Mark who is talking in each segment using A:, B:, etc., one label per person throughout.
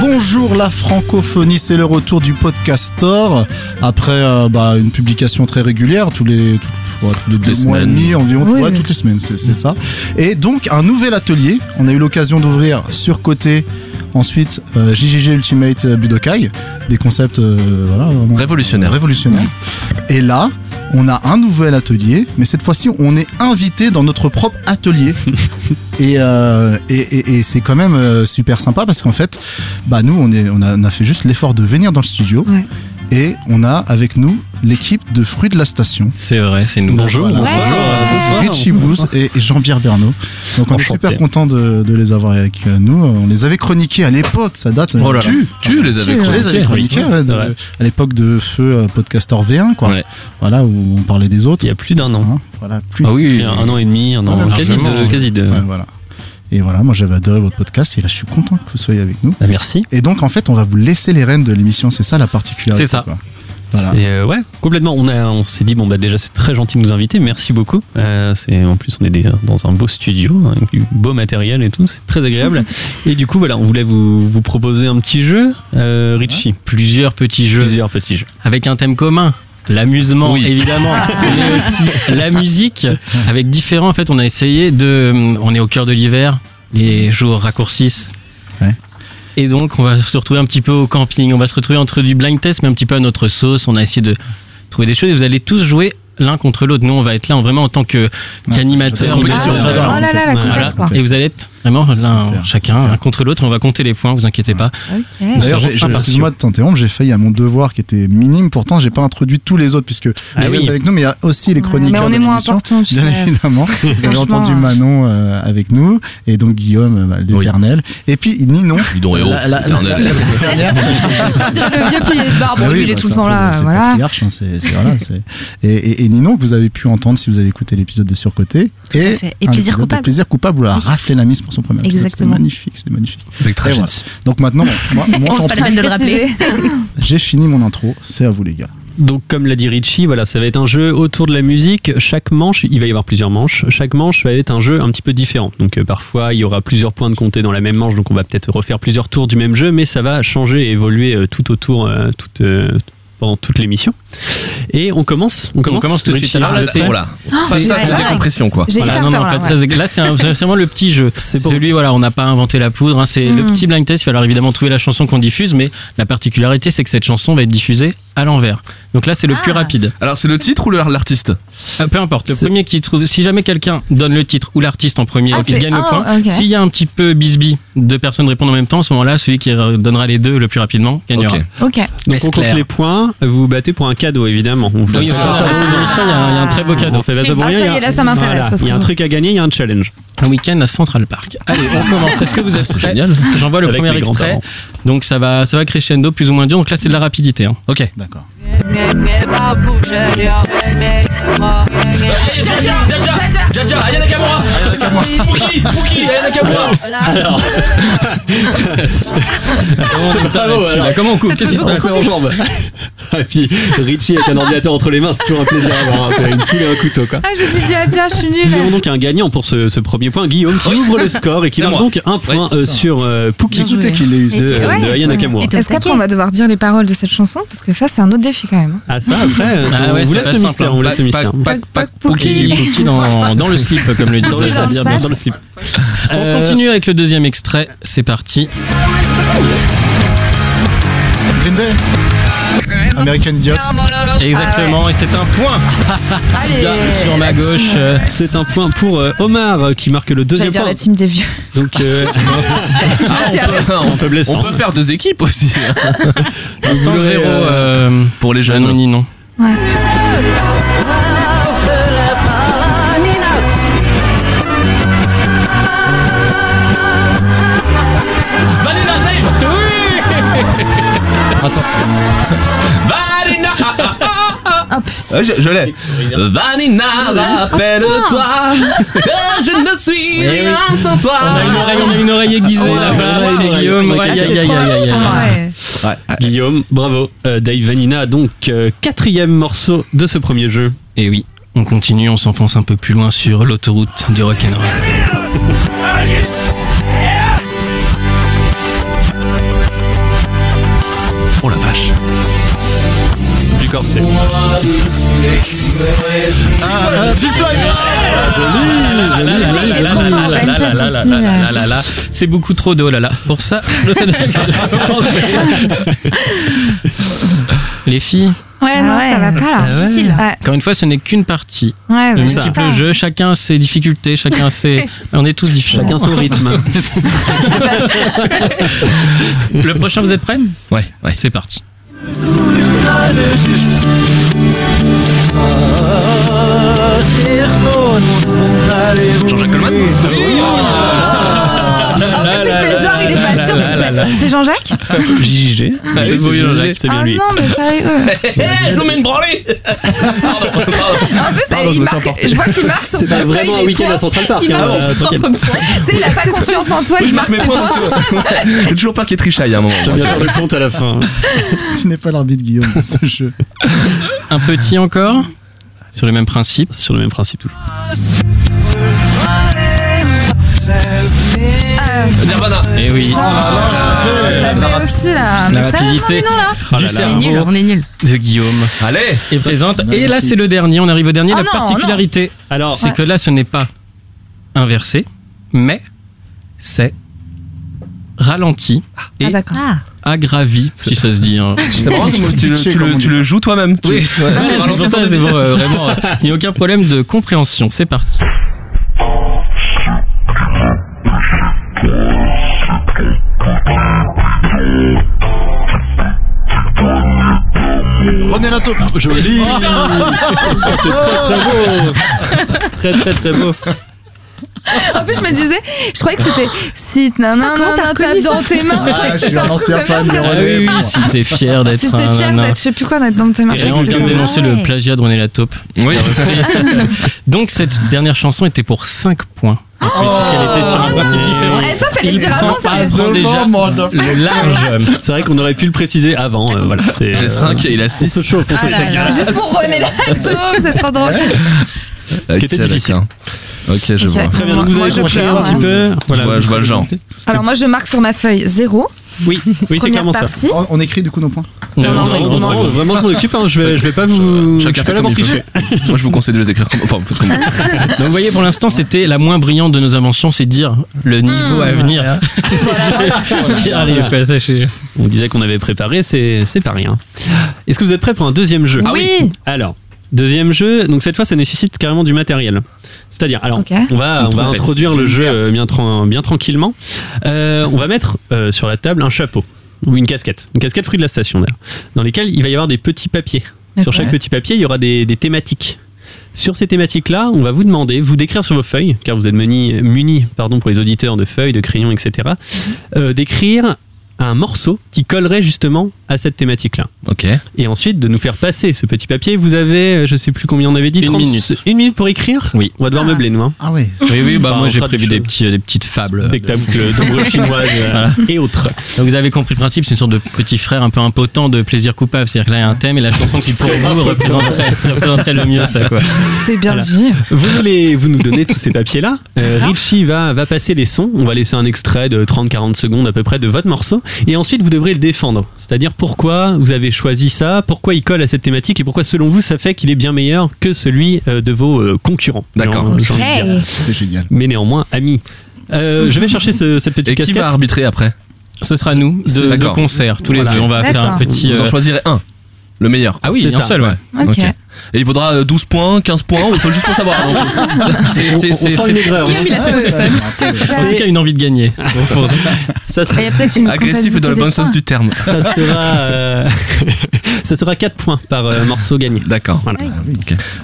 A: Bonjour la francophonie, c'est le retour du podcastor après euh, bah, une publication très régulière tous les tout- ouais, tous les deux
B: les
A: mois et
B: semaines.
A: demi environ,
C: Oui.
A: ouais, toutes les semaines, c'est c'est ça. Et donc un nouvel atelier, on a eu l'occasion d'ouvrir sur côté. Ensuite, euh, JGG Ultimate Budokai, des concepts euh, voilà, vraiment
B: Révolutionnaire.
A: révolutionnaires. Et là, on a un nouvel atelier, mais cette fois-ci, on est invité dans notre propre atelier. et euh, et, et- et c'est quand même euh, super sympa parce qu'en fait, bah nous, on, est, on, a, on a fait juste l'effort de venir dans le studio.
C: Ouais.
A: Et on a avec nous l'équipe de Fruits de la Station.
D: C'est vrai, c'est nous.
A: Bonjour,
D: Voilà.
C: bonsoir.
D: Bonsoir.
A: Richie Booz et et Jean-Pierre Bernot. Donc on est
D: Enchanté.
A: super content de, de les avoir avec nous. On les avait chroniqués à l'époque, ça date.
D: Oh là là.
B: Tu, tu les avais
C: Tu,
A: Je
B: chroniqués.
A: les avais
D: Ok,
A: chroniqués
D: oui.
A: ouais, de-
D: Ouais.
A: à l'époque de Feu euh, Podcaster V1, quoi.
D: Ouais.
A: Voilà, où on parlait des autres.
D: Il y a plus d'un an.
A: Hein, voilà, plus.
D: Ah oui, un an et demi, un an,
E: Ah,
A: Ouais,
D: quasi
A: largement.
D: deux, quasi deux.
E: euh.
A: Ouais, voilà. Et voilà, moi j'avais adoré votre podcast et là je suis content que vous soyez avec nous.
D: Bah, merci.
A: Et donc en fait, on va vous laisser les rênes de l'émission, c'est ça la particularité.
D: C'est ça.
A: quoi. Voilà.
D: C'est, euh, ouais, complètement. On, a- on s'est dit, bon, bah déjà, c'est très gentil de nous inviter. Merci beaucoup. Euh, c'est- en plus, on est des- dans un beau studio, hein, avec du beau matériel et tout. C'est très agréable. et du coup, voilà, on voulait vous, vous proposer un petit jeu, euh, Richie.
E: Plusieurs petits jeux
D: Plusieurs petits jeux.
E: avec un thème commun. L'amusement,
B: Oui.
E: évidemment, mais aussi la musique. Avec différents, en fait, on a essayé de. On est au cœur de l'hiver, les jours raccourcissent.
A: Ouais.
E: Et donc, on va se retrouver un petit peu au camping. On va se retrouver entre du blind test, mais un petit peu à notre sauce. On a essayé de trouver des choses et vous allez tous jouer l'un contre l'autre. Nous, on va être là en- vraiment en tant que
A: Non,
E: qu'animateur.
A: c'est-
C: compétition,
E: mais-
C: j'adore.
E: Voilà.
C: Oh là là, la
E: Voilà.
C: compète, quoi.
E: Et vous allez être vraiment l'un
A: Super,
E: chacun
A: super.
E: l'un contre l'autre. On va compter les points, vous inquiétez pas.
C: Ok.
A: D'ailleurs, j'ai-
E: Nous
A: j'ai-
E: serons
A: excuse-moi de t'interrompre, j'ai failli à mon devoir qui était minime, pourtant j'ai pas introduit tous les autres puisque
E: Ah
A: vous
E: oui.
A: êtes avec nous, mais il y a aussi les
C: Mais
A: chroniqueurs.
C: on
A: de
C: est moins
A: l'émission.
C: important,
A: Bien évidemment. Vous avez
C: Franchement,
A: entendu
C: hein.
A: Manon euh, avec nous et donc Guillaume, euh, bah, l'éternel. Et puis Ninon.
B: Didon et oh,
A: la- la-
B: éternel.
A: la- la- la- dernière.
C: Le vieux, puis il est de barbe,
A: Bah
C: lui,
A: oui,
C: il est
A: bah,
C: tout le
A: c'est
C: temps
A: un peu
C: là.
A: le- c'est le
C: Voilà.
A: patriarche, hein, c'est- c'est- voilà, c'est- et, et, et Ninon, que vous avez pu entendre si vous avez écouté l'épisode de Surcoté.
C: à fait. Et
A: un
C: Plaisir
A: épisode de
C: coupable.
A: Plaisir coupable, où elle a
C: Oui.
A: raflé la mise pour son premier épisode. C'était
C: Exactement.
A: magnifique, c'était magnifique.
B: Avec tragédie.
A: Donc maintenant, bon, moi, mon temps pris,
C: peine de le rappeler.
A: j'ai fini mon intro, c'est à vous les gars.
D: Donc, comme l'a dit Richie, voilà, ça va être un jeu autour de la musique. Chaque manche, il va y avoir plusieurs manches. Chaque manche va être un jeu un petit peu différent. Donc, euh, parfois, il y aura plusieurs points de compter dans la même manche. Donc, on va peut-être refaire plusieurs tours du même jeu, mais ça va changer et évoluer euh, tout autour, euh, tout, euh, pendant toute l'émission. Et on commence. On commence,
E: commence tout de
D: Richie.
E: suite. Alors là,
D: Vous êtes
E: c'est-
D: prêts
B: Voilà. Ça,
F: Ah,
C: c'est
B: ça, c'est
C: vrai.
B: des compressions, quoi.
C: J'ai
E: Voilà,
C: hyper
E: non,
C: peur
E: non, en
C: là.
E: fait, ça, là, c'est un- c'est vraiment le petit jeu.
D: C'est bon.
E: Celui, voilà, on n'a pas inventé la poudre. hein, c'est le
C: Hmm.
E: petit blind test. Il va falloir évidemment trouver la chanson qu'on diffuse, mais la particularité, c'est que cette chanson va être diffusée à l'envers. Donc là, c'est le plus
C: Ah.
E: rapide.
B: Alors, c'est le titre ou le- l'artiste
E: Euh, peu importe. Le
D: C'est-
E: premier qui trouve, si jamais quelqu'un donne le titre ou l'artiste en premier,
C: Ah,
E: il
C: c'est-
E: gagne le
C: oh,
E: point.
C: ok.
E: S'il y a un petit peu bisbis, deux personnes répondent en même temps, à ce moment-là, celui qui euh, donnera les deux le plus rapidement gagnera.
B: Ok.
C: ouais. Ok.
D: Donc, on
E: Est-ce
D: compte
E: clair
D: les points. Vous vous battez pour un cadeau, évidemment. On vous
E: Oui,
D: laisse-
E: voilà.
C: Ah.
E: Ça, il y a- il y a un très beau cadeau.
D: On fait vas-y
C: Ah,
D: pour rien,
C: ça
D: il
C: y est,
D: a-
C: là, ça m'intéresse,
D: voilà,
C: parce
D: Il y a un
C: que-
D: truc à gagner, il y a un challenge.
E: Un week-end à Central Park. Allez, on commence. Est-ce que vous êtes prêts
B: génial.
E: J'envoie le
D: Avec
E: premier
D: mes grands
E: extrait.
D: talents.
E: Donc ça va, ça va crescendo, plus ou moins dur. Donc là, c'est de la rapidité. hein. Ok.
A: D'accord.
D: Bravo, alors.
E: Comment on coupe Qu'est-ce qui se passe
C: Ah,
D: en jambes. Et Ah, puis Richie avec un ordinateur entre les mains, c'est toujours un plaisir à voir. hein. C'est une poule et un couteau quoi.
C: Ah, j'ai dit, tiens, tiens, je suis
D: Nous avons
C: nulle.
D: donc un gagnant pour ce, ce premier point, Guillaume qui ouvre le score et qui
E: C'est
D: marque
E: moi.
D: donc un point
E: Ouais,
D: euh, sur euh, Pookie
A: Qui doutait qu'il ait euh, eu
D: de,
A: ce-
D: de
C: Ouais.
D: Aya Nakamura.
F: Et
C: Est-ce qu'après, on va devoir dire les paroles de cette chanson Parce que ça, c'est un autre défi quand même.
D: Ah ça après, euh,
E: Ah
D: on
E: ouais,
D: vous
E: c'est
D: laisse
E: pas
D: le
E: simple,
D: mystère,
E: hein.
D: on vous laisse le mystère.
C: Pac, pac,
E: Qui-
C: pouki.
E: qui- qui dans, dans le slip, comme le dit.
D: Dans le
C: ça
D: slip,
C: se
D: bien
C: passe
D: dans le slip. Euh,
E: On continue avec le deuxième extrait. C'est parti.
A: Green Day American Idiot
D: Ah
E: Exactement. Et c'est un point
C: Allez.
E: sur ma gauche. euh,
D: C'est un point pour euh, Omar qui marque le
C: J'allais
D: deuxième
C: dire
D: point.
C: la team des vieux.
D: Donc euh,
C: Je me suis arrêtée.
D: c'est un peu blessant.
B: On peut faire deux équipes aussi.
E: Instant
B: voulez,
E: zéro.
B: euh,
E: euh,
B: Pour les
E: non,
B: jeunes.
E: ni non.
B: Vanina
C: Ah, pff,
B: Ah, Je, je l'ai.
D: Ah,
B: Vanina,
D: bah,
B: rappelle-toi que je ne suis
E: Oui,
B: rien sans
E: On a une
B: toi.
E: oreille, on a une oreille aiguisée
B: Ah,
E: là-bas
B: ouais,
E: chez
D: ouais,
E: Guillaume.
D: ouais,
E: Aïe,
C: ah,
E: aïe,
C: C'était
E: aïe,
C: trop
E: aïe,
C: rapide
E: aïe,
C: pour moi.
E: aïe.
C: ouais.
D: Guillaume, bravo. Euh, Dave Vanina, donc euh, quatrième morceau de ce premier jeu.
E: Et Eh oui, on continue, on s'enfonce un peu plus loin sur l'autoroute du rock'n'roll.
D: Oh la vache. Du corset.
A: Ah, Pink Floyd, ah
C: il est trop fort, Ben Test aussi, là.
E: C'est beaucoup trop de oh là là. Pour ça, je sais Les filles,
C: Ouais, non,
F: ouais,
C: ça va pas là.
E: ça va.
C: difficile. Ouais,
E: encore une fois, ce n'est qu'une partie.
C: ouais,
E: De
C: mais
E: multiples
C: putain.
E: jeux, chacun ses difficultés, chacun ses. On est tous différents.
D: Chacun son rythme.
E: Le prochain, vous êtes prêts
D: Bah,
F: Ouais, ouais.
E: C'est parti.
F: Jean-Jacques Goldman
C: En fait, il fait genre, il est pas sûr, tu sais. C'est Jean-Jacques
E: JG.
D: Ah Oui, c'est
E: oui, Jean-Jacques.
D: Jean-Jacques, c'est Eh bien
C: Ah
D: lui.
C: non, mais sérieux.
B: je nous mets une branlée Pardon, pardon.
C: En plus, il
D: Pardon, je me suis
C: marque,
D: emporté.
C: je vois qu'il marque sur sa
D: C'était
C: feuille.
D: vraiment un
C: les
D: week-end
C: points.
D: à Central Park.
C: Il
D: hein,
C: marque
D: euh,
C: ses
D: t'inquiète.
C: propres points. Tu sais, il a pas confiance en toi, il
F: Ah,
C: marque ses points.
F: J'ai toujours peur qu'il y ait trichaille hein, à un moment.
D: J'aime bien faire le compte à la fin.
A: Tu n'es pas l'arbitre, Guillaume, de ce jeu.
E: Un petit encore sur le même principe.
D: Sur le même principe toujours.
B: Nirvana.
D: Eh
E: Et oui.
C: Je l'avais aussi là. Ah, Mais ça, non, mais
E: rapidité.
C: non là.
E: Oh là du là.
G: On est nul,
E: cerveau
G: on est nul.
E: de Guillaume
F: Allez
E: est présente.
A: Non,
E: Et là,
A: merci.
E: c'est le dernier. On arrive au dernier.
C: Oh
E: La
C: non,
E: particularité,
D: Alors,
E: c'est que là, ce n'est pas inversé, mais c'est ralenti et
G: Ah, d'accord.
E: aggravi, si ça se dit. hein.
F: C'est marrant, tu, le- tu le, tu le joues toi-même. tu-
E: Oui,
F: Ouais.
E: Ouais, c'est pour ça, c'est bon, euh, vraiment, euh, il n'y a aucun problème de compréhension. C'est parti.
A: René Lataupe. Joli.
D: c'est
C: Oh.
D: très très beau. très très très beau.
C: En plus, je me disais, je croyais que c'était si non non
G: comment
C: non non
G: t'as
C: t'as
G: reconnu ça
C: dans tes mains. Je croyais que
A: Ah, je suis
C: c'était un
A: un
C: truc
A: ancien
C: comme ça.
A: fan de
E: Ah oui,
A: René.
E: oui, si t'es fier d'être
C: Ah, Si
E: un
C: c'est fier
E: nana.
C: d'être, je sais plus quoi, d'être dans tes mains.
E: Et
C: Je croyais
E: rien
C: que
E: aucun
C: c'était ça.
E: dénoncer
G: ouais.
E: le plagiat de René Lataupe.
F: Oui.
E: Donc cette dernière chanson était pour 5 points.
C: Oh.
E: Puisqu'elle était sur un principe différent.
C: Eh, ça, fallait le
E: Il
C: dire
E: prend-
C: avant, ça.
E: ah, prend déjà le large.
D: C'est vrai qu'on aurait pu le préciser avant. euh, voilà, c'est.
F: J'ai
D: euh,
F: 5 et il a
D: On
F: 6.
D: se chauffe, on
C: Ah
D: se
C: là là,
D: chauffe.
C: Juste pour René Lataupe, c'est trop drôle.
F: Ok,
D: Qui était difficile.
F: d'accord. Ok, je
C: Ok.
F: vois.
D: Très bien, donc vous
C: Moi,
D: avez
C: je hein.
D: compris
C: fais,
D: un
C: ouais.
D: petit peu.
F: Je vois, je vois le genre.
C: Alors moi, je marque sur ma feuille 0,
D: Oui, oui c'est
C: première
D: clairement ça.
C: partie.
A: On, on écrit du coup nos points.
C: Non, non, mais c'est
D: on-
C: moi.
D: on- vraiment, je m'en occupe. hein, Je vais, je vais pas vous. je
F: Chacun
D: suis pas
F: fait
D: là
F: comme
D: pour
F: il
D: tricher.
F: veut. Moi, je vous conseille de les écrire comme. Enfin, vous faites comme vous.
E: Donc vous voyez, pour l'instant, c'était la moins brillante de nos inventions, c'est dire le niveau à venir. Qui
D: Ah,
E: arrive, quoi, sachez.
D: On disait qu'on avait préparé, c'est c'est pas rien. Est-ce que vous êtes prêts pour un deuxième jeu
C: Oui.
D: Alors, deuxième jeu, donc cette fois ça nécessite carrément du matériel. C'est-à-dire, alors,
C: Ok.
D: on va, on va
E: trompette.
D: introduire le jeu euh, bien, tran- bien tranquillement. Euh, on va mettre euh, sur la table un chapeau ou une casquette, une casquette fruit de la station d'ailleurs, dans lesquelles il va y avoir des petits papiers. Sur
G: D'accord.
D: chaque petit papier, il y aura des, des thématiques. Sur ces thématiques-là, on va vous demander, vous décrire sur vos feuilles, car vous êtes munis, munis pardon, pour les auditeurs de feuilles, de crayons, etc., euh, d'écrire un morceau qui collerait justement à cette thématique-là
F: Ok.
D: et ensuite de nous faire passer ce petit papier. Vous avez, euh, je sais plus combien on avait dit,
E: Une minute.
D: Une minute pour écrire
E: Oui.
D: On va devoir meubler, nous. Hein.
A: Ah oui.
E: Oui, oui, bah
D: Enfin,
E: moi
D: on
E: j'ai
D: fera des
E: prévu des,
D: choses.
E: petits, euh, des petites fables. euh, de-
D: Spectacle d'ombre chinoise euh, et autres.
E: Donc vous avez compris le principe, c'est une sorte de petit frère un peu impotent de plaisir coupable. C'est-à-dire que là, il y a un thème et la chanson qui pour vous représenterait, représenterait le mieux ça, quoi.
C: C'est bien dit.
D: Vous nous, les- vous nous donnez tous ces papiers-là. Euh, Richie va, va passer les sons. On va laisser un extrait de 30-40 secondes à peu près de votre morceau. Et ensuite, vous devrez le défendre. C'est-à-dire pourquoi vous avez choisi ça, pourquoi il colle à cette thématique et pourquoi, selon vous, ça fait qu'il est bien meilleur que celui euh, de vos euh, concurrents.
F: D'accord.
D: J'ai envie de dire.
C: Hey.
A: C'est génial.
D: Mais néanmoins, amis. Euh, je vais chercher ce, cette petite
F: Et qui
D: casquette.
F: va arbitrer après
E: Ce sera nous de, de
F: D'accord.
E: concert tous les
D: Voilà.
E: deux. On va faire
C: D'accord.
E: un petit.
F: Vous en
E: euh,
F: choisirez un. Le meilleur.
E: Ah oui,
D: C'est
E: un
D: ça.
E: seul, ouais.
C: Ok.
F: Ok. Et il vaudra euh, 12 points, 15 points, ou faut juste pour savoir. Non,
E: C'est-
D: On-
E: c'est-
D: on
E: c'est-
D: sent une
E: c'est-
D: aigreur, hein.
A: Ah
E: En tout cas, une envie de gagner. Bon, pour-
C: Il
D: Ça
C: y
D: sera,
C: a peut-être une
F: Agressif et dans le bon sens du terme.
D: ça sera, euh, ça sera 4 points par euh, morceau gagné.
F: D'accord.
D: Voilà.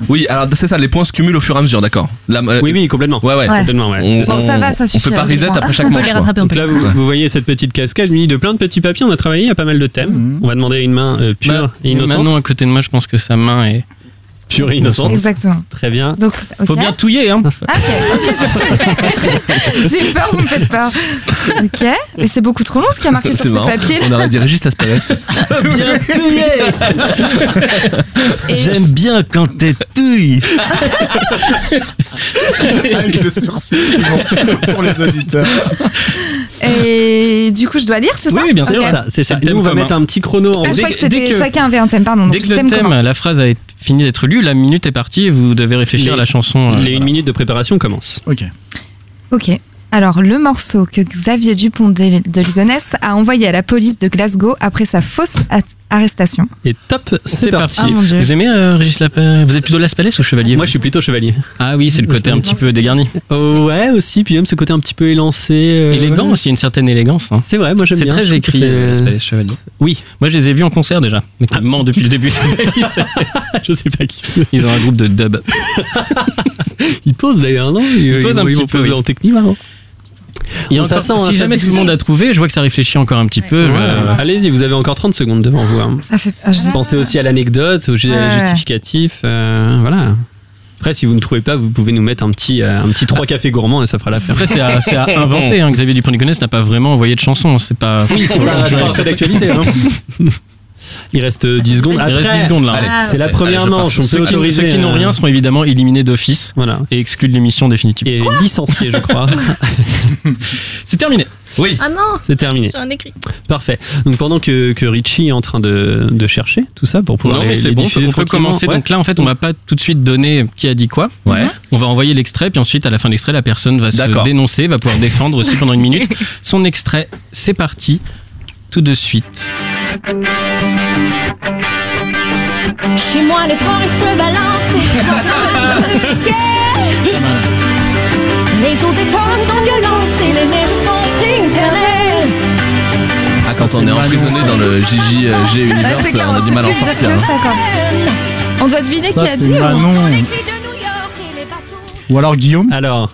F: Oui, alors c'est ça, les points se cumulent au fur et à mesure, d'accord. La- euh,
D: Oui, oui, complètement.
F: Ouais, ouais.
C: Ouais.
D: Complètement, ouais.
F: On,
C: Bon, ça
F: on-
C: va, ça
F: On
C: suffit hein,
F: fait pas
C: avec les
F: reset
C: points.
F: après chaque
G: On peut
F: manche.
G: les
F: quoi.
G: rattraper, on
D: Donc
G: peut
D: là,
G: les
D: vous, vous voyez cette petite casquette munie de plein de petits papiers. On a Mhm. travaillé à pas mal de thèmes. On va demander une main euh, pure
E: Bah,
D: et innocente.
E: Manon à côté de moi, je pense que sa main est
D: Pure et innocente.
C: Exactement.
D: Très bien.
C: Donc, ok.
E: Faut bien touiller, hein.
C: Ah, ok, ok, je- J'ai peur, vous me faites peur. Ok, mais c'est beaucoup trop long ce qui a marqué sur
F: C'est
C: ce
F: marrant.
C: papier.
F: On aurait dit Régis Aspalès.
E: Bien touiller
C: Et
E: J'aime bien quand t'es touille.
A: Avec le sourcil pour- pour les auditeurs.
C: Et du coup, je dois lire, c'est ça
E: Oui, bien sûr,
C: Ok.
D: Ça, c'est ça.
E: C'est
D: Et
E: le
D: nous, on
E: thème
D: va mettre un petit chrono en
C: Ah, je
E: dès
C: crois que
E: que- dès
C: c'était
E: que-
C: chacun avait un thème, pardon.
E: Dès
C: Donc,
E: que le
C: thème
E: thème,
C: commun.
E: la phrase a fini d'être lue, la minute est partie et vous devez réfléchir à la chanson. euh,
D: Les une minute de préparation commence.
A: Ok.
C: Ok. Alors, le morceau que Xavier Dupont de de Ligonnès a envoyé à la police de Glasgow après sa fausse a- arrestation.
D: Et top, c'est parti.
C: Ah, mon Dieu.
E: Vous aimez euh, Régis Lapin Vous êtes plutôt Laspalès ou Chevalier
D: Moi, je suis plutôt chevalier.
E: Ah oui, c'est le côté un petit peu dégarni.
D: Oh, ouais, aussi. Puis même ce côté un petit peu élancé. euh,
E: Élégant
D: voilà.
E: aussi, une certaine élégance. hein.
D: C'est vrai, moi j'aime
E: C'est
D: bien.
E: très
D: Je trouve que
E: écrit,
D: c'est-
E: euh, Laspalais, Chevalier.
D: Oui, Ah.
E: Moi, je les ai vus en concert déjà. Mais ils mentent depuis le début.
D: je sais pas qui c'est.
E: Ils ont un groupe de dub.
D: Il pose d'ailleurs, non Il
E: pose un petit peu, oui.
D: en technique, marrant.
E: Et
D: Ça
E: encore,
D: sent, hein,
E: si
D: ça
E: jamais
D: sent
E: tout le monde a trouvé, je vois que ça réfléchit encore un petit peu. je-
D: Euh, Allez-y, vous avez encore 30 secondes devant vous. hein.
C: Ça fait. ah, j'ai-
D: Pensez aussi à l'anecdote, au ju-
C: Ouais.
D: justificatif. euh, voilà. Après, si vous ne trouvez pas, vous pouvez nous mettre un petit, euh, un petit 3 cafés gourmands et ça fera l'affaire.
E: Après, c'est à, c'est à inventer. hein. Xavier Dupont-Nicolas n'a pas vraiment envoyé de chanson. C'est pas.
D: Oui, c'est pas c'est pas un fait d'actualité. hein. Il reste 10 secondes.
E: Il
D: Après,
E: reste 10 secondes là. hein.
F: Allez,
C: Ah,
D: c'est la
F: Allez,
D: première
F: je pars.
D: manche. On s'est
E: Ceux qui-
D: autorisé.
E: ceux qui n'ont
D: euh,
E: rien seront évidemment éliminés d'office
D: Voilà.
E: et exclus de l'émission définitive.
D: Et licencié, je crois.
E: C'est terminé.
G: Ah non,
D: C'est terminé.
G: j'ai un écrit.
D: Parfait. Donc pendant que, que Richie est en train de, de chercher tout ça pour pouvoir
E: Non,
D: les-
E: mais c'est
D: les
E: bon,
D: diffuser
E: on peut
D: tranquillement.
E: commencer.
D: Ouais.
E: Donc là, en fait, on va pas tout de suite donner qui a dit quoi.
F: Ouais.
E: On va envoyer l'extrait, puis ensuite, à la fin de l'extrait, la personne va se
F: D'accord.
E: dénoncer, va pouvoir défendre aussi pendant une minute. Son extrait, c'est parti, tout de suite.
H: Chez moi, les forêts se balancent et se balancent dans le ciel. Les eaux des torrents sont violentes et les neiges sont éternelles.
F: Ah, quand
A: Ça,
F: on
A: c'est
F: est
A: mal,
F: emprisonné
A: non,
F: dans le euh, JJG
C: Ah,
F: Universe,
C: c'est clair,
F: on a du
C: sait
F: mal à en
C: plus dire
F: sortir.
C: que
F: hein.
C: ça, quoi. On doit deviner qui
A: Ça,
C: a dit.
A: c'est
C: ou-
A: Manon.
H: Les filles de New York et les bateaux.
A: Ou alors Guillaume.
D: Alors,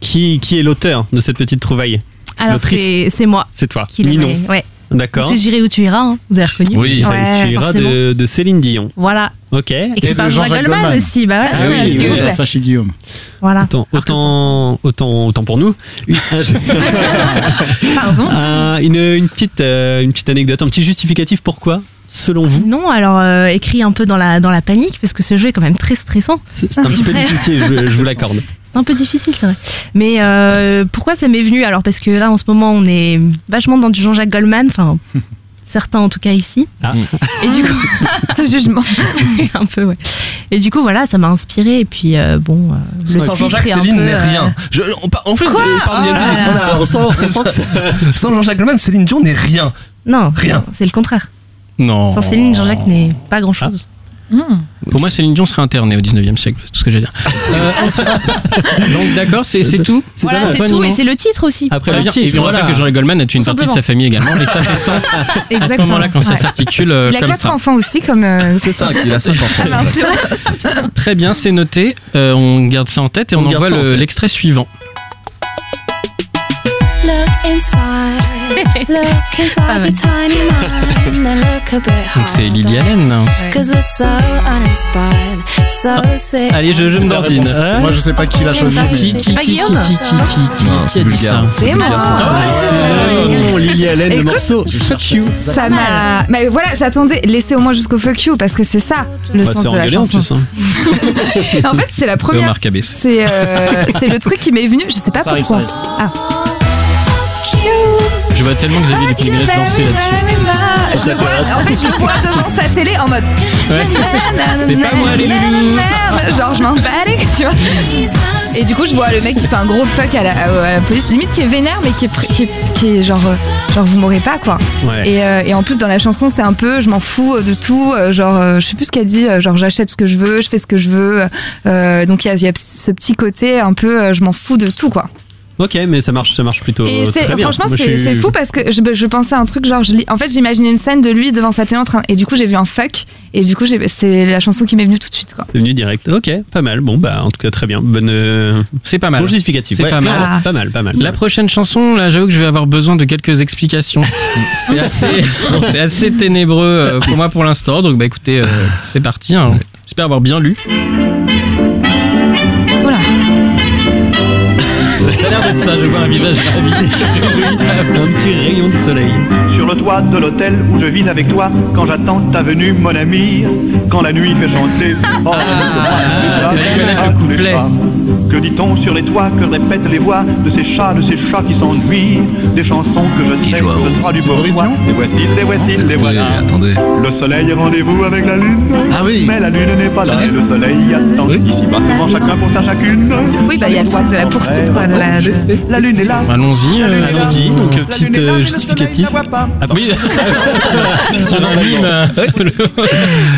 D: qui, qui est l'auteur de cette petite trouvaille
G: Alors
D: L'autrice.
G: c'est c'est moi
D: C'est toi,
G: qui l'ai.
D: Ninon.
G: Ouais.
D: D'accord.
G: C'est J'irai où tu iras, hein. vous avez reconnu.
F: Oui.
C: Ouais,
D: tu iras
G: forcément.
D: de, de Céline Dion.
G: Voilà.
D: Ok.
G: Et
A: de
G: c'est par Jean-Jacques
A: Jean-Jacques
G: Goldman,
A: Goldman.
G: aussi, bah ouais.
C: Ah oui,
D: oui,
C: s'il vous
D: oui.
C: plaît.
A: Ça chez Guillaume.
G: Voilà.
D: Autant, autant, autant, autant pour nous. Une,
C: Pardon.
D: un- une- une petite, euh, une petite anecdote, un petit justificatif. Pourquoi, selon vous,
G: Non, alors euh, écrit un peu dans la, dans la panique, parce que ce jeu est quand même très stressant.
D: c'est c'est un petit peu difficile, je, je vous l'accorde.
G: C'est un peu difficile, c'est vrai. Mais euh, pourquoi ça m'est venu Alors, parce que là, en ce moment, on est vachement dans du Jean-Jacques Goldman, enfin, certains en tout cas ici.
D: Ah.
G: Et du coup,
C: Ce jugement.
G: un peu, ouais. Et du coup, voilà, ça m'a inspiré. Et puis, euh, bon, euh, le
F: Sans
G: titre
F: Jean-Jacques,
G: est un
F: Céline
G: peu,
F: n'est
G: euh,
F: rien. Je- on, pa- on fait
G: Quoi
F: on parle bien
G: Oh là
F: de-
G: là.
F: on sent- on sent que ça- Sans Jean-Jacques Goldman, Céline Dion n'est rien.
G: Non,
F: Rien.
G: C'est le contraire.
E: Non.
G: Sans Céline, Jean-Jacques n'est pas grand-chose.
E: Pour moi, Céline Dion serait internée au 19e siècle, c'est tout ce que j'ai à dire. Euh, donc, d'accord, c'est c'est tout.
G: Voilà, c'est
E: Toi,
G: tout.
E: Ninon
G: Et c'est le titre aussi.
D: Après
E: Ça veut
D: le
E: dire
D: titre,
E: qu'il rappelle
D: voilà.
E: que Jean-Luc Goldman a tué une partie de sa famille également, et ça fait sens à ce
C: Exactement.
E: moment-là quand ça
C: Ouais.
E: s'articule euh,
C: Il a
E: comme
C: quatre
E: ça.
C: enfants aussi, comme. euh,
F: C'est 5, il a 5
C: Ah,
F: enfants.
C: mince.
E: Très bien, c'est noté. Euh, on garde ça en tête et on,
D: On garde
E: envoie
D: ça en
E: le-
D: tête.
E: l'extrait suivant.
H: Look inside, look
G: Pas
H: inside
G: mal.
H: your tiny mind and look a bit
E: Donc c'est Lily Allen.
H: Cause we're so uninspired, so
C: Ah.
H: sick.
E: Allez, je, je me
A: La
E: dandine.
A: réponse. Moi, je sais pas qui l'a choisi. mais-
E: Qui, qui, qui,
G: Pas
E: qui, qui,
G: Guillaume
E: qui, qui,
F: Non,
E: qui
F: c'est
E: a bah, dit
F: vulgaire.
E: ça
C: C'est moi.
E: Ah
D: Non, Lily Allen, le
C: Écoute,
D: morceau Fuck You.
C: Ça m'a. Mais voilà, j'attendais. Laissez au moins jusqu'au fuck you parce que c'est ça le
D: Bah,
C: sens
D: c'est
C: de la
D: engueulé en
C: chanson.
D: plus. hein.
C: En fait, c'est la première.
E: Omar Cabès.
C: C'est euh, c'est le truc qui m'est venu. Je sais pas
A: Ça arrive,
C: pourquoi. Ah.
A: ça
E: Je vois tellement que Xavier Dupont-Nicolas
C: Bah
E: se lancer là-dessus.
C: Je le vois- en fait, je le vois devant sa télé en mode.
E: Ouais. C'est pas moi, les loulous.
C: Genre, je m'en bats, les- tu vois. Et du coup, je vois le mec qui fait un gros fuck à la, à la police, limite qui est vénère, mais qui est, pr- qui est, qui est genre, euh, genre, vous m'aurez pas, quoi.
D: Ouais.
C: Et, euh, et en plus, dans la chanson, c'est un peu, je m'en fous euh, de tout, euh, genre, euh, je sais plus ce qu'elle dit, euh, genre, j'achète ce que je veux, je fais ce que je veux. euh, donc, il y a, il y a ce petit côté un peu, euh, je m'en fous de tout, quoi.
D: Ok, mais ça marche, ça marche plutôt
C: Et c'est-
D: Euh, très bien.
C: franchement,
D: Moi, je
C: c'est
D: suis-
C: c'est fou parce que je, je pensais à un truc genre, je lis- en fait, j'imaginais une scène de lui devant sa télé en train, et du coup, j'ai vu un fuck, et du coup, j'ai- c'est la chanson qui m'est venue tout de suite, quoi.
D: C'est venu direct. Ok, pas mal. Bon, bah, en tout cas, très bien. Bonne, euh,
E: C'est pas mal.
D: bon justificatif.
E: C'est
D: Ouais,
E: pas mal.
D: Pas mal, pas mal.
E: La prochaine chanson, là, j'avoue que je vais avoir besoin de quelques explications. c'est assez, c'est assez ténébreux euh, pour moi pour l'instant. Donc, bah écoutez, euh, c'est parti. hein. J'espère avoir bien lu.
C: Voilà.
E: Ça a l'air d'être ça, je vois un visage ravi.
D: Un petit rayon de soleil.
I: Sur le toit de l'hôtel où je vis avec toi, quand j'attends ta venue, mon ami, quand la nuit fait chanter. Oh,
E: ah, c'est vrai que le
I: les
E: couplet.
I: chats. Que dit-on sur les toits que répètent les voix de ces chats, de ces chats qui s'ennuient, des chansons que je sais,
F: joue à
I: je
F: onze,
I: traduis
A: c'est
I: pour
A: Boris
I: toi.
A: Vian
I: Les voici, les voici, les
F: Attendez,
I: voilà.
F: attendez.
I: Le soleil est rendez-vous avec la lune.
A: Ah oui.
I: Mais la lune n'est pas là et le soleil attend
F: Oui.
I: ici-bas, devant chacun pour sa chacune.
C: Oui, bah, il y a le wack de la poursuite, quoi, de la- de-
I: La lune est là.
E: Allons-y, euh,
D: Allons-y, donc euh,
I: La
D: petite
I: lune est là,
D: euh,
I: mais le soleil
D: justificatif.
I: ne la voit pas.
E: Oui, c'est un mime.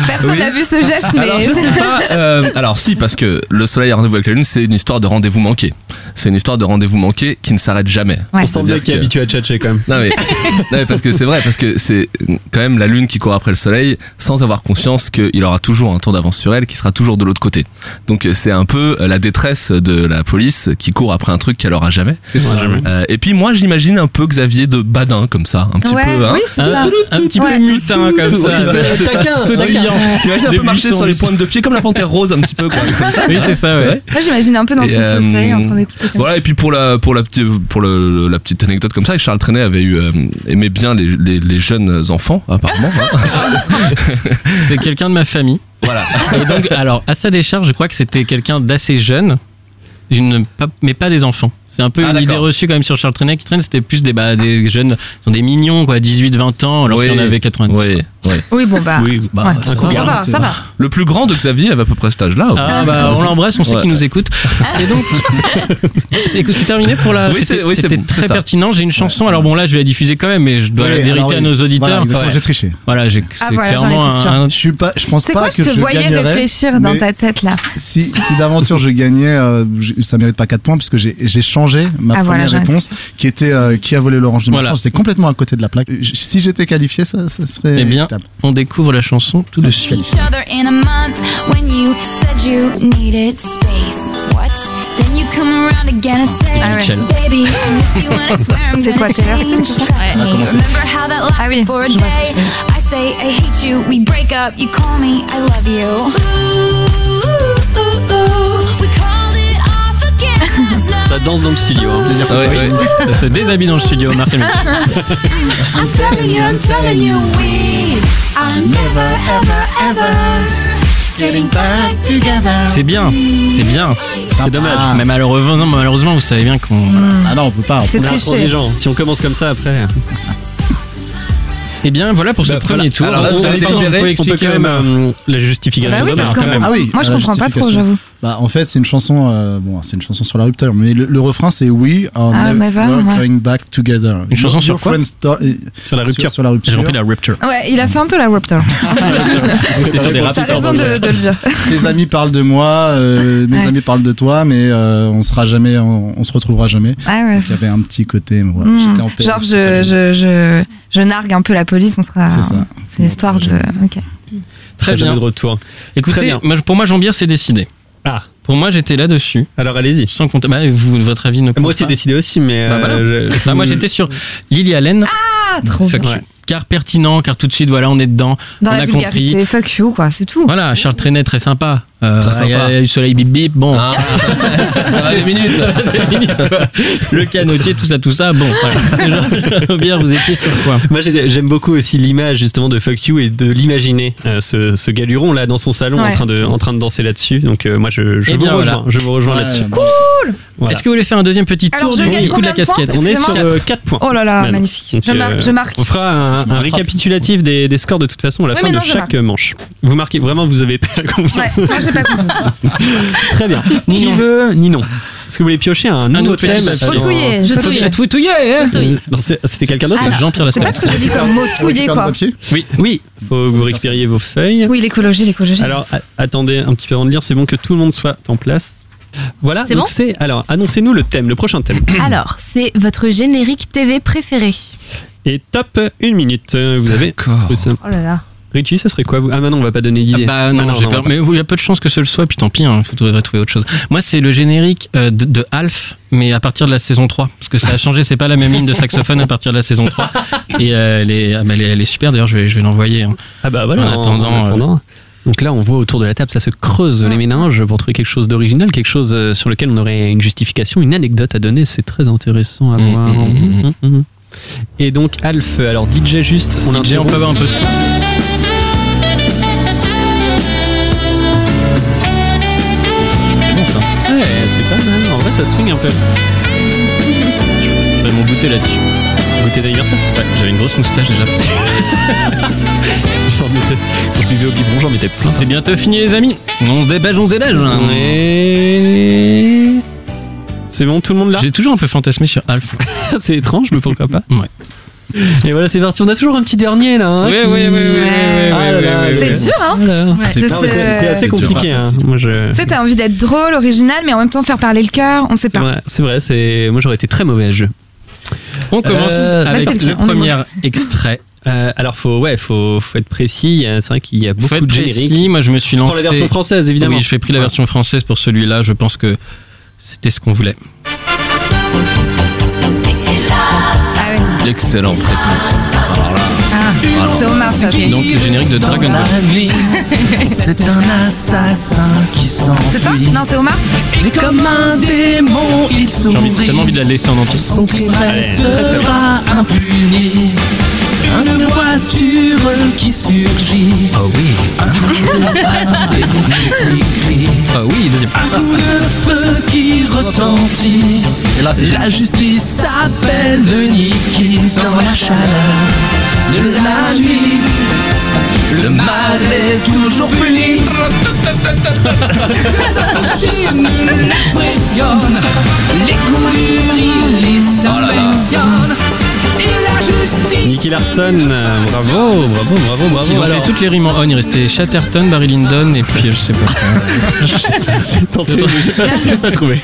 C: Personne n'a vu ce geste, mais.
F: Alors, je sais pas. euh, alors, si, parce que le soleil a rendez-vous avec la lune, c'est une histoire de rendez-vous manqué. C'est une histoire de rendez-vous manqué qui ne s'arrête jamais.
C: Ouais.
D: On sent bien
F: C'est-à-dire
D: qu'il est
F: que-
D: habitué à tchatcher quand même.
F: Non mais, non, mais parce que c'est vrai, parce que c'est quand même la lune qui court après le soleil sans avoir conscience qu'il aura toujours un temps d'avance sur elle qui sera toujours de l'autre côté. Donc euh, c'est un peu euh, la détresse de la police qui court après un truc qu'elle aura jamais.
D: C'est ça, jamais.
F: Euh, et puis moi j'imagine un peu Xavier de Badin comme ça, un petit
C: ouais,
F: peu. hein.
C: oui, c'est ça.
E: Un, un petit
C: Ouais.
E: peu mutin comme ça.
D: Un petit peu
E: ça,
D: taquin,
E: sautillant.
F: T'imagines un
E: Des
F: peu marcher
E: buissons
F: sur les
E: lissés.
F: pointes de pied comme la panthère rose un petit peu quoi. comme ça.
E: Oui, c'est ça, ouais.
F: Ouais.
C: Moi, j'imagine un peu dans
F: Et,
C: son
F: euh,
C: fauteuil en train d'écouter. comme
F: Voilà et puis pour la pour la petite pour le- la petite anecdote comme ça, Charles Trenet avait eu euh, aimait bien les, les, les jeunes enfants apparemment. hein.
E: C'est quelqu'un de ma famille.
F: Voilà.
E: Et donc, alors, à sa décharge, je crois que c'était quelqu'un d'assez jeune, je ne- pas- mais pas des enfants. C'est un peu
F: Ah,
E: une idée
F: d'accord.
E: reçue quand même sur Charles Trenet qui traîne, c'était plus des, bah, des jeunes, ils sont des mignons, quoi, 18-20 ans, alors
F: Oui.
E: qu'il y en avait 90.
F: Oui, oui.
C: ça. Oui, bon, bah.
E: Oui, bah,
C: ouais,
E: ça
C: ça, va,
E: regarde.
C: ça va.
F: Le plus grand de Xavier avait à peu près cet âge-là.
E: Ah, bah, on l'embrasse, on sait
F: Ouais.
E: qu'il nous écoute. Et donc, c'est écoute, c'est terminé pour la.
F: Oui, c'est-
E: c'était
F: oui, c'est
E: c'était
F: bon,
E: très
F: c'est ça.
E: pertinent. J'ai une chanson. Alors bon, là, je vais la diffuser quand même, mais je dois
A: Ouais,
E: la vérité
A: alors oui.
E: à nos
A: Voilà,
E: auditeurs.
A: exactement,
E: Ouais.
A: j'ai triché.
E: Voilà, j'ai- c'est
C: Ah, voilà, j'en
E: clairement
C: étais sûre.
E: un, un-
A: Je suis pas, je pense
C: C'est
A: pas
C: quoi,
A: que
C: je te
A: je
C: voyais
A: gagnerais,
C: réfléchir dans
A: mais
C: ta tête là.
A: Si, si d'aventure je gagnais, euh, je- ça mérite pas 4 points puisque j'ai j'ai changé ma
C: Ah, voilà,
A: première
C: j'en étais
A: réponse qui était euh, qui a volé l'orange de ma
E: Voilà.
A: chance. J'étais complètement à côté de la plaque. J- Si j'étais qualifié, ça, ça serait
E: Eh bien,
A: équitable.
E: on découvre la chanson tout de suite.
H: each other in a month when you said you needed space. What? Then you come around again and say,
C: Ah ouais.
H: Baby, I miss you and I swear I'm
C: C'est
H: gonna
C: quoi, Taylor
H: change.
C: Swift, tout ça
H: Trust me. Remember how that
C: Ah
H: lasted
C: oui,
H: for a
C: je vois ce que
H: day?
C: tu veux dire.
H: I say I hate you, we break up, you call me, I love you. Ooh, ooh, ooh, we called it off again last night.
D: Ça danse dans le studio. hein.
E: Ah oui, oui. Ça se déshabille dans le studio, Marc Lemieux.
H: I'm telling you, I'm telling you, we are never, ever, ever getting back together.
E: C'est bien, c'est bien. C'est dommage. Mais malheureusement, non, mais malheureusement, vous savez bien qu'on.
A: Ah non, on peut pas. on
C: C'est
A: peut-
D: On est
C: triché.
D: intransigeant. Si on commence comme ça après.
E: Eh bien, voilà pour ce
D: Bah,
E: premier
D: voilà.
E: tour.
D: Alors là,
E: on,
D: vous avez
E: on-
D: délibéré,
E: on peut expliquer
D: on peut quand même euh, la justification
C: Bah oui,
D: des honneurs,
C: parce
D: hein, quand
C: qu'on-
D: même.
A: Ah oui.
C: Moi, je
A: la
C: comprends pas trop,
A: justification.
C: j'avoue.
A: Bah, en fait, c'est une chanson. euh, bon, c'est une chanson sur la rupture, mais le, le refrain c'est We are
C: Ah,
A: never
C: never, ouais.
A: going back together.
E: Une chanson
A: Your-
E: sur
A: your
E: quoi
A: friends do- euh,
D: Sur la
A: Sur,
D: rupture.
A: sur la rupture.
E: J'ai compris la Rapture.
C: Ouais, il a fait un peu la Raptor.
E: C'était sur des
C: T'as
E: Raptors.
C: raison
E: donc,
C: de,
E: ouais.
C: de le dire.
A: Tes amis parlent de moi, euh, mes
C: Ouais.
A: amis parlent de toi, mais euh, on sera jamais, on, on se retrouvera jamais.
C: Ah ouais.
A: Il y avait un petit côté, mais voilà,
C: Hmm.
A: j'étais en paix.
C: Genre, je, Ah. je, je, je nargue un peu la police, on sera.
A: C'est ça.
C: C'est l'histoire de. Ok.
E: Très
D: Jamais
E: bien.
D: de retour. Très
E: Écoutez,
D: bien.
E: moi, pour moi, Jean-Bière, c'est décidé.
D: Ah.
E: Pour moi, j'étais là-dessus.
D: Alors allez-y.
E: Sans compter. Bah, vous, votre avis ne compte
D: Moi aussi
E: pas.
D: décidé aussi, mais.
E: Bah, voilà.
D: euh, je-
E: Bah, moi, j'étais sur Lily Allen.
C: Ah, trop
E: Fuck
C: bien.
E: you. Car pertinent, car tout de suite, voilà, on est dedans.
C: Dans
E: on
C: la
E: a
C: vulgarité,
E: compris.
C: fuck you, quoi, c'est tout.
E: Voilà, Charles Trenet, très sympa. Euh,
F: Très sympa.
E: Il y a eu soleil bip bip. Bon.
F: Ah, ça va des minutes.
E: le canotier, tout ça, tout ça. Bon, voilà. Jean-Pierre, vous étiez sur quoi
D: Moi j'ai- j'aime beaucoup aussi l'image justement de Fuck You et de l'imaginer euh, ce, ce galuron là dans son salon
C: Ouais.
D: en, train de, en train de danser là-dessus. Donc euh, moi je, je
E: Eh
D: vous
E: bien,
D: rejoins,
E: voilà.
D: je vous rejoins
A: Ouais,
D: là-dessus.
A: ouais.
D: Voilà.
E: Est-ce que vous voulez faire un deuxième petit
C: Alors,
E: tour
C: je
E: du
C: gagne
E: coup de la
C: combien de points
E: casquette
D: On est
C: Excusez-moi.
D: sur
C: Quatre.
D: 4 points.
C: Oh là là,
D: Maintenant.
C: magnifique.
D: Donc,
C: je, marque,
D: euh,
C: je marque.
D: On fera un, un récapitulatif des, des scores de toute façon à la
C: Oui,
D: fin
C: mais non,
D: de
C: je
D: chaque manche. Vous marquez vraiment, vous avez pas compris.
C: Ouais, moi j'ai pas compris.
D: Très bien. Qui
E: Ninon.
D: veut Ninon Est-ce que vous voulez piocher un, nouveau
E: autre
D: thème
E: petit
D: dans-
C: Faut touiller. faut touiller.
E: Faut touiller, hein
D: Non, c'est- C'était quelqu'un d'autre
E: C'est
D: ça
E: Jean-Pierre
C: C'est pas
E: Lassalle.
C: ce que je dis comme mot touiller,
A: Récupère le
C: quoi.
A: papier.
D: Oui. Oui. Faut que vous récupériez vos feuilles.
C: Oui, l'écologie, l'écologie.
D: Alors a- attendez un petit peu avant de lire, c'est bon que tout le monde soit en place. Voilà,
G: C'est
D: donc
G: bon
D: c'est. Alors, annoncez-nous le thème, le prochain thème.
G: Alors, c'est votre générique TV préféré.
D: Et top, une minute. Euh, Vous avez.
F: D'accord.
D: Ça-
G: Oh là là.
D: Richie, ça serait quoi vous Ah, bah non, on va pas donner
E: Ah
D: d'idée.
E: bah non,
D: Ah
E: j'ai
D: on
E: peur.
D: va pas.
E: Mais oui, il y a peu de chances que ce le soit, puis tant pis, il faudrait trouver autre chose. Moi, c'est le générique euh, de, de Alf, mais à partir de la saison 3, parce que ça a changé, c'est pas la même ligne de saxophone à partir de la saison 3. Et euh, elle, est, ah bah, elle est- elle est super, d'ailleurs, je vais, je vais l'envoyer. hein.
D: Ah bah voilà,
E: En attendant,
D: en attendant. euh, Donc là, on voit autour de la table, ça se creuse les méninges pour trouver quelque chose d'original, quelque chose euh, sur lequel on aurait une justification, une anecdote à donner. C'est très intéressant à
F: Mm,
D: voir.
F: mm, mm,
D: Mm, mm, mm. Et donc, Alf, alors DJ juste, on
E: DJ, on
D: interrompt.
E: peut avoir un peu de son.
D: C'est bon, ça. Ouais, c'est pas mal. En vrai, ça swing un peu.
E: J'aurais mon goûter là-dessus.
D: Goûter d'anniversaire
E: Ouais, j'avais une grosse moustache déjà.
D: J'en mettais- Quand je buvais au biberon, j'en mettais plein.
E: C'est bientôt fini, les amis. On se dépêche, on se hein. dépêche.
D: Et... C'est bon, tout le monde là
E: J'ai toujours un peu fantasmé sur Alf.
D: C'est étrange, mais pourquoi pas
E: Ouais.
D: Et voilà, c'est parti. On a toujours un petit dernier là. hein, qui- Ah là là,
C: C'est
D: ouais.
C: dur, hein
D: Voilà.
C: Ouais,
D: C'est
C: c'est-
D: non, mais c'est- c'est assez
F: c'est dur,
D: compliqué.
F: pas
D: hein.
F: facile.
D: Moi, je-
C: Tu sais, t'as envie d'être drôle, original, mais en même temps faire parler le cœur, on sait
D: C'est
C: pas.
D: vrai, c'est vrai. c'est- Moi, j'aurais été très mauvais à ce jeu.
E: On commence
D: Euh,
E: avec
B: Bah,
C: là, c'est
E: le
C: le tien, on est
E: premier extrait.
D: Euh, alors, faut, ouais, faut, faut être précis. Il y a- C'est vrai qu'il y a beaucoup
E: Faut être
D: de génériques.
E: précis, moi je me suis
D: Prends
E: lancé.
D: la version française, évidemment.
E: Oui, je fais pris la
D: Ouais.
E: version française pour celui-là. Je pense que c'était ce qu'on voulait.
C: Ah ouais.
F: Excellente réponse. Alors là,
C: Ah, c'est Omar, ça. C'est
E: Donc le générique de Dragon Ball.
B: C'est un assassin qui
C: toi
B: s'enfuit.
C: Non, c'est Omar
B: Et comme un démon, il
E: J'ai envie-
B: sourit.
E: tellement envie de la laisser en entier.
B: Son crime restera impuni. Une voiture qui surgit.
E: Hein Ah oui. Ah oui, deuxième.
B: Tout le feu qui retentit.
A: Et là, c'est
B: La justice s'appelle le Niki dans la chaleur de la nuit. Le mal est toujours puni. La Chine l'impressionne, les coups durs, il les affectionne. Et la justice.
D: Nicky Larson, euh, bravo, bravo, bravo, bravo.
E: Ils ont
D: Alors,
E: fait toutes les rimes en on. Il restait Chatterton, Barry Lyndon et puis je sais pas.
D: j'ai tenté, mais j'ai pas, j'ai pas trouvé.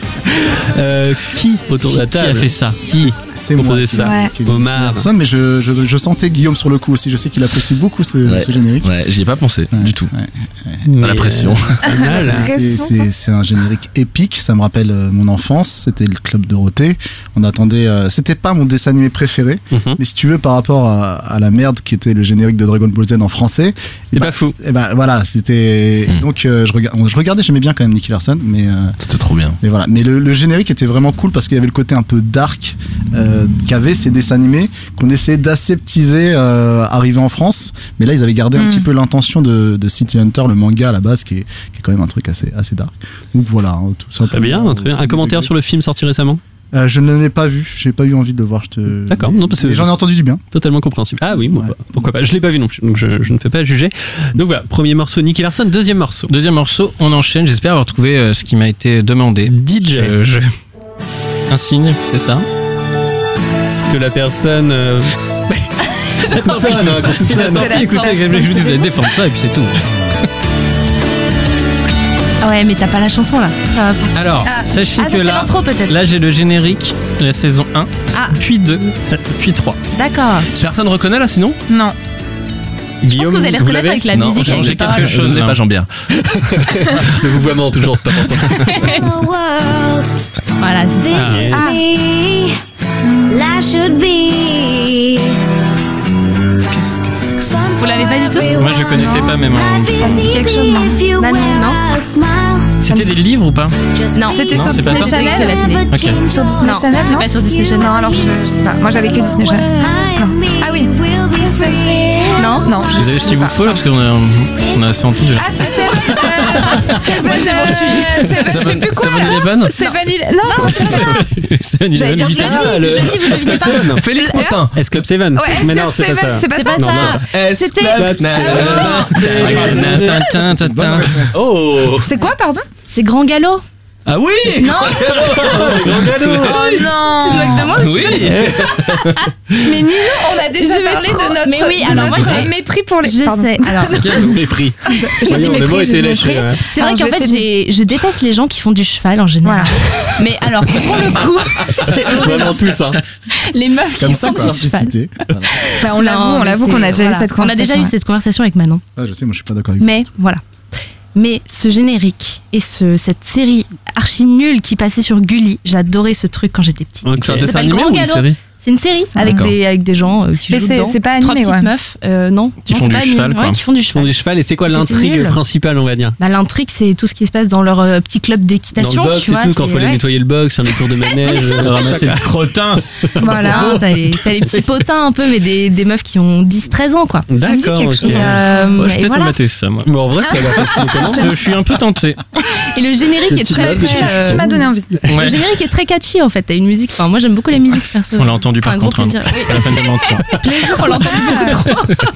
D: Euh, qui autour de la
E: qui, qui
D: table
E: a fait ça
D: Qui
A: C'est moi.
D: proposait ça
C: Ouais.
D: Omar.
A: Personne, mais je, je, je sentais Guillaume sur le coup aussi. Je sais qu'il apprécie beaucoup ce,
F: Ouais.
A: ce générique.
F: ouais, j'y ai pas pensé
A: Ouais,
F: du tout.
A: ouais.
F: Pas la pression.
E: euh,
D: Pas Euh, mal.
C: C'est-
A: C'est-
C: Raison.
A: C'est c'est un générique épique, ça me rappelle euh, mon enfance, c'était le Club Dorothée. On attendait, euh, c'était pas mon dessin animé préféré,
D: Mhm.
A: mais si tu veux, par rapport à, à la merde qui était le générique de Dragon Ball Z en français,
D: C'était pas fou.
A: Et bah voilà, c'était.
F: Mhm.
A: Donc euh, je, rega- je regardais, j'aimais bien quand même Nicky Larson, mais. euh,
F: C'était trop bien.
A: mais voilà, mais le, le générique était vraiment cool parce qu'il y avait le côté un peu dark euh, qu'avaient ces dessins animés qu'on essayait d'aseptiser euh, arrivé en France. Mais là, ils avaient gardé
C: Mm.
A: un
D: Hmm.
A: petit peu l'intention de, de City Hunter, le manga à la base, qui est, qui est quand même un truc assez, assez dark. Donc voilà, hein, tout simplement.
D: Très bien, très bien. Un commentaire sur le film sorti récemment
A: Euh, je ne l'ai pas vu, j'ai pas eu envie de le voir. je te-
D: D'accord, non, parce que-
A: Mais J'en ai entendu du bien.
D: Totalement compréhensible. Ah oui, moi,
A: Ouais.
D: bah, pourquoi pas Je l'ai pas vu non plus, donc je, je ne peux pas juger. Donc voilà, premier morceau, Nicky Larson. Deuxième morceau,
E: Deuxième morceau, on enchaîne. J'espère avoir trouvé euh, ce qui m'a été demandé.
D: DJ.
E: Euh, je- Un signe, c'est ça
D: Est-ce que la personne. euh, qu'on soupçonne, hein, qu'on soupçonne.
C: Parce que la-
E: Écoutez, je vous ai défendre ça et puis c'est tout.
G: Ah Ouais, mais t'as pas la chanson là. Ça va pas.
E: Alors,
C: Ah.
E: sachez
G: Ah, ça,
E: que
G: c'est
E: là,
G: l'intro peut-être.
E: là j'ai le générique de la saison 1,
G: Ah.
E: puis 2, puis 3.
G: D'accord.
F: Personne reconnaît là sinon
C: Non.
G: Je pense
D: Guillaume,
G: que vous allez
D: vous
G: reconnaître
D: l'avez
G: avec la
F: Non,
G: musique.
F: j'ai
G: avec
E: changé
F: j'ai
G: les paroles.
F: pas,
E: quelque
F: je
E: chose, hein.
F: n'ai
E: là.
F: pas Jean-Pierre.
D: Le vouvoiement, toujours, c'est important.
E: Eh,
G: Voilà, c'est ça.
E: Ah,
H: This is me. Life should be.
G: Vous l'avez pas du tout
E: Moi je connaissais pas même en...
C: Ça me dit quelque chose, non
G: Non, non, non.
E: C'était des livres ou pas
G: Non,
C: C'était
E: Non,
C: sur
E: c'est pas
C: Disney
G: ça.
C: Channel
G: la télé.
E: Ok.
C: Sur Disney
G: Non,
C: Channel,
G: c'était
C: non
G: pas sur Disney Channel.
C: Non, alors je, je sais pas. Moi, j'avais que Disney Channel. Ah oui.
G: Non.
C: Non, je
E: Vous avez ce qu'il vous faut là, parce qu'on a, on a assez entendu là.
C: Ah, c'est Seven. euh, Seven. euh, Seven. Je sais plus quoi.
F: Seven
C: là.
F: Eleven
C: Seven Eleven. Non, c'est ça.
E: C'est un
C: J'allais dire
E: évident.
C: Seven Eleven.
G: Je le dis, vous l'aviez pas.
D: Ah, Seven.
F: Félix
C: Le-
F: Potin
D: S-Club Seven.
C: Ouais,
D: Mais
C: Seven,
D: non, c'est pas ça.
C: C'est pas
G: C'est
C: ça.
G: pas
D: non,
G: ça. C'était- Ah
E: Tintin, tintin, tintin.
D: Oh
C: C'est quoi, pardon
G: C'est Grand Galop.
D: Ah oui
G: Non.
C: Oh non Tu te moques de moi
F: Oui
C: Mais Nino, on a déjà
G: Je vais
C: parlé
G: trop-
C: de notre,
G: Mais oui,
C: de
G: alors moi,
C: notre
G: j'ai-
C: mépris pour les.
G: Je
C: Pardon.
G: sais. Alors,
D: Mépris.
C: J'ai dit
D: Voyons, le
C: mépris,
D: mot
C: j'ai
D: était
C: dit
D: léché,
C: mépris.
D: ouais.
G: c'est vrai
C: Alors,
G: qu'en
C: je vais
G: fait,
C: essayer-
G: j'ai- hein. je déteste les gens qui font du cheval en général. Mais alors, pour le coup,
C: C'est horrible.
D: Vraiment tout ça.
G: les meufs qui
A: Comme ça,
G: font
A: quoi.
G: du cheval.
A: Cité. Voilà.
C: Bah, on l'avoue,
G: Non,
C: on
G: mais
C: l'avoue
G: c'est-
C: qu'on a déjà
G: voilà.
C: eu cette
G: On a
C: conversation.
G: déjà eu cette conversation avec Manon.
A: Ah, je sais, moi je suis pas d'accord avec vous.
G: Mais voilà. Mais ce générique et ce, cette série archi nulle qui passait sur Gulli, j'adorais ce truc quand j'étais petite.
F: Donc c'est un
G: Ça
F: dessin
G: s'appelle
F: animé
G: Grand
F: ou une
G: Galop.
F: série
G: C'est une série avec
F: D'accord.
G: des, avec des gens euh, qui
C: Mais
G: jouent
C: c'est-
G: dedans.
C: c'est pas
G: Trois
C: animé,
G: petites
C: ouais.
G: meufs, euh, non.
E: Qui
G: Non,
E: font
G: c'est
E: du
G: pas animé.
E: cheval, quoi.
G: Ouais, qui font du
D: Ils font
G: cheval.
D: du cheval et c'est quoi
G: C'était
D: l'intrigue
G: nul.
D: principale, on va dire
G: Bah, L'intrigue, c'est tout ce qui se passe dans leur euh, petit club
D: Dans le
G: d'équitation.
D: box
G: tu
D: et
G: vois,
D: tout, quand
G: c'est-
D: faut aller
G: ouais.
D: nettoyer le box, faire les tours de manège, euh, ramasser
E: C'est le crottin
G: Voilà, t'as les, t'as les petits potins un peu, mais des, des meufs qui ont 10-13 ans, quoi.
D: le.
C: me dit quelque
D: ok.
C: chose.
G: Et, euh,
E: Moi, je vais
G: et
E: peut-être me
G: voilà.
E: mater ça, moi.
D: Mais en vrai, ça a l'air facile. Comment
E: Je suis un peu tenté.
G: Et le générique
D: Le
G: est
D: petit
G: très,
D: meuble,
G: très,
D: tu-
G: euh,
D: tu
C: Tu m'as donné envie.
E: Ouais.
G: Le générique est très catchy en fait. T'as une musique. Enfin, moi j'aime beaucoup la musique perso.
E: On l'a entendu
G: Enfin,
E: par
G: un gros
E: contre. hein, donc
G: plaisir.
E: pas la peine de mentir.
G: Plaisir, on l'a entendu beaucoup trop.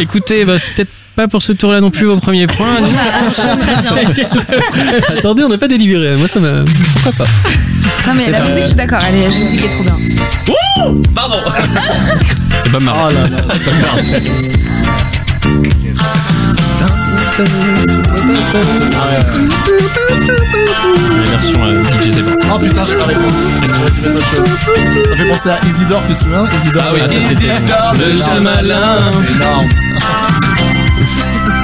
E: Écoutez, bah, c'est peut-être pas pour ce tour-là non plus vos premiers points.
D: Attendez, on n'a pas délibéré. Moi, ça m'a. Pourquoi pas
C: Non, mais la musique, je suis d'accord. Elle est, je dis qu'elle est trop bien.
E: C'est pas marrant.
A: Oh là là, c'est pas grave.
E: La version euh, DJ Zeba.
A: Oh putain, j'ai pas la réponse. J'aurais dû mettre autre chose. Ça fait penser à Isidore, tu te souviens Isidore.
F: Ah oui, Isidore le Jamalin.
A: C'est énorme.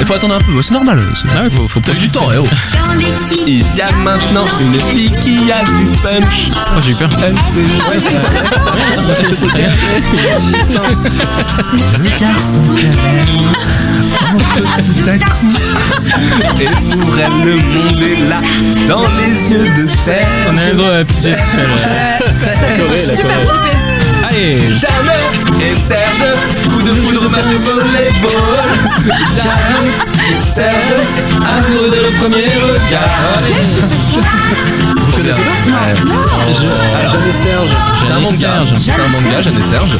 F: Il faut attendre un peu, c'est normal. euh, c'est-
E: Ah ouais, faut, faut
F: T'as eu du
E: profiter.
F: temps, eh oh. Il y a maintenant une fille qui a du punch.
E: Oh, j'ai eu
D: Ah,
E: peur.
F: Elle sait
C: J'ai une très bonne
A: Le garçon entre tout à coup.
F: Et pour elle, le monde est là, dans les yeux de Serge.
E: On a un gros euh, petit gestuel.
C: idée. Euh, Super flippé.
E: Allez,
F: Jamais et Serge, coup de foudre, match de volleyball. Jamais et Serge, amoureux dès le premier regard. Vous connaissez pas Alors,
D: Jeanne et Serge.
F: C'est un
E: Jeanne et
F: manga, hein.
E: Serge.
F: c'est un manga, Jeanne et Serge,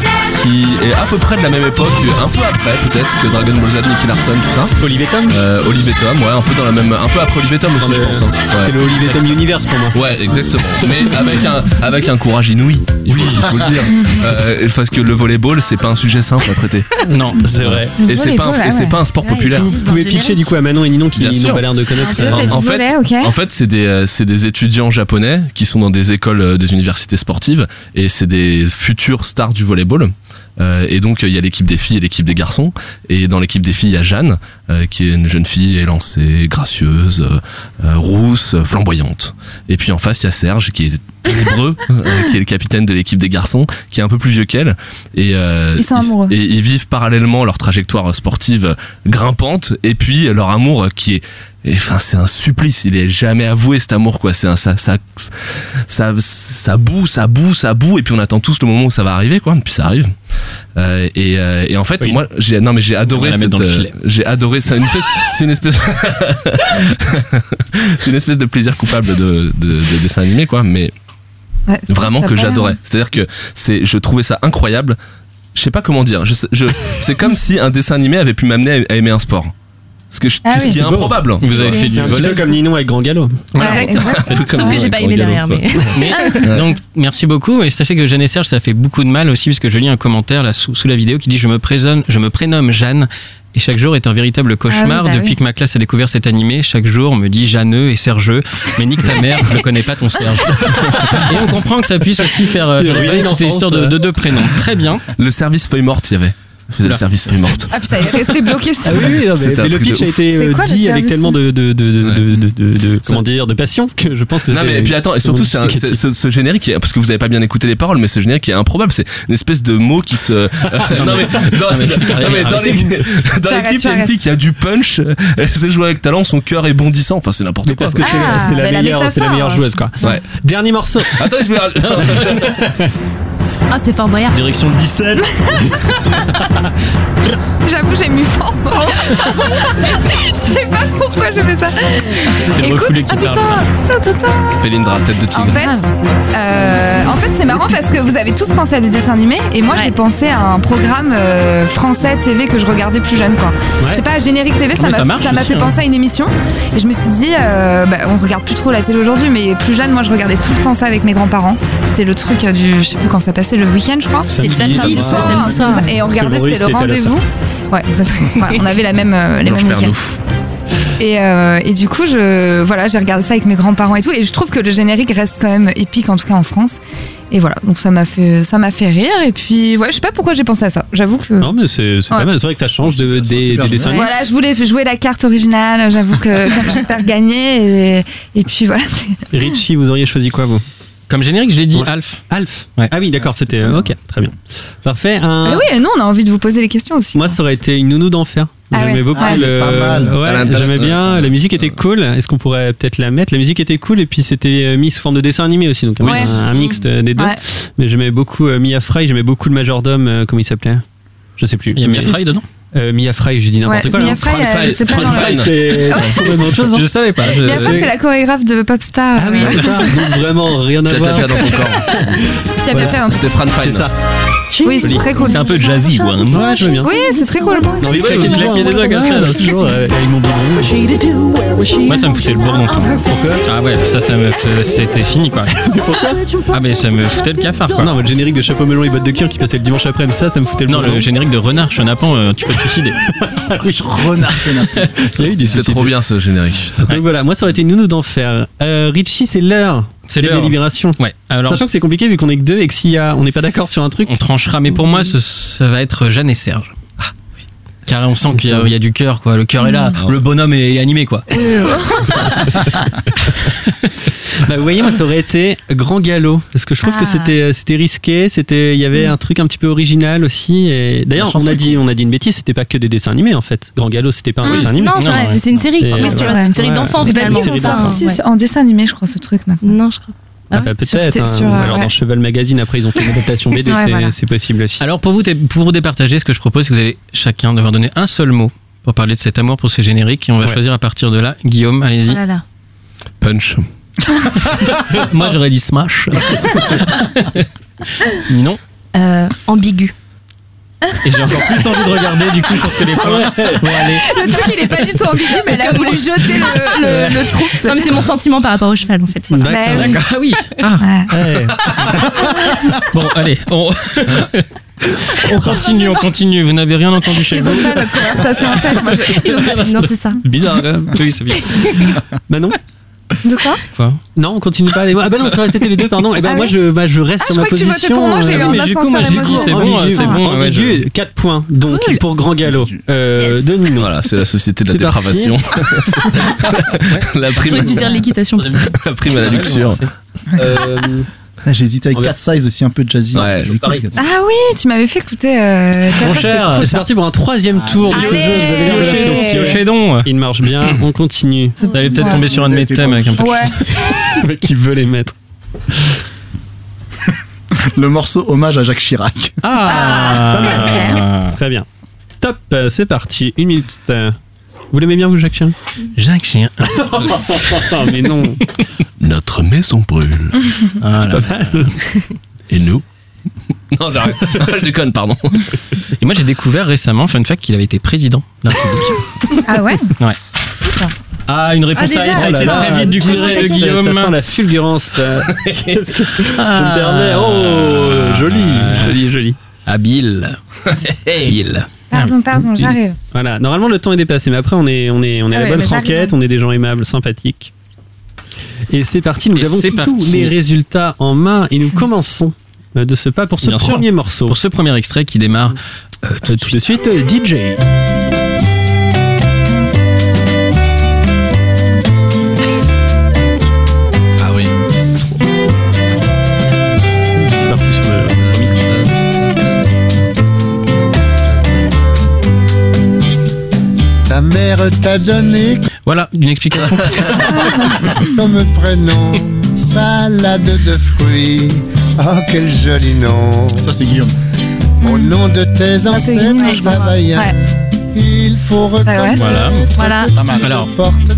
F: qui est à peu près de la même époque, un peu après peut-être que Dragon Ball Z, Nicky Larson, tout ça.
D: Olivier Tom
F: Euh, Olive et Tom, ouais, un peu dans la même, un peu après Olive et Tom aussi,
D: Non,
F: je
D: mais-
F: pense. hein. Ouais.
D: C'est le Olivier Tom Universe pour moi.
F: Ouais, exactement. Mais avec un, avec un courage inouï, il faut, il faut le dire. Euh, parce que le volleyball, c'est pas un sujet simple à traiter.
E: non.
D: C'est vrai.
C: Le
F: Et c'est pas, un-
C: volleyball,
F: et c'est
C: ouais.
F: pas un sport
G: Ouais, ils
F: populaire.
G: sont
D: Vous pouvez pitcher du coup à Manon et Ninon qui
F: Bien
D: n'ont
F: sûr.
D: pas l'air de connaître.
C: Ah, Tu
D: hein.
C: vois, t'as
F: En
C: du
F: fait-
C: volet, ok.
F: En fait, c'est des, euh, c'est des étudiants japonais qui sont dans des écoles, euh, des universités sportives, et c'est des futurs stars du volleyball. Euh, et donc, euh, il y a l'équipe des filles et l'équipe des garçons. Et dans l'équipe des filles, il y a Jeanne, euh, qui est une jeune fille élancée, gracieuse, euh, euh, rousse, euh, flamboyante. Et puis en face, il y a Serge, qui est ténébreux, euh, qui est le capitaine de l'équipe des garçons, qui est un peu plus vieux qu'elle. Et, euh,
C: Ils sont amoureux.
F: et ils vivent parallèlement leur trajectoire sportive grimpante et puis leur amour euh, qui est et enfin c'est un supplice il est jamais avoué cet amour quoi c'est un ça ça ça ça boue ça boue ça boue et puis on attend tous le moment où ça va arriver quoi puis ça arrive Euh, et, euh, et en fait
E: Oui.
F: moi j'ai non mais j'ai adoré
E: va la
F: cette
E: mettre dans le
F: euh,
E: filet.
F: j'ai adoré c'est une espèce c'est une espèce c'est une espèce de plaisir coupable de, de, de dessin animé quoi mais
C: Ouais, ça-
F: vraiment
C: ça
F: que
C: a pas l'air.
F: j'adorais. C'est-à-dire que c'est, je trouvais ça incroyable. Je sais pas comment dire. Je, sais- je- c'est comme si un dessin animé avait pu m'amener à, à aimer un sport. Parce que je,
C: Ah
F: ce
C: oui.
F: qui est
D: C'est beau.
F: improbable.
E: Vous avez
C: Ouais.
E: fait du
D: C'est un petit
E: volet.
D: peu comme Ninon avec Grand Galop.
C: Ouais, exact.
G: Sauf que j'ai pas aimé derrière, mais.
E: Mais, donc, merci beaucoup. Et sachez que Jeanne et Serge, ça fait beaucoup de mal aussi, parce que je lis un commentaire là sous, sous la vidéo qui dit Je me, présonne- je me prénomme Jeanne. Et chaque jour est un véritable cauchemar.
C: bah
E: Depuis
C: oui.
E: que ma classe a découvert cet animé, chaque jour on me dit Jeanneux et Sergeux. Mais nique ta mère, je ne connais pas ton Serge. et on comprend que ça puisse aussi faire euh,
D: Il y a euh.
E: faire
D: eu
E: vivre
D: une
E: toutes ces
D: enfance,
E: histoires de,
D: ouais.
E: de deux prénoms. Très bien.
F: Le service feuille morte, il y avait. Je faisais le
E: Oula.
F: service feuille morte.
C: Ah putain, il est resté bloqué sur.
D: Ah oui, oui, non, mais,
F: C'était un
D: mais le
F: truc de
D: pitch a
F: ouf.
D: été
C: C'est
D: euh,
C: quoi, le
D: dit
C: service
D: avec tellement de, de, de, de,
F: Ouais.
D: de, de- de- de- comment dire, de passion que je pense que
F: Non
D: ça
F: mais
D: fait-
F: et puis attends et
D: c'est
F: surtout
D: bon
F: c'est un- c'est-
D: justificatif.
F: ce, ce générique est- parce que vous avez pas bien écouté les paroles mais ce générique est improbable c'est une espèce de mot qui se euh, non mais dans,
E: mais-
F: non, mais dans l'équipe dans
C: Tu arrêtes,
F: l'équipe, il y a une
C: tu
F: fille qui a du punch elle sait jouer avec talent son cœur est bondissant enfin c'est n'importe
D: Mais
F: quoi
D: parce que c'est la-
C: Ah,
D: c'est la,
C: bah, la
D: meilleure, c'est la
C: métaphore.
D: meilleure joueuse quoi.
F: Ouais.
D: Dernier morceau.
F: attends je vais
G: Ah, c'est Fort Boyard.
E: Direction de 17.
C: J'avoue, j'ai mis fort.
E: Oh.
C: Je sais pas pourquoi j'ai fait ça.
E: C'est le
C: Écoute,
E: refoulé qui
C: ah,
E: parle.
C: putain, putain, putain.
F: Felindra tête de
C: En
F: tigre
C: fait,
G: Ah,
C: euh, en fait c'est marrant parce que vous avez tous pensé à des dessins animés et moi
G: Ouais.
C: j'ai pensé à un programme euh, français TV que je regardais plus jeune quoi. Je sais pas, générique TV,
E: Mais ça
C: ça m'a
E: marche
C: ça m'a
E: aussi,
C: fait
E: hein.
C: penser à une émission et je me suis dit, euh, bah, on regarde plus trop la télé aujourd'hui, mais plus jeune, moi je regardais tout le temps ça avec mes grands-parents. C'était le truc euh, du, je sais plus quand ça passait, le week-end je crois.
G: C'est
D: Samedi,
G: samedi
D: ça
G: soir.
D: va.
G: Samedi soir.
C: Et on regardait,
D: Parce que
C: c'était le
D: Boris était à la salle.
C: rendez-vous. Ouais, exactement. Voilà, on avait la même, euh, les mêmes
F: Blanche
C: week-ends.
F: Pernouf
C: Et, euh, et du coup, je, voilà, j'ai regardé ça avec mes grands-parents et tout. Et je trouve que le générique reste quand même épique, en tout cas en France. Et voilà, donc ça m'a fait, ça m'a fait rire. Et puis, ouais, je sais pas pourquoi j'ai pensé à ça. J'avoue que.
D: Non mais c'est c'est pas
C: Ouais.
D: mal. C'est vrai que ça change
F: Ah,
D: de,
A: Ça, c'est
D: des,
A: super
D: des dessins.
A: génial.
C: Voilà, je voulais jouer la carte originale. J'avoue que j'espère gagner. Et, et puis voilà.
D: Hein. Richie, vous auriez choisi quoi vous
E: Comme générique, je l'ai dit,
D: Ouais.
E: Alf.
D: Alf.
E: Ouais.
D: Ah oui, d'accord, c'était. euh, ok, très bien. Parfait. Un-
C: Ah oui, nous on a envie de vous poser des questions aussi.
D: Moi, ça aurait été une nounou d'enfer.
C: Ah
D: J'aimais
C: ouais.
D: beaucoup
A: Ah,
D: le.
A: pas mal.
D: Ouais,
F: Pas mal, pas
D: j'aimais
F: mal.
D: bien. La musique était cool. Est-ce qu'on pourrait peut-être la mettre La musique était cool et puis c'était euh, mis sous forme de dessin animé aussi, donc un-
C: Ouais.
D: un, un mix de- des deux.
C: Ouais.
D: Mais j'aimais beaucoup euh, Mia Fry. J'aimais beaucoup le majordome. euh, comment il s'appelait Je sais plus.
E: Il y a Mia
D: Mais-
E: Fry dedans
D: euh, Mia Fry, j'ai dit n'importe
C: Ouais,
D: quoi.
C: Mia
D: là.
C: Fry,
E: Fran-
C: elle était pas
E: Fran-
C: dans
E: Fran-
C: la.
D: Fry, c'est c'est complètement autre chose. hein.
E: Je savais pas. je-
C: Mais après, c'est la chorégraphe de Popstar.
D: Ah oui,
C: euh,
D: c'est ça. Donc vraiment rien à
F: Peut-être la
D: voir.
F: pierre dans ton corps.
C: qui a bien fait un truc.
F: C'était Fran Fine.
D: C'est ça.
C: Oui, c'est très cool.
E: C'est un peu jazzy, quoi. hein.
D: Ouais, je veux bien.
C: Oui, c'est très cool.
D: Non, mais
E: Claquer-
D: ouais,
E: claquer des doigts comme
D: ouais,
E: ça, là.
D: toujours euh, avec mon biberon.
E: Moi, ça me foutait le bourdon, ça. Pourquoi Ah ouais, ça, ça me- ça- c'était fini, quoi. Ah, mais ça me foutait le cafard, quoi.
D: Non, votre générique de chapeau melon et bottes de cuir qui passait le dimanche après, ça, ça me foutait le
E: Non,
D: bourdon.
E: le générique de Renard Chenapan, euh, tu peux te suicider.
A: Renard Chenapan.
D: Il y a eu des
F: C'était
D: suicides.
F: trop bien ce générique. putain.
D: Donc voilà, moi ça aurait été une nounou d'enfer. Euh, Richie, c'est l'heure.
E: C'est
D: de la
E: l'heure.
D: délibération.
E: Ouais, alors
D: Sachant que c'est compliqué vu qu'on est que deux et que s'il y a, on n'est pas d'accord sur un truc.
E: on tranchera, mais pour moi, ce- ça va être Jeanne et Serge.
D: Ah,
E: Car on sent qu'il y, a- il y a du cœur, quoi. Le cœur est là.
D: Ah.
E: Le bonhomme est animé, quoi.
D: Bah, vous voyez, moi ça aurait été grand galop parce que je trouve
C: Ah.
D: que c'était euh, c'était risqué, c'était il y avait un truc un petit peu original aussi. Et d'ailleurs, on a dit on a dit une bêtise, c'était pas que des dessins animés en fait. Grand galop, c'était pas un dessin animé.
G: Non, c'est
E: Non,
G: vrai,
E: ouais.
G: mais c'est une série.
D: Et
G: En fait,
C: ouais.
G: tu vois, c'est une série
D: Ouais.
G: d'enfants,
D: Mais
C: Mais parce
G: finalement.
C: qu'ils
D: c'est
C: sont
D: les
C: sortis sur- en dessin animé, je crois, ce truc maintenant.
G: Non, je crois.
D: Ah, bah, peut-être.
C: Sur-
D: hein.
C: sur- euh,
D: Ou alors
C: ouais.
D: dans Cheval Magazine, après ils ont fait une adaptation BD,
C: Ouais,
D: c'est
C: voilà.
D: c'est possible aussi.
E: Alors pour vous, dé- pour vous départager, ce que je propose, c'est que vous allez chacun devoir donner un seul mot pour parler de cet amour pour ces génériques et on va
D: Ouais.
E: choisir à partir de là. Guillaume,
G: Oh
E: allez-y.
G: là là.
F: Punch.
E: Moi j'aurais dit Smash. non.
G: Euh, ambigu.
E: Et j'ai encore plus envie de regarder, du coup je pense que les points vont aller.
C: Le truc, il est pas du tout ambigu, mais elle a voulu jeter le, le, le trou.
G: Non, mais c'est mon sentiment par rapport au cheval, en fait.
C: Bah, oui.
E: Ah oui.
C: Ouais.
E: Ouais. bon, allez, on... on continue, on continue. Vous n'avez rien entendu chez
C: Ils
E: vous.
C: ont pas notre conversation en tête. Moi, je-
G: Non, c'est ça.
D: Bizarre quand même.
E: Oui, c'est bien.
D: Bah non.
C: De quoi
E: Quoi
D: Non, on continue pas. Ah bah non, c'est vrai, c'était les deux, pardon. Et bah
C: Ah
D: moi,
C: oui.
D: je, bah, je reste
C: Ah, je
D: sur ma
C: crois que tu
D: position.
C: votais pour moi, j'ai eu
D: euh,
C: un
D: oui,
E: mais du
C: ascenseur
E: coup, moi, j'ai dit,
C: émotionnel.
E: c'est bon,
D: Ambigu,
E: c'est
D: enfin,
E: bon, ouais,
D: ambigu, 4 points donc
G: Cool.
D: pour Grand Galop. Euh, de Nino.
F: Voilà, c'est la société de la
D: C'est parti.
F: dépravation. la prime,
G: J'aurais dû dire l'équitation.
F: la prime à la luxure.
D: Euh,
A: Ah, J'hésite avec
D: On verra.
A: 4 Size aussi, un peu jazzy. Je
F: Ouais, je
A: l'écoute,
D: parie.
A: Cat Size.
C: Ah oui, tu m'avais fait écouter. euh, ta
E: Mon
C: face,
E: cher,
C: c'est cool,
D: c'est
C: ça. Ah,
D: parti pour un troisième tour de ce jeu. Vous avez
C: Allez.
D: bien
C: Ah.
D: fait, donc, euh,
E: Piocher donc.
D: Il marche bien, on continue.
E: Vous allez peut-être
C: Ouais.
E: tomber sur un de mes thèmes avec un peu de
C: Ouais.
D: Le mec qui veut les mettre.
A: Le morceau hommage à Jacques Chirac.
E: Ah
D: Très bien. Top, euh, c'est parti. Une minute. euh. Vous l'aimez bien, vous, Jacques Chien
E: Jacques Chien.
D: Ah, mais non.
F: Notre maison brûle.
E: Ah, là.
F: Et nous Non, j'arrête.
D: Ah,
F: je déconne, pardon.
E: Et moi j'ai découvert récemment, fun fact, qu'il avait été président. d'un club.
C: Ah ouais
E: Ouais.
C: Fou, ça.
E: Ah une réponse
G: Ah,
E: à
G: déjà,
E: ça a été
D: Oh là là.
E: très vite du coup de Guillaume.
D: Ça sent la fulgurance. euh. Qu'est-ce que-
E: Ah.
D: Je me permets. Oh,
F: Ah.
D: joli. Joli, joli.
E: Habile. Habile.
C: Pardon, pardon, j'arrive.
D: Voilà, normalement le temps est dépassé, mais après on est, on est, on est
C: Ah
D: à la
C: ouais,
D: bonne
C: mais j'arrive.
D: franquette, on est des gens aimables, sympathiques. Et c'est parti, nous
E: Et
D: avons
E: c'est
D: tous
E: parti.
D: les résultats en main et nous commençons euh, de ce pas pour ce
E: Bien sûr.
D: premier morceau.
E: Pour ce premier extrait qui démarre
D: Euh, tout de suite, euh, DJ.
F: Ah oui.
D: C'est parti sur le remix.
A: Ta mère t'a donné
E: voilà Ah, une explication
A: comme prénom salade de fruits. Oh, quel joli nom. Ça, c'est Guillaume. Au nom de tes
C: Mm. Un peu ignorant, je pense. Ouais.
A: il faut
C: Ah ouais, c'est-
E: voilà
G: Voilà.
E: alors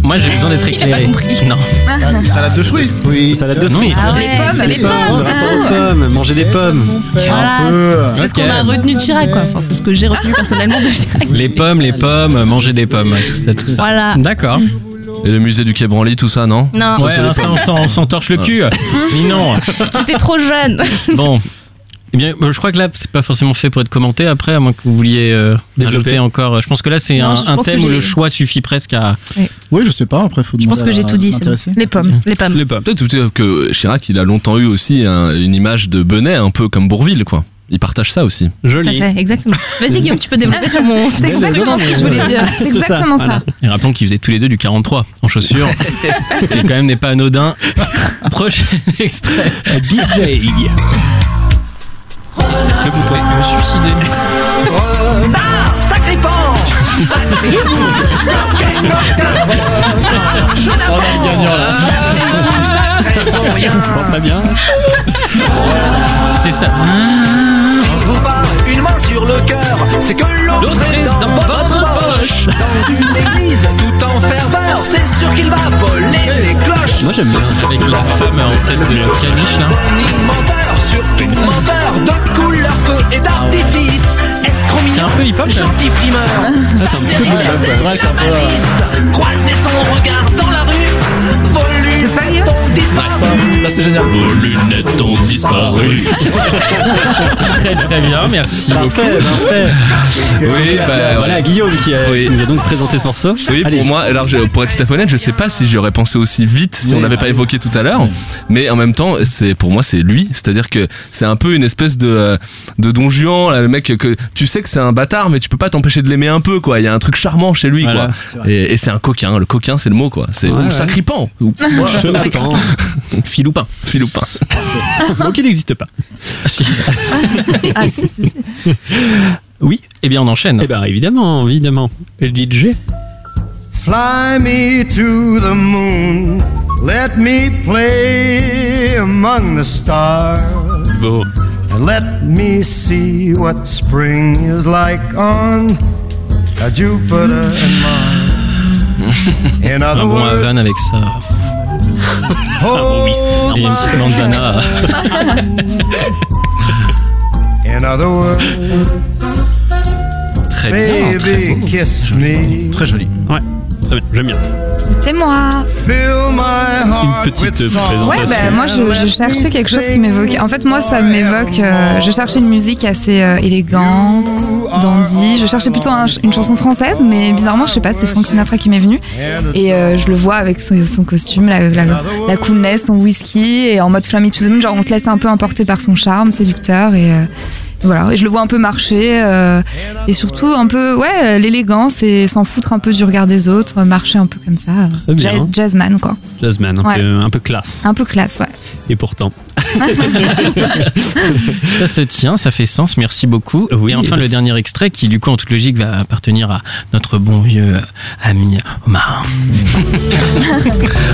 E: moi j'ai besoin d'être éclairé non
A: Salade de fruits. Oui.
D: Salade de fruits.
G: Ah
C: Les
G: ouais,
C: pommes,
G: c'est
C: les
G: les pommes.
C: pommes.
G: ça.
D: Des pommes, manger des pommes.
G: Voilà,
E: Ok.
G: C'est ce qu'on a retenu de Chirac, quoi. Enfin, c'est ce que j'ai retenu personnellement de Chirac.
E: les pommes les pommes manger des pommes tout ça, tout ça.
G: Voilà.
E: d'accord
F: Et le musée du Quai Branly, tout ça, non
G: Non,
E: ouais hein, ça on s'en- on s'en torche le cul Mais non
G: j'étais trop jeune.
E: bon eh bien euh, je crois que là c'est pas forcément fait pour être commenté après à moins que vous vouliez euh,
D: Développer.
E: ajouter encore euh, je pense que là c'est
G: Non,
E: un,
G: je- je
E: un
G: pense que
E: thème où
G: j'ai-
E: le choix suffit presque à
A: Oui, je sais pas. Après, faut
G: Je pense que j'ai tout dit. c'est bon.
A: C'est
C: Les pommes.
G: Les
F: bah,
G: pommes.
D: Les pommes.
F: Peut-être peut-être que Chirac, il a longtemps eu aussi un- une image de Benet, un peu comme Bourville, quoi. Ils partagent ça aussi.
G: Tout à
D: Joli.
G: fait, exactement. Vas-y Guillaume, tu peux développer sur mon...
C: C'est exactement ce que je voulais dire. C'est
D: C'est ça,
C: exactement ça.
D: voilà.
E: Et rappelons qu'ils faisaient tous les deux du 43 en chaussures, ce qui quand même n'est pas anodin. Prochain extrait.
D: DJ.
E: Le bouton. Je me suis suicidé.
A: Oh, il est gagnant, là.
D: On se sent pas bien.
E: C'était ça.
B: S'il vous parle une main sur le cœur, c'est que l'autre est dans votre poche. Dans une église tout en ferveur, c'est sûr qu'il va voler les cloches.
D: Moi j'aime bien.
E: Avec la femme en tête de caniche hein. là.
B: Ni menteur, surtout menteur de couleur feu et d'artifice. Escroc
E: C'est un peu hip-hop, hein. ça.
B: gentil frimeur.
D: Ah, c'est un petit peu
B: Derrière
D: mal.
B: ses
A: vrai qu'un peu,
B: canalis, Croiser son regard dans la rue,
C: C'est pas
B: volume
C: Guillaume
B: ton disparu.
A: Là, c'est génial.
E: Vos lunettes ont disparu. très très bien, merci beaucoup.
F: Oui, bah,
D: Voilà Guillaume qui, a-
F: Oui.
D: qui nous a donc présenté ce morceau.
F: Oui,
D: Allez-y.
F: pour moi, alors je, pour être tout à fait honnête, je sais pas si j'y aurais pensé aussi vite si on n'avait pas évoqué tout à l'heure, mais en même temps, c'est pour moi c'est lui, c'est-à-dire que c'est un peu une espèce de euh, de Don Juan, là, le mec que tu sais que c'est un bâtard, mais tu peux pas t'empêcher de l'aimer un peu quoi. Il y a un truc charmant chez lui
E: Voilà.
A: C'est
F: quoi.
A: vrai.
F: Et, et c'est un coquin, le coquin c'est le mot quoi. C'est
D: Ouais,
F: ou
D: ouais.
F: sacripant ou
D: Chenapan.
E: Filoupin.
F: filoupin.
D: Donc il n'existe pas.
C: Ah, si, si, si.
E: Oui. Eh bien on enchaîne.
D: Eh ben évidemment, évidemment. Le DJ.
J: Fly me to the moon. Let me play among the stars.
D: Bon.
J: And let me see what spring is like on a Jupiter and Mars. In other
E: Un bon
J: words,
E: Havan avec ça.
J: hold
E: Et une
J: my-
E: petite manzana.
J: in other words,
E: Très bien. Très
J: baby,
E: beau.
J: kiss me.
A: Très joli.
D: Ouais. Très bien, j'aime bien.
C: C'est moi.
J: Fill my heart
D: petite
J: with song.
D: présentation.
C: Ouais, bah, moi je, je cherchais quelque chose qui m'évoquait. En fait, moi ça m'évoque. euh, je cherchais une musique assez euh, élégante, dandy. Je cherchais plutôt un ch- une chanson française, mais bizarrement, je sais pas, c'est Frank Sinatra qui m'est venu. Et euh, je le vois avec son, son costume, la, la, la coolness, son whisky, et en mode Flammy to the Moon. Genre, on se laisse un peu emporter par son charme séducteur. Et euh, voilà, et je le vois un peu marcher. euh, et surtout, un peu, ouais, l'élégance et s'en foutre un peu du regard des autres, marcher un peu comme ça.
D: Très bien.
C: Jazz-
D: hein.
C: jazzman, quoi.
D: Jazzman, un,
C: Ouais.
D: peu, un peu classe.
C: Un peu classe, ouais.
D: Et pourtant.
E: Ça se tient, ça fait sens, merci beaucoup.
D: Oui,
E: et enfin
D: merci.
E: le dernier extrait qui du coup en toute logique va appartenir à notre bon vieux euh, ami Omar.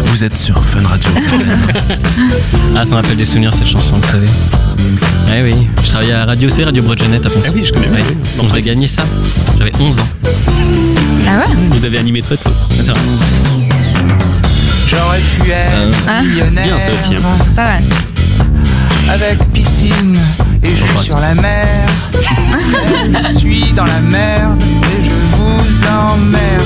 F: Vous êtes sur Fun Radio.
E: Ah ça me rappelle des souvenirs cette chanson, vous savez. Ouais oui, je travaillais à Radio C, Radio Broadjanet à Pont.
F: Eh
D: oui, je connais
E: Ouais. On vous a gagné ça. J'avais 11 ans.
C: Ah ouais
D: Vous avez animé très tôt.
E: C'est vrai.
B: J'aurais pu être
C: Ah.
B: millionnaire
D: Bien ça aussi. hein.
C: C'est pas mal.
B: avec piscine et je suis
E: J'embrasse
B: sur
E: ça.
B: la mer. je suis dans la merde et je vous emmerde.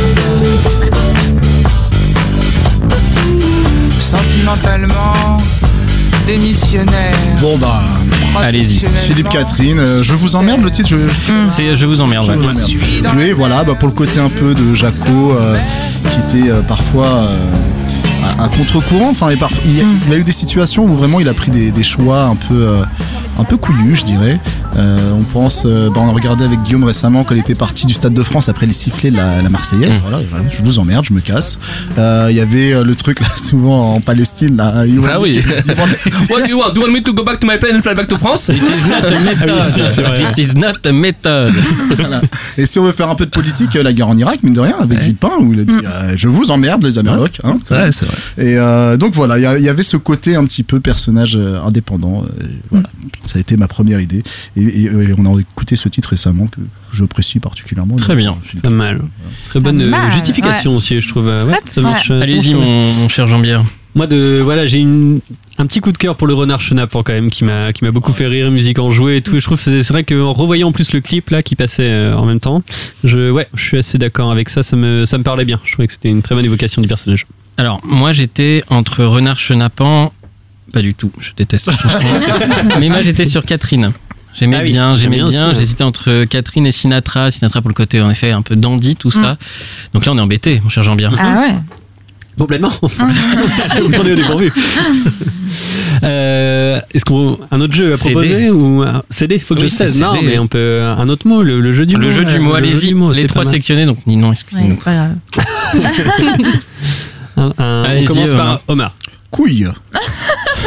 B: Sentimentalement démissionnaire.
A: Bon, bah,
E: Allez-y.
A: Philippe Catherine, euh, je vous emmerde le titre. Je,
E: C'est Je vous emmerde.
A: je
E: ouais.
A: vous emmerde. Oui, voilà, bah, pour le côté un peu de Jaco, euh, qui était euh, parfois euh, à, à contre-courant. Enfin, et parf- il, il a eu des situations où vraiment il a pris des, des choix un peu, euh, un peu couillus, je dirais. Euh, on pense, euh, bah, on a regardé avec Guillaume récemment qu'elle était partie du Stade de France après les sifflets de la, la Marseillaise.
F: Mm.
A: Voilà, voilà, je vous emmerde, je me casse. Euh, Il y avait euh, le truc là, souvent en Palestine, là. you
F: Ah
A: want
F: oui.
A: me to-
F: What do you want? Do you want me to go back to my plane and fly back to France?
E: It is not a method. It is not a method.
A: Voilà. Et si on veut faire un peu de politique, euh, la guerre en Irak, mine de rien, avec Villepin, où il a dit euh, Je vous emmerde, les Amerlocs. hein, quand même.
F: Ouais, c'est vrai.
A: Et euh, donc voilà, il y a- il y, avait ce côté un petit peu personnage euh, indépendant. euh, voilà. Ça a été ma première idée. Et, et- et on a écouté ce titre récemment que j'apprécie particulièrement.
E: Très bien.
D: Pas mal. Très bonne euh,
C: mal,
D: justification aussi, je trouve. euh, ouais,
C: Très
D: ça marche. euh, ça
E: Allez-y
D: marche.
E: mon, mon cher Jean-Bière.
D: Moi, de, voilà, j'ai une- un petit coup de cœur pour le renard chenapan quand même, qui m'a, qui m'a beaucoup fait rire, musique enjouée et tout. Et je trouve que c'est, c'est vrai qu'en revoyant en plus le clip là qui passait euh, en même temps, je, ouais, je suis assez d'accord avec ça. Ça me, ça me parlait bien. Je trouvais que c'était une très bonne évocation du personnage.
E: Alors, moi j'étais entre Renard Chenapan. Pas du tout, je déteste cette chanson. Mais moi j'étais sur Catherine. J'aimais
D: Ah oui,
E: bien, j'aimais
D: j'aimais
E: bien.
D: aussi, ouais.
E: J'hésitais entre Catherine et Hmm. Sinatra. Sinatra pour le côté en effet un peu dandy, tout ça. Donc là on est embêté, mon cher Jean-Bière.
C: Ah ouais.
D: Complètement. Vous me prenez au dépourvu. Euh, Est-ce qu'on un autre jeu à
E: CD.
D: proposer ou un- CD Faut que
E: Oui,
D: je sache.
E: c'est
D: Non,
E: CD.
D: mais on peut un autre mot, le, le jeu du
E: Le
D: mot.
E: jeu
D: euh,
E: du mot,
D: le jeu
E: allez-y.
D: du mot,
E: les
D: c'est
E: trois
D: pas mal.
E: sectionnés, donc Ninon,
G: Ouais,
E: excusez-nous.
G: c'est pas grave.
D: Un- un- on
E: Allez-y,
D: commence par
E: Omar.
D: Omar.
A: Couille.
E: Ah,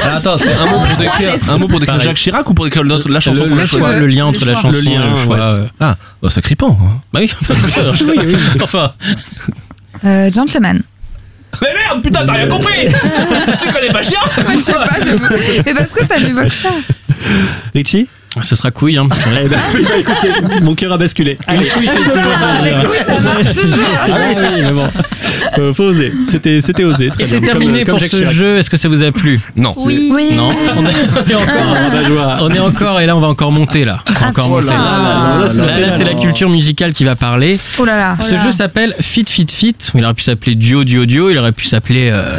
F: Alors attends, c'est un mot pour décrire, un mot pour décrire
E: Pareil.
F: Jacques Chirac ou pour décrire l'autre- la chanson
E: le,
F: qu'on
E: le
F: a
E: choix,
F: choisie
E: le lien entre la
D: choix.
E: chanson
D: Le
E: et
D: lien,
E: le choix.
D: ouais.
E: euh,
F: Ah, bah, c'est crippant. hein.
E: Bah oui, enfin,
C: Euh, gentleman.
F: Mais merde, putain, t'as rien compris Tu connais pas Chirac
C: Je sais pas, je- mais parce que ça m'évoque ça.
D: Richie
E: ce sera couille. Hein.
D: Eh ben, oui, bah, écoutez, mon cœur a basculé.
E: Ah,
D: Allez,
C: Ça va, avec vous, ça marche toujours.
D: Ah oui, mais bon. Euh, faut oser. C'était, c'était osé. Très
E: Et
D: bien.
E: c'est terminé
D: comme, comme
E: pour
D: Jacques
E: ce
D: Chirac.
E: jeu. Est-ce que ça vous a plu
F: Non.
G: Oui.
C: Oui.
E: Non. On est, on est encore.
D: Ah, bah, je vois.
E: On est encore et là on va encore monter là. On va encore monter.
G: putain. Oh là
D: là, là,
E: Là, là, c'est la culture musicale qui va parler.
C: Oh là là.
E: Ce
G: là.
E: jeu s'appelle Fit Fit Fit. Il aurait pu s'appeler Duo Duo Duo. Il aurait pu s'appeler euh,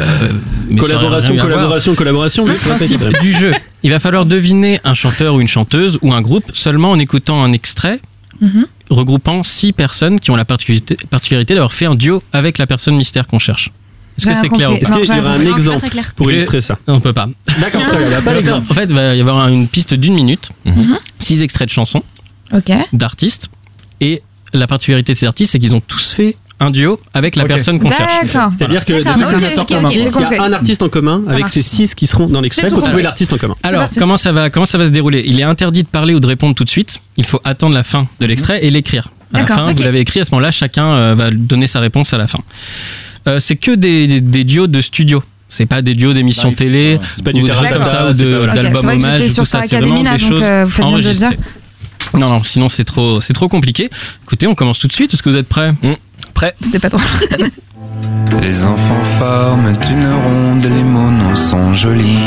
E: mais ça aurait
D: Collaboration,
E: rien à voir.
D: collaboration, collaboration.
E: Le
D: mais c'est pas
E: principe
D: terrible.
E: du jeu. Il va falloir deviner un chanteur ou une chanteuse ou un groupe seulement en écoutant un extrait
C: Mhm.
E: regroupant six personnes qui ont la particularité, particularité d'avoir fait un duo avec la personne mystère qu'on cherche.
C: J'ai
E: Est-ce que
C: rien
E: c'est clair
C: compris.
E: ou
D: Est-ce
C: Non,
D: qu'il y
C: j'ai
D: aura
C: rien
D: un
C: compris.
G: Non,
D: exemple
G: c'est pas très clair.
D: pour
E: Je-
D: illustrer ça
E: pas On peut pas.
D: D'accord, très bien. Pas d'exemple.
E: En fait, il va y avoir une piste d'une minute, six extraits de chansons
C: Mhm. Ok.
E: d'artistes. Et la particularité de ces artistes, c'est qu'ils ont tous fait un duo avec la
A: Ok.
E: personne qu'on cherche.
C: D'accord.
D: C'est-à-dire que
G: D'accord,
D: tous
C: ok, ok,
D: ces artistes
C: ok,
D: en commun,
C: j'ai
D: il y
C: compris.
D: a un artiste en commun avec
G: marche.
D: ces six qui seront dans l'extrait.
C: J'ai tout
D: Faut trouver
C: compris.
D: l'artiste en commun.
E: Alors,
C: parti.
E: comment ça, va, comment ça va se dérouler Il est interdit de parler ou de répondre tout de suite. Il faut attendre la fin de l'extrait et l'écrire. À la
C: Mhm. D'accord,
E: fin,
C: ok.
E: vous l'avez écrit, à ce moment-là, chacun euh, va donner sa réponse à la fin. Euh, c'est que des, des, des duos de studio. C'est pas des duos d'émissions
A: Live,
E: télé,
A: ouais.
D: C'est Bah, pas
E: ou
D: du
E: des
D: terrain
E: trucs comme
C: terrain,
E: ça,
D: tata,
E: ou
D: c'est
E: de-
D: pas-
C: Ok, c'est
E: d'albums
C: vrai que
E: hommages,
C: j'étais
E: ou tout
C: sur Star
E: ça. C'est vraiment
C: Academia,
E: des
C: donc
E: choses
C: euh, vous faites bien de le dire.
E: enregistrées. Non, non, sinon c'est trop, c'est trop compliqué. Écoutez, on commence tout de suite. Est-ce que vous êtes prêts
C: C'était pas trop.
B: Les enfants forment une ronde, les mots non sont jolis.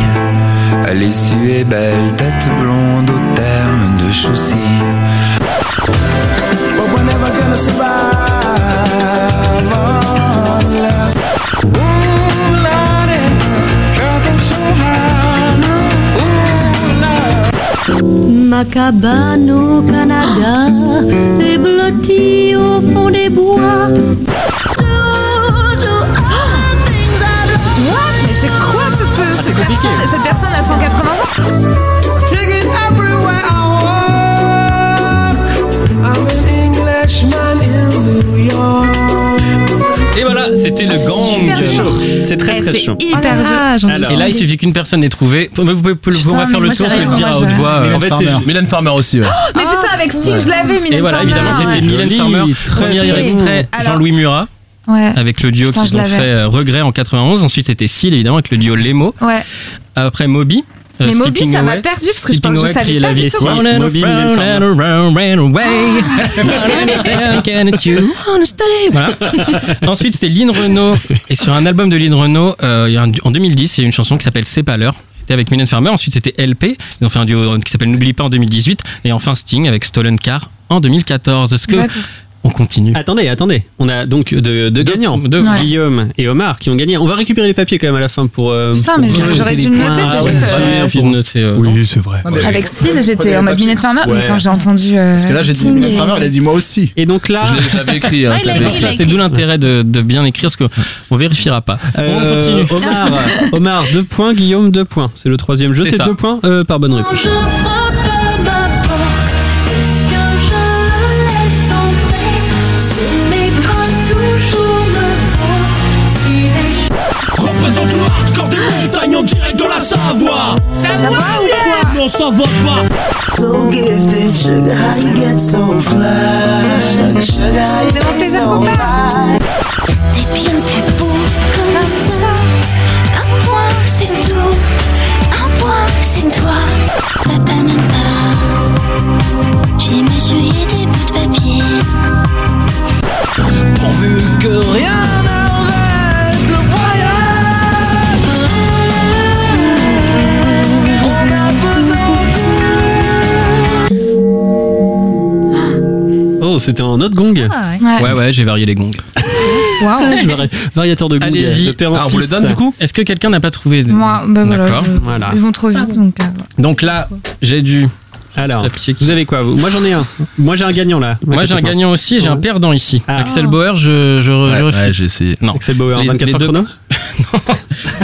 B: À l'issue est belle, tête blonde au terme de chaussy.
H: Ma cabane au Canada est blottie au fond des bois. ah,
C: Mais c'est quoi cette, cette personne Cette personne a 180 ans
E: Et voilà, c'était le gang.
D: C'est chaud. C'est très
C: Eh,
D: très
C: C'est
D: chaud.
G: Oh
C: hyper dur.
D: Alors,
E: Et
C: Ah,
E: là, il suffit qu'une personne ait trouvé. Vous pouvez, vous pouvez
C: Putain,
E: refaire
C: mais
E: le
C: moi,
E: tour
C: j'avais
E: et le dire à haute
C: vraiment
E: voix.
A: Mais
E: euh,
A: en
E: en
A: fait,
E: fait,
A: c'est-
F: Mylène Farmer aussi, ouais.
E: Ah,
C: Mais putain, avec Sting, je l'avais, Mylène
E: Et voilà,
C: Farmer.
E: évidemment, c'était Mylène
D: Joli,
E: Farmer.
D: très
E: Premier
D: joli.
E: extrait,
C: Alors-
E: Jean-Louis Murat,
C: Ouais.
E: avec le duo
C: Putain, je
E: qu'ils ont
C: l'avais.
E: fait euh, Regret en 91. Ensuite, c'était Seal, évidemment, avec le duo Lemo.
C: Ouais.
E: Après, Moby. euh,
C: Mais Moby,
E: Skipping
C: ça m'a
E: Away.
C: perdu parce que je
E: Skipping
C: pense que je
E: Away,
C: savais
E: Crier la
C: pas
E: vie
C: du
E: est
C: tout. hein.
E: si.
C: ouais.
E: Run
D: Moby, Mylène
E: around,
D: Farmer.
E: run around, away. Everyone understand, can't you understand? Voilà. Ensuite, c'était Lynn Renault. Et sur un album de Lynn Renault, euh, il y a un- en 2010, il y a une chanson qui s'appelle C'est pas l'heure. C'était avec Mylène Farmer. Ensuite, c'était LP. Ils ont fait un duo euh, qui s'appelle N'oublie pas en 2018. Et enfin, Sting avec Stolen Car en 2014. Est-ce que
C: D'accord.
E: on continue?
D: Attendez, attendez. On a donc deux, deux gagnants.
E: Deux.
C: Ouais.
D: Guillaume et Omar qui ont gagné. On va récupérer les papiers quand même à la fin pour. euh,
C: Putain, mais
D: pour
C: j'aurais- j'aurais
D: noter
C: dû
D: les
C: le noter,
D: points.
C: c'est
D: Ah ouais,
C: juste,
D: c'est
C: euh,
D: vrai.
E: Ensuite, noter, euh,
D: Oui, c'est vrai.
K: Ah,
A: Non, mais-
C: Avec Seal, j'étais
A: Prenez
C: en
A: les
C: mode
A: papiers.
C: Mylène Farmer,
D: Ouais.
C: mais quand j'ai entendu. euh,
A: Parce que là, j'ai dit
C: Sting
A: Mylène
C: et-
A: Farmer, elle a dit moi aussi.
D: Et donc là,
F: Je l'ai- je l'avais écrit, hein,
B: Ah,
G: Ouais,
F: je
G: il a
F: l'avais
E: Donc
G: écrit,
E: ça,
G: il a
E: c'est d'où l'intérêt de, de bien écrire, parce qu'on vérifiera pas.
D: euh,
E: on continue.
D: Omar, Omar, deux points. Guillaume, deux points. C'est le troisième jeu.
E: C'est
D: C'est
E: ça.
D: deux points euh, par bonne réponse.
H: Quand je frappe à ma porte, est-ce que je le laisse entrer Sur mes postes toujours me vente si les choses
B: Représente-le hardcore des montagnes en direct de la Savoie.
C: Ça va ou quoi
B: Non, ça va pas.
C: C'est mon plaisir coupable.
H: T'es bien plus beau comme ça Un point c'est tout Un point c'est toi Papa m'aime pas J'ai mâchouillé des bouts de papier
B: Pourvu que rien n'arrête le voyage. On a besoin
D: Oh, c'était un autre gong.
E: Ouais, ouais, j'ai varié les gongs.
C: Waouh.
D: Je vari- Variateur de gong.
E: Allez-y.
D: Le père en
E: Ah, on vous
D: fils.
E: les donne, du coup Est-ce que quelqu'un n'a pas trouvé
C: Moi, bah voilà.
E: D'accord. Ah.
C: je-
D: Voilà.
C: Ils vont trop vite donc. euh, voilà.
E: Donc là, j'ai dû
D: Alors, Ah. vous avez quoi vous Moi j'en ai un. Moi j'ai un gagnant là.
E: Moi j'ai un gagnant aussi, j'ai un perdant ici.
D: Ah.
E: Axel Bauer, je, je, je refuse.
F: Ouais, j'ai essayé.
E: Non.
D: Axel Bauer,
E: Les-
D: 24
E: les
D: heures
E: deux-
D: chrono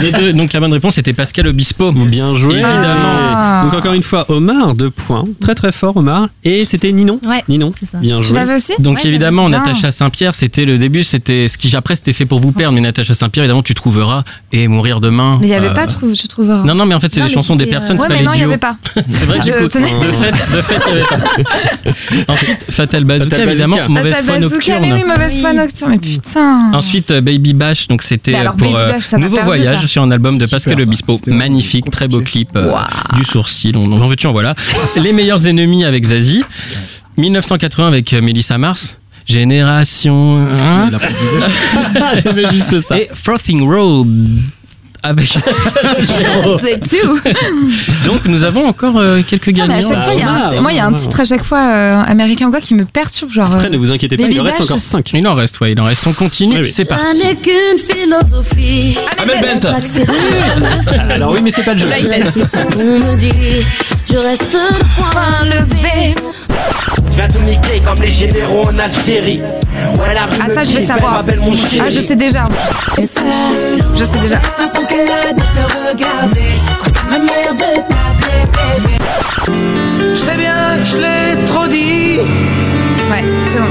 E: Les deux. Donc la bonne réponse était Pascal Obispo.
D: Bien joué.
E: Évidemment.
C: Ah.
D: Donc encore une fois, Omar, deux points. Très très fort Omar. Et c'était Ninon.
G: Ouais,
D: Ninon,
G: c'est ça.
D: bien
C: Tu
D: joué.
C: l'avais aussi
E: Donc
G: Ouais,
E: évidemment,
C: j'avais-
E: Natacha Saint-Pierre, c'était le début, c'était ce qui après c'était fait pour vous perdre, mais Natacha Saint-Pierre, évidemment, tu trouveras et mourir demain.
C: Mais il n'y avait
E: euh,
C: pas, trou- tu trouveras.
E: Non, non, mais en fait, c'est
G: Non,
E: des
G: mais
E: chansons des
G: c'était, euh,
E: personnes,
G: non,
C: ouais,
E: c'est pas
C: mais non, il n'y
E: des idiots.
C: avait pas.
E: C'est vrai que du
C: Je
E: coup,
C: tenais-
E: de fait, de fait, il y avait pas. Ensuite, Fatal Bazooka,
D: Fatal Bazooka.
E: évidemment, mauvaise
C: Fatal
E: foi
C: Ah, Bazooka,
E: nocturne.
C: mais oui, mauvaise foi
G: Oui.
C: nocturne. Mais putain.
E: Ensuite, euh, Baby Bash, donc c'était
C: Mais
E: euh,
C: alors,
E: pour
C: Baby
E: euh,
C: Bash, ça m'a
E: Nouveau
C: perdu,
E: Voyage
C: ça.
E: sur un album de
A: C'est
E: Pascal
A: super, ça.
E: Obispo.
A: C'était vraiment
E: Magnifique, très beau
A: compliqué.
E: clip euh, du sourcil. On, en veut en voilà. Les meilleurs ennemis avec Zazie. 1980 avec euh, Mélissa Mars. Génération. hein.
A: Il a proposé, je-
D: J'avais juste ça.
E: et Frothing Road avec Géraud.
C: C'est tout.
E: Donc nous avons encore euh, quelques
C: Putain, mais à
E: gagnants.
C: chaque
D: Bah,
C: fois, il y a un
E: Ah,
D: Omar,
C: ti- moi, il y a un
D: Omar.
C: titre à chaque fois euh, américain ou quoi qui me perturbe. Genre,
D: Après, ne
C: euh,
D: vous inquiétez pas,
C: Baby
D: il en reste
C: Bash.
D: encore 5.
E: Il en reste, ouais, il en reste. On continue,
D: Oui, oui.
E: c'est
H: Ça
E: parti.
H: n'est qu'une philosophie.
C: Ah, mais ben-
H: Pas que c'est
C: Ah,
D: Alors oui, mais c'est pas le jeu.
H: On me dit, je reste le point levé.
B: Je viens tout niquer comme les généraux en Algérie. Ouais, la rue
C: Ah,
B: me
C: ça, je
B: dit,
C: vais
B: fais
C: savoir.
B: ma belle, mon
C: Ah, je
B: chéri.
C: sais déjà. Je sais déjà.
B: Je sais bien que je l'ai trop dit,
C: Ouais, c'est bon.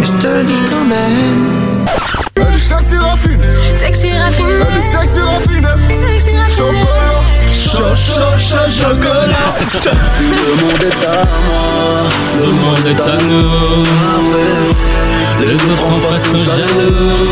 B: mais je te le dis quand même.
H: Sexy raffiné. Sexy raffiné.
B: Chaud, chaud, chaud, chocolat.
E: Le monde est à nous. Les autres en face sont jaloux.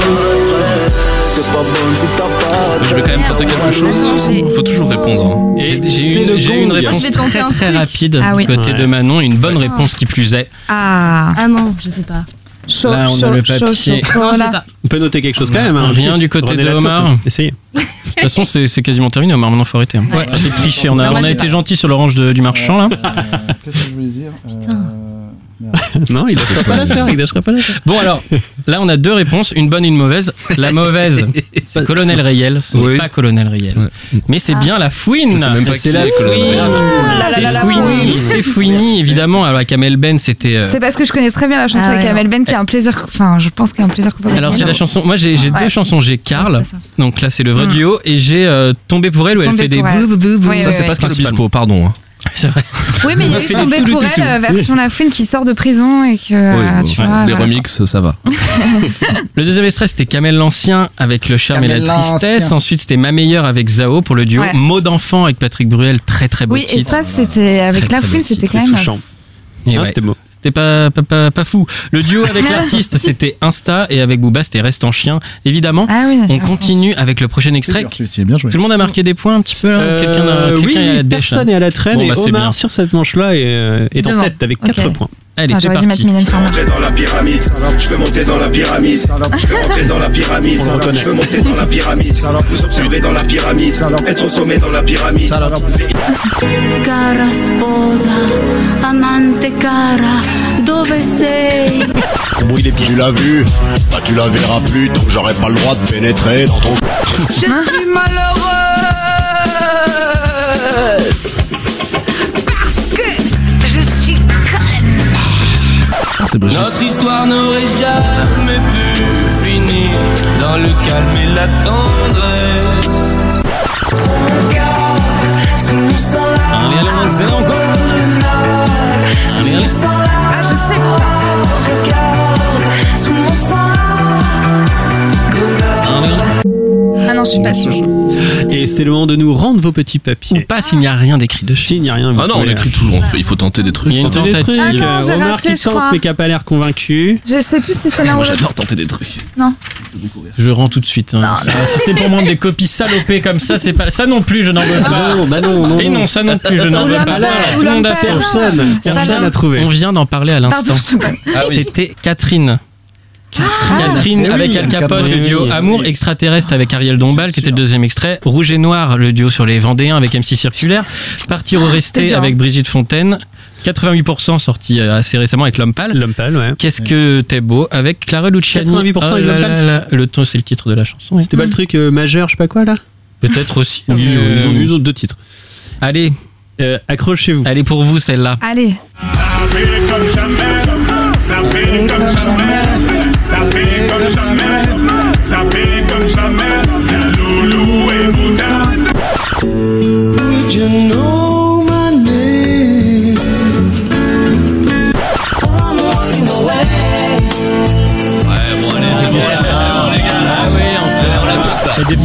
F: Je vais quand même tenter
C: Ah,
F: quelque chose. Faut toujours répondre. hein.
D: Et
E: J'ai
D: c'est
E: une,
D: le
E: j'ai
D: gong.
E: une
D: Ah,
E: réponse
G: Je vais tenter
E: très
G: un
E: très
G: truc.
E: rapide
C: Ah oui.
E: du côté
D: Ouais.
E: de Manon, une bonne réponse qui plus est.
C: Ah.
G: Ah non, je sais pas.
C: Chaud,
E: Là, on a
C: chaud,
E: le
C: chaud, chaud.
E: papier.
G: Non, je sais
C: Voilà.
G: pas.
D: On peut noter quelque chose quand même. hein.
E: Bah, Rien du côté
D: Prenez
E: de
D: la taupe,
E: Omar.
D: hein. Essayez.
E: De toute façon, c'est c'est quasiment terminé, Omar, maintenant faut arrêter. hein.
G: Ouais.
E: J'ai triché, on a,
G: Non, moi,
E: on a
G: j'ai
E: été
G: pas.
E: gentil sur l'orange de- du marchand là.
A: Euh, Qu'est-ce que je voulais dire Euh,
D: Non, il lâchera pas l'affaire. Il lâchera pas l'affaire.
E: Bon alors, là on a deux réponses, une bonne et une mauvaise. La mauvaise, c'est Colonel Rayel, ce n'est
F: Oui.
E: pas Colonel Rayel. Mais c'est
C: Ah.
E: bien la fouine.
F: Je sais même pas
E: C'est
F: qui
E: la
F: est Colonel
E: fouine.
F: Rayel.
C: la la la
E: C'est Fouini,
C: Fouine.
E: c'est Fouini, évidemment. Alors avec Amel Ben, c'était... euh,
C: C'est parce que je connais très bien la chanson
G: Ah
C: avec
G: ouais.
C: Amel Ben qui a un plaisir. Enfin, je pense qu'il y a un plaisir coupable.
E: Alors c'est la chanson, moi j'ai j'ai
C: Ouais.
E: deux chansons, j'ai Carl,
G: c'est pas ça.
E: donc là c'est le vrai
C: Hmm.
E: duo, et j'ai euh, Tombé pour elle où elle
C: Tombé
E: fait des
C: pour elle.
E: bouh, bouh, bouh, bouh.
C: Oui,
E: Ça,
C: oui,
E: c'est
C: oui.
E: pas ce
F: Pascal
E: principalement.
F: Obispo, pardon. hein.
E: C'est vrai.
C: Oui, mais il y a eu
E: fait des
C: Tombé
E: tout,
C: pour
E: tout, tout.
C: elle, euh, version La Fouine qui sort de prison et que. euh,
F: Oui,
C: tu
F: bon,
C: vois,
F: les
C: voilà.
F: remixes, ça va.
E: Le deuxième extrait c'était Kamel l'Ancien avec Le Charme et
A: Kamel
E: la Tristesse,
A: l'Ancien.
E: ensuite c'était Ma Meilleure avec Zao pour le duo,
C: Ouais.
E: Mot d'enfant avec Patrick Bruel, très très beau
C: Oui, et
E: titre.
C: ça, c'était. Avec
E: Très,
C: La
E: très
C: Fouine,
E: beau
C: c'était
E: titre,
C: quand
D: C'est
C: même.
D: touchant.
E: Et
D: Ah,
E: ouais.
D: C'était beau.
E: C'était pas, pas, pas, pas fou. Le duo avec l'artiste, c'était Insta et avec Booba, c'était Reste en chien. Évidemment,
C: Ah oui,
E: on
C: attends.
E: continue avec le prochain
A: C'est
E: extrait.
A: dur, celui-ci est bien joué.
E: Tout le monde a marqué des points un petit peu là Quelqu'un a
D: Euh,
E: quelqu'un
D: oui,
E: a la dèche,
D: personne
E: là.
D: est à la traîne
E: Bon, bah,
D: et
E: c'est
D: Omar
E: bien.
D: sur cette manche-là est, euh, est en
C: Devant.
D: tête avec
C: Ok.
D: 4 points.
E: Allez,
C: Ah,
E: c'est
C: J'aurais dû mettre
E: parti.
C: Mylène Farmer.
B: Je vais dans la pyramide, je vais monter dans la pyramide, je vais monter dans la pyramide,
A: On le reconnaît.
B: je vais monter dans la pyramide, vous observez dans la pyramide, être au sommet dans la pyramide.
H: Cara sposa, amante cara, dove sei?
K: Tu l'as vu Bah tu la verras plus tant que j'aurai pas le droit de pénétrer dans ton...
B: Je suis malheureuse parce que je suis conne.
F: C'est Brigitte.
B: Notre histoire n'aurait jamais pu finir dans le calme et la tendresse.
E: Allez, allez, allez, c'est bon, go. Allez, allez.
C: Ah, je sais. Ah non, je suis pas sûre.
D: Et c'est le moment de nous rendre vos petits
E: Ou
D: papiers.
E: pas s'il n'y a rien d'écrit dessus.
D: Si, il n'y a rien. vous
F: Ah non, on
D: pouvez,
F: écrit toujours. on fait- Il faut tenter des trucs.
E: Il y a une
F: quoi.
D: Des
E: tentative.
D: trucs,
C: Ah non,
D: euh,
C: j'ai
D: Omar
C: raté,
D: qui
C: je
D: tente
C: crois.
D: mais qui a pas l'air convaincu.
C: Je sais plus si c'est l'un ou
F: Moi,
C: l'autre.
F: j'adore tenter des trucs.
E: Je rends tout de suite. hein. Ça, Si c'est pour moi des copies salopées comme ça, c'est pas ça non plus, je n'en veux
C: Ah.
E: pas.
D: Non, bah non, non.
E: Et
D: non.
E: non, ça non plus, je n'en veux
C: Oulala,
E: pas. Voilà, Tout le
C: oulala,
E: monde a fait.
C: oulala.
D: Personne,
C: C'est pas
D: personne
C: grave.
D: n'a trouvé.
E: On vient d'en parler à
C: Pardon,
E: l'instant.
C: je sais pas.
D: Ah
E: C'était Catherine. Ah, Catherine
A: Eh oui,
E: avec Al Capone,
D: Capone,
E: le duo
D: oui.
E: Amour extraterrestre avec Ariel Dombal,
A: C'est
E: qui était
A: sûr.
E: le deuxième extrait. Rouge et Noir, le duo sur les Vendéens avec MC Circulaire. Partir au
D: Ah,
C: c'est
E: Resté
C: dur, hein.
E: avec Brigitte Fontaine. 88% sorti euh, assez récemment avec L'Homme Pâle.
D: L'homme pâle, ouais.
E: Qu'est-ce que t'es beau avec Clara Luciani. Ah
D: 88% avec
E: là
D: L'Homme
E: là
D: Pâle.
E: là. Le ton, c'est le titre de la chanson.
D: C'était pas le truc euh, majeur, je sais pas quoi là
E: Peut-être aussi.
D: Oui,
E: Euh,
D: ils ont eu deux titres.
E: Allez,
D: Accrochez-vous.
E: Elle est pour vous celle-là.
C: Allez.
H: Would you know my name? I'm walking away.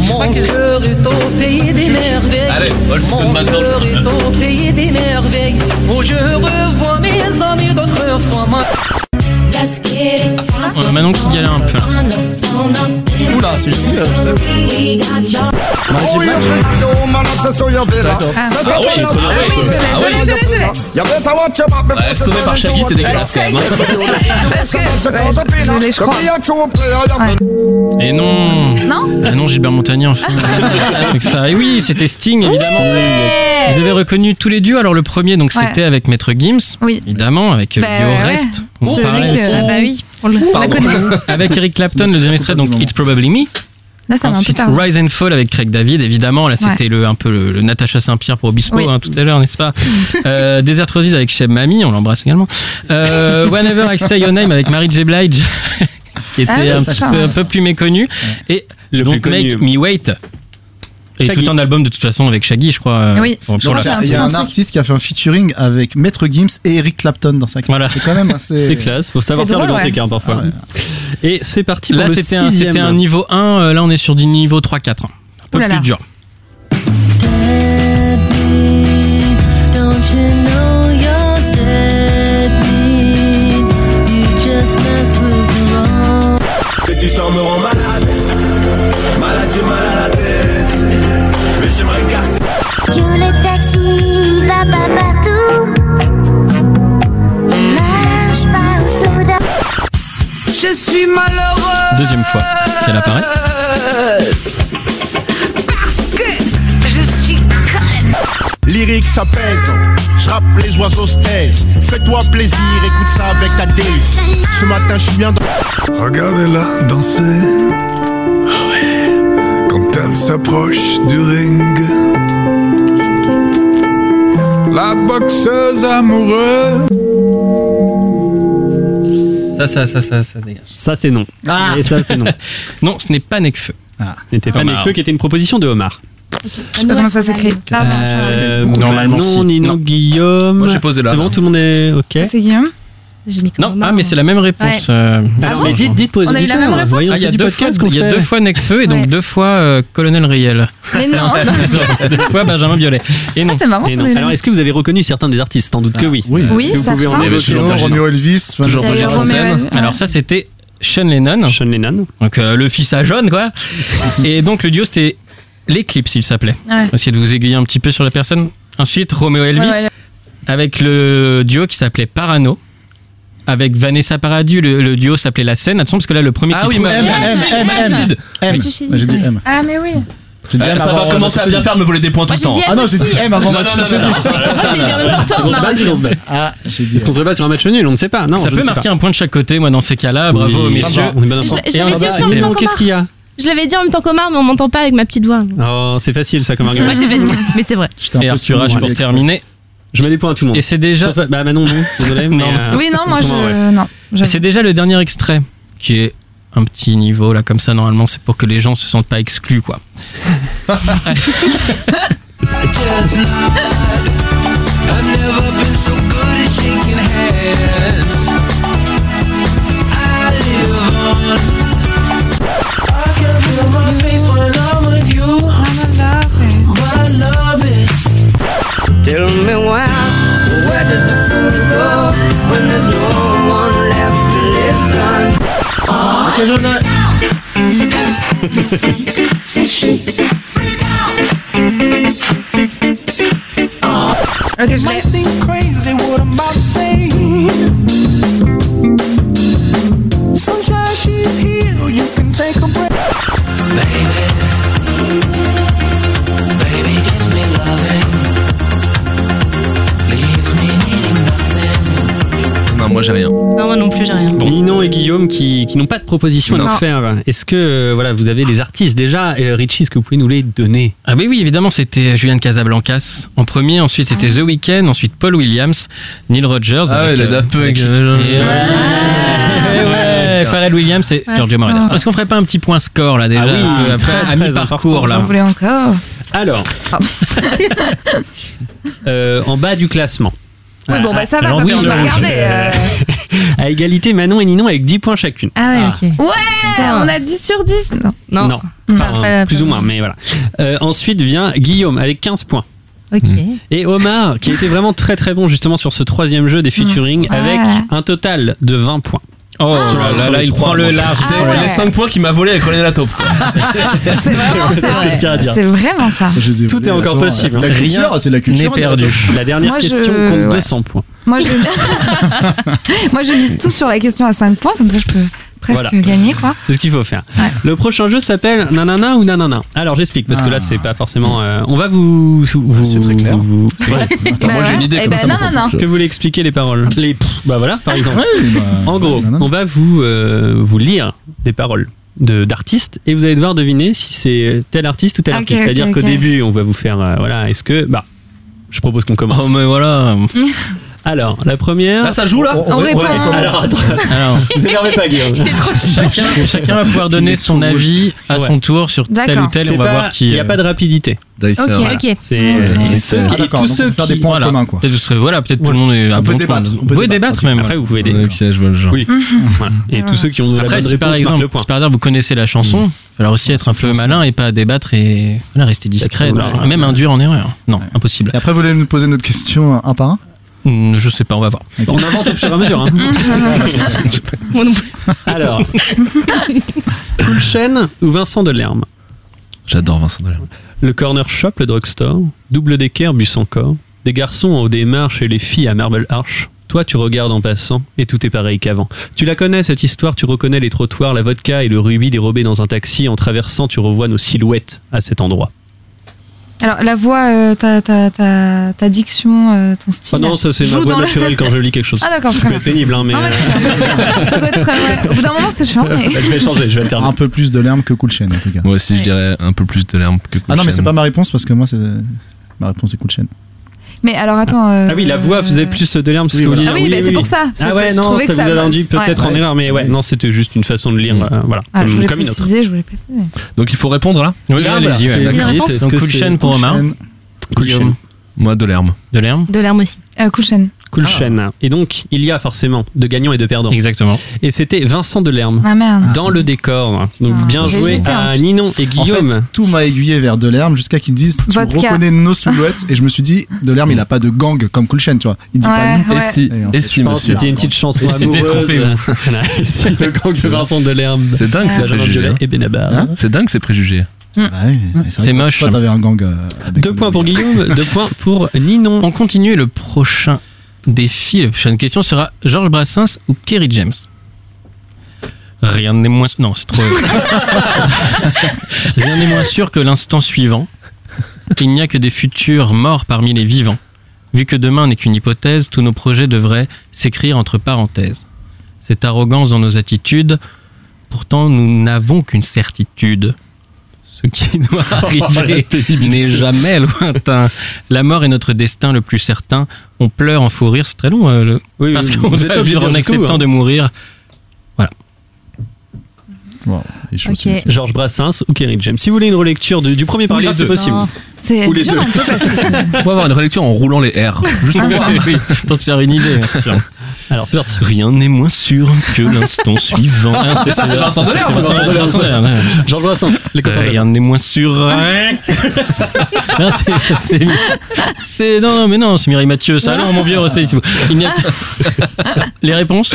B: Mon cœur est au pays des merveilles.
F: Allez, moi, je vous donne
B: Mon
F: maintenant
B: cœur est
G: Oh,
B: au pays des merveilles. Où je revois mes amis d'autrefois. Moi.
E: On a Euh, Manon qui galère un peu.
A: Oula, celui-ci, euh, je sais. Oh,
H: Ah oui, trop bien, trop bien. Ah oui.
K: Y'a bien ta watch, y'a pas-
F: Ouais, sauvé Bah, par Shaggy, c'est dégueulasse quand même.
C: Parce que. ouais, je- je l'ai, je crois.
E: Et non
C: Non
E: Ah non, Gilbert Montagnier, enfin. Avec ça. Et oui, c'était Sting, évidemment. Vous avez reconnu tous les duos. Alors, le premier, donc,
C: Ouais.
E: c'était avec Maître Gims.
C: Oui.
E: Évidemment, avec euh,
C: Bah,
E: le duo
C: ouais.
E: Reste. On
C: Celui
E: parlait.
C: que- bah oui, on l'a on l'a connu.
E: Avec Eric Clapton, le deuxième extrait, donc It's Probably Me.
C: Là, ça va un peu
E: Ensuite,
C: tard. hein.
E: Rise and Fall avec Craig David, évidemment. Là, c'était le, un peu le, le Natacha Saint-Pierre pour Obispo,
C: Oui.
E: hein, tout à l'heure, n'est-ce pas euh, Desert Roses avec Chef Mami, on l'embrasse également. Euh, Whenever I Say Your Name avec Mary J. Blige, qui était
C: Ah oui,
E: un,
C: ça,
E: petit
C: ça,
E: peu, un
C: ça.
E: peu plus méconnu. Et
D: Le
E: Don't
D: plus connu.
E: Make Me Wait. Et
D: Shaggy.
E: tout un album, de toute façon, avec Shaggy, je crois. euh,
C: Oui.
E: pour- pour
C: Donc,
E: la-
C: c'est un
A: Il y
C: putain
A: a
C: de
A: un
C: truc.
A: artiste qui a fait un featuring avec Maître Gims et Eric Clapton dans sa
E: Voilà.
A: C'est quand même assez.
D: C'est classe, faut savoir
C: C'est
D: faire le
C: drôle,
D: grand
C: ouais.
D: écart parfois. Et c'est parti pour
E: Là,
D: le
E: c'était un, c'était un
D: sixième.
E: niveau 1. euh, là, on est sur du niveau 3-4. hein. Un peu
C: Ouh là là.
E: plus dur.
H: Don't you know you're dead meat? You just messed with the wrong.
K: Cette histoire me rend malade. Malade, j'ai mal à la tête. Mais j'aimerais casser.
H: Que le taxi va pas partout. Marche pas au soda.
B: Je suis malheureuse.
E: Deuxième fois qu'elle apparaît.
B: Parce que je suis conne.
K: Lyrique, ça pèse. Je rappe les oiseaux staise. Fais-toi plaisir, écoute ça avec ta délice. Ce matin, je suis bien dans.
J: Regardez-la danser. Quand elle s'approche du ring. La boxeuse amoureuse.
E: Ça, ça, ça, ça, ça dégage.
D: Ça, c'est non.
C: Ah.
D: Et ça, c'est non. Ce
E: Non, ce n'est pas Nekfeu.
D: N'était pas
E: Omar.
D: Nekfeu qui était une proposition de Omar.
C: Je
G: Ah,
C: sais pas comment ça s'écrit. Pardon,
D: Euh,
E: Normalement,
D: bah non,
E: si.
D: ni non,
E: Non.
D: Guillaume.
F: Moi, j'ai posé là.
D: C'est bon, tout le monde est OK.
C: c'est Guillaume.
G: J'ai mis
C: Oh
E: Non, ah, mais c'est la même réponse. euh,
D: Alors, mais dites, dites, pose
C: On a eu la même réponse
D: Voyons,
E: Ah, il y a
D: c'est du
E: deux fois,
D: podcast qu'on
E: il y a
D: fait.
E: deux fois Necfeu et donc
G: Ouais.
E: deux fois euh, Colonel Riel.
C: Mais non,
E: deux fois Benjamin Violet. Et non.
C: Ah, c'est marrant.
D: Et non.
C: qu'on ait la
D: Alors,
C: même.
D: est-ce que vous avez reconnu certains des artistes Sans doute que oui.
A: Oui.
C: Oui,
D: Vous
C: ça
D: pouvez en
C: ressemble.
F: enlever toujours
A: Romeo,
F: Roger.
A: Romeo Elvis. enfin,
F: Toujours
A: je-
C: Roger
E: Roger
C: Fontaine.
E: Fontaine.
C: ouais.
E: Alors ça c'était Sean Lennon,
D: Sean Lennon.
E: donc euh, le fils à John quoi. et donc le duo c'était l'Eclipse il s'appelait.
C: Ouais.
E: Essayez de vous aiguiller un petit peu sur la personne. Ensuite Romeo Elvis
C: Ouais, ouais.
E: avec le duo qui s'appelait Parano. Avec Vanessa Paradis, le, le duo s'appelait La Seine. Attention, parce que là, le premier qui trouve-
A: M, M, M,
E: Bah,
A: M. Ah, M.
G: Tu sais,
A: J'ai dit M.
C: Ah, mais oui.
A: J'ai dit
F: Ça
A: M
F: va
A: avant-
F: commencer à bien faire de me voler des points tout
G: Moi,
F: le
G: j'ai
F: temps.
G: dit
A: Ah non, j'ai dit M avant match. j'ai dit.
G: Moi, je l'ai dit en même temps que toi,
D: On se bat,
G: Omar.
D: si on se bat.
A: Ah, j'ai dit.
D: Est-ce qu'on serait pas sur un match nul On ne sait pas. Non,
E: Ça
D: je
E: peut
D: ne sais
E: marquer un point de chaque côté, moi, dans ces cas-là. Bravo,
D: Oui.
E: messieurs.
D: On est bien
G: Je-
D: ensemble.
G: je l'avais
D: Et
G: dit
D: un
G: aussi en
D: bas.
G: même temps
D: Qu'est-ce
G: qu'Omar.
D: qu'il y a
G: Je l'avais dit en même temps qu'Omar, mais on m'entend pas avec ma petite voix.
D: Oh, c'est facile ça comme argument.
G: Moi, j'ai pas dit. Mais c'est vrai.
A: J'étais un
E: Et
A: peu
E: Arthurage
A: sourd,
E: pour
A: hein.
E: terminer.
D: Je mets des points à tout le monde.
E: Et c'est déjà,
D: Sauf- Bah, Manon, non. Désolé. mais,
E: Non.
D: euh,
C: Oui, non, moi,
D: autrement, ouais.
C: je. Non. j'avoue.
E: c'est déjà le dernier extrait qui est un petit niveau là comme ça normalement c'est pour que les gens se sentent pas exclus quoi.
B: I've never been so good at shaking hands. I live on. I can feel my face when I'm with you. I love it. Tell me why, where does the food go when there's no one left to listen?
C: Ok, je l'ai.
B: crazy what I'm about to say. Sunshine, she's here. You can take a break. Baby, baby gives me loving, leaves me needing nothing.
F: Non, moi, j'ai rien.
G: Non, moi non plus, j'ai rien.
D: Bon. Ninon et Guillaume qui, qui n'ont pas de proposition à nous
G: Non.
D: faire. Est-ce que euh, voilà, vous avez les artistes déjà Euh, Richie, est-ce que vous pouvez nous les donner
E: Ah oui, oui, évidemment, c'était Julian Casablancas en premier, ensuite c'était The Weeknd, ensuite Paul Williams, Neil Rogers.
F: Ah ouais,
E: avec,
F: les
E: euh,
F: Daft Punk.
E: avec- et, euh, eh ouais, Pharrell Williams et
C: Ah,
E: Giorgio
C: putain.
E: Moroder. Est-ce qu'on ferait pas un petit point score là déjà
D: Ah oui,
E: euh, après,
D: très,
E: à
D: très important.
E: mi-parcours
C: J'en
E: là
C: voulais encore.
D: Alors,
C: Pardon.
D: euh, en bas du classement.
C: Ouais, bon, bah ça va,
D: Alors,
C: pas
D: oui,
C: besoin de
D: non,
C: regarder. euh.
D: je- À égalité, Manon et Ninon avec 10 points chacune.
G: Ah ouais, ok.
C: Ouais,
G: Putain.
C: on a 10 sur 10. Non. Ah,
G: Non.
D: Non,
G: Enfin,
D: Enfin,
G: pas-
D: plus
G: pas-
D: ou moins, mais voilà. Euh, ensuite vient Guillaume avec 15 points.
G: Ok.
D: Et Omar, qui était vraiment très très bon justement sur ce troisième jeu des
C: Mm.
D: featuring, avec un total de 20 points. Ah.
E: Oh là là, là, il prend le large.
F: C'est
C: ouais.
F: les 5 points qu'il m'a volé avec René la taupe. quoi.
C: C'est vraiment
D: C'est
C: ça.
D: ce que je tiens à dire.
C: C'est vraiment ça.
A: Je les ai
D: Tout
A: volés,
D: est encore
A: attends,
D: possible.
A: C'est la
E: Rien
A: culture, c'est la culture.
E: n'est perdu.
D: La dernière
C: Moi, je-
D: question compte
C: ouais.
D: 200 points.
C: Moi je... Moi, je mise tout sur la question à 5 points, comme ça je peux presque
D: Voilà.
C: gagner, quoi.
D: C'est ce qu'il faut faire. Le prochain jeu s'appelle Nanana ou Nanana. Alors j'explique parce que là c'est pas forcément. euh, on va vous. vous
A: C'est très clair.
D: vous-
F: Attends,
C: Bah
F: moi j'ai
C: ouais.
F: une idée
C: Eh
F: comme
C: ben
F: ça.
C: non,
F: pour
C: non,
F: faire
D: Je
F: ce
D: vais
F: jeu.
D: vous l'expliquer les paroles. Les pff, bah voilà par exemple.
A: Ah. Ouais, bah,
D: En gros,
A: nanana.
D: on va vous euh, vous lire des paroles de d'artistes et vous allez devoir deviner si c'est tel artiste ou tel
C: Ok,
D: artiste.
C: ok,
D: C'est-à-dire qu'au
C: ok.
D: début on va vous faire euh, voilà est-ce que bah je propose qu'on commence.
E: Oh mais voilà.
D: Alors la première.
F: Là ça joue là
C: On répond.
D: Alors attends,
E: Alors,
D: vous énervez pas Guillaume.
E: chacun, chacun va pouvoir donner son avis à
D: Ouais.
E: son tour sur tel ou
C: D'accord.
E: tel.
D: C'est
E: On va
D: pas-
E: voir qui.
D: Il n'y a
E: euh,
D: pas de rapidité.
F: Dicer,
C: Ok.
F: voilà.
G: Ok.
D: C'est
C: Ok.
D: et ceux qui-
A: Ah,
D: et
A: d'accord,
D: tous
A: donc
D: ceux
A: on peut faire
D: qui
A: des points en commun, quoi.
E: Peut-être que ce serait- voilà, peut-être tout le monde est à
A: On peut
E: bon
A: débattre,
E: compte.
A: on peut
E: Vous pouvez
A: débattre,
E: débattre même.
D: Après, vous pouvez aider.
F: Ok, je vois le genre.
D: Oui. Voilà. Et tous ceux qui ont de la
E: Après,
D: bonne
E: si par
D: réponse marquent
E: exemple,
D: le point.
E: si par exemple vous connaissez la chanson,
A: Mm.
E: il va falloir aussi être un peu malin et pas débattre et voilà, rester discret,
D: Peut-être,
E: donc,
D: ouais.
E: même induire en erreur. Non, impossible.
A: Et après, vous voulez nous poser notre question un par un
E: Hmm, Je sais pas, on va voir.
D: On invente au fur et à mesure. hein.
G: Moi non plus.
D: Alors, Cool Chen ou Vincent Delerme
F: J'adore Vincent Delerme.
D: Le corner shop, le drugstore, double déquerre, bus encore, des garçons en haut des marches et les filles à Marble Arch. Toi, tu regardes en passant et tout est pareil qu'avant. Tu la connais cette histoire, tu reconnais les trottoirs, la vodka et le rubis dérobés dans un taxi. En traversant, tu revois nos silhouettes à cet endroit.
C: Alors, la voix, euh, ta, ta, ta, ta diction, euh, ton style.
D: Ah non, ça c'est ma
C: joue
D: voix
C: dans la-
D: naturelle quand je lis quelque chose.
C: Ah d'accord,
D: Ça
C: très
D: peut
C: bien.
D: être pénible, hein, mais
C: Ah, ouais,
D: euh,
C: très bien. ça doit être très ouais. Au bout d'un moment, c'est chiant, mais.
D: je vais changer, je vais alterner.
A: Un peu plus de l'herbe que Coolchen, en tout cas.
F: Moi aussi, je dirais un peu plus Delerme que
A: Ah non, mais c'est
F: Kouchen.
A: pas ma réponse parce que moi, c'est. Ma réponse est Coolchen.
C: Mais alors, attends. euh,
D: Ah oui, la voix faisait
C: euh,
D: plus de l'herbe, c'est ce
A: Oui,
D: que vous
A: voilà.
D: dites.
C: Ah oui, bah, c'est pour ça. parce
D: Ah
C: que
D: ouais,
C: je
D: non,
C: trouvais
D: ça
C: que
D: vous a induit
C: ouais.
D: peut-être en
A: Ouais.
D: erreur, mais ouais, non, c'était juste une façon de lire,
F: Mm.
D: euh, voilà,
C: Ah, je
D: comme,
C: voulais
D: comme une autre.
C: préciser, je voulais préciser.
F: Donc il faut répondre là
E: Oui,
D: Là, voilà,
E: allez-y.
D: c'est
E: ouais.
D: la
G: Dis la
D: vérité.
G: réponse.
D: Est-ce
E: Donc,
D: que
E: coup de
D: c'est-
E: chaîne pour Omar,
A: Coolchen.
E: Guillaume
F: Moi, Delerme.
E: Delerme.
G: De l'arme aussi.
C: Euh, cool chaîne.
D: Cool chaîne. Et donc, il y a forcément de gagnants et de perdants.
E: Exactement.
D: Et c'était Vincent Delerme
C: Ah merde.
D: dans le décor.
C: Putain.
D: Donc, bien
C: J'ai
D: joué
C: hésité,
D: à
C: hein.
D: Ninon et
A: En
D: Guillaume.
A: fait, tout m'a aiguillé vers Delerme jusqu'à qu'ils disent Tu
C: Vodka.
A: reconnais nos silhouettes. Et je me suis dit, Delerme, il a pas de gang comme Coolchen, tu vois. Il dit pas
C: Ouais.
A: nous.
F: Et si,
A: Ah, Et en
F: et
A: fait,
F: si
D: Je pense que
F: monsieur.
D: C'était une petite chanson
E: Et c'était
D: amoureuse.
E: trompé, vous.
D: Voilà. Et C'est le gang de Vincent Delerme. Ah.
F: C'est dingue ces
D: Benjamin
F: préjugés.
D: Violet
F: hein.
D: et Benabar.
A: Hein
F: C'est dingue ces préjugés.
A: Ah ouais, mais vrai
E: C'est
A: que toi-
E: moche.
A: Toi, t'avais un gang. euh, avec
D: deux
A: le-
D: points pour Guillaume, deux points pour Ninon.
E: On continue le prochain défi. La prochaine question sera Georges Brassens ou Kerry James Rien n'est moins. Non, c'est trop. Rien n'est moins sûr que l'instant suivant. Il n'y a que des futurs morts parmi les vivants. Vu que demain n'est qu'une hypothèse, tous nos projets devraient s'écrire entre parenthèses. Cette arrogance dans nos attitudes, pourtant nous n'avons qu'une certitude. Ce qui doit arriver n'est jamais lointain. La mort est notre destin le plus certain. On pleure en fou rire, c'est très long. euh, le-
D: Oui,
E: Parce
D: oui,
E: qu'on
D: vous êtes
E: va
D: obligé
E: vivre
D: de
E: en
D: dire jusqu'au bout,
E: acceptant
D: hein.
E: de mourir.
A: Wow, les choses,
G: Ok.
A: c'est-
D: Georges Brassens ou Kerry James. Si vous voulez une relecture du, du premier paragraphe, c'est
F: les deux.
D: possible.
C: C'est
D: Ou les
C: dur
D: deux.
C: un peu parce que c'est-
F: On va avoir une relecture en roulant les R. Juste pour voir.
E: Oui, je pense que j'aurais une idée. hein. bien sûr.
D: Alors c'est parti.
E: Rien n'est moins sûr que l'instant suivant. Ah, c'est Vincent Delerme,
D: c'est Vincent Delerme, ça. Georges Brassens, les copains.
E: Rien n'est moins sûr. Non, c'est- ça, c'est Mi- c'est non, non, mais non, c'est Mireille Mathieu. Ça, non, mon vieux, c'est c'est bon. Il n'y a- Les réponses.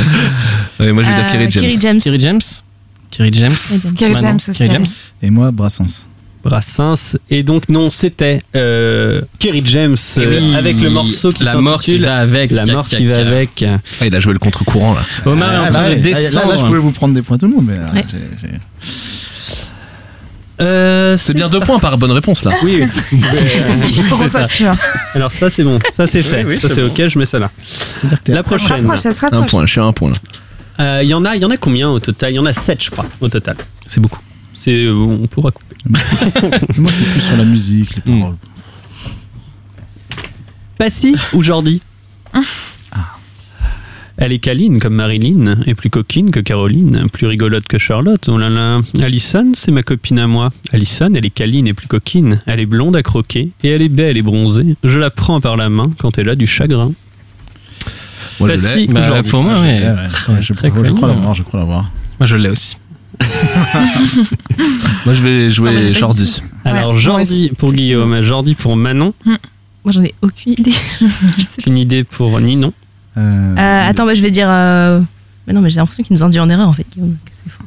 F: Ouais, moi, je vais dire
G: Euh,
F: Kerry James.
G: Kerry James.
E: Kerry James.
C: Kerry
E: Kerry James. Manon.
C: James aussi,
E: Kerry
C: allez.
E: James.
A: Et moi, Brassens.
D: Brassens. Et donc non, c'était euh, Kerry James
E: Eh
D: euh,
E: oui,
D: avec le morceau qui
E: la mort qui
D: s'intitule
E: va avec
D: La mort qui va avec.
F: Ah, il a joué le contre-courant là.
E: Omar est
A: Ah,
E: en
A: là,
E: train
A: ouais.
E: de
A: Là, là, je
E: descendre.
A: pouvais vous prendre des points tout le monde, mais. euh, j'ai- j'ai-
F: c'est bien deux points par bonne réponse
C: Ah,
F: là.
D: Oui, oui.
C: Faut qu'on
D: C'est
C: soit
D: ça.
C: sûr.
D: Alors ça c'est bon, ça c'est fait,
F: Oui, oui,
D: ça
F: c'est
D: c'est
F: bon.
D: ok, je mets ça là. La
C: Ça se
D: prochaine. Euh,
C: rapproche, ça se rapproche.
F: Un point, je suis à un point là.
D: Il y en a, il y en a combien au total Il y en a 7 je crois au total. C'est beaucoup. C'est, euh, on pourra couper.
A: Moi, c'est plus sur la musique,
E: Mm.
A: les paroles.
D: Passy ou Jordi Ah. Elle est câline comme Marilyn, et plus coquine que Caroline, plus rigolote que Charlotte. Oh là là. Alison, c'est ma copine à moi. Alison, elle est câline et plus coquine. Elle est blonde à croquer, et elle est belle et bronzée. Je la prends par la main quand elle a du chagrin.
F: Moi, je
D: Passy
F: l'ai.
D: ou
F: Bah,
D: Jordi
E: pour moi, ouais.
A: je,
E: Très
A: crois- je crois
E: cool.
A: l'avoir, je crois l'avoir.
E: Moi, je l'ai aussi.
F: Moi je vais jouer
G: Non, moi, j'ai pas
F: Jordi.
D: Alors
G: Ouais, moi
D: Jordi
G: aussi.
D: pour Guillaume, Jordi pour Manon,
G: Moi, j'en ai aucune idée. je sais
D: une idée pour Ninon.
A: Euh,
C: Ah,
G: pas. Euh, attends, bah, je vais dire. euh, Mais non, mais j'ai l'impression qu'il nous induit en erreur en fait, Guillaume, que c'est faux.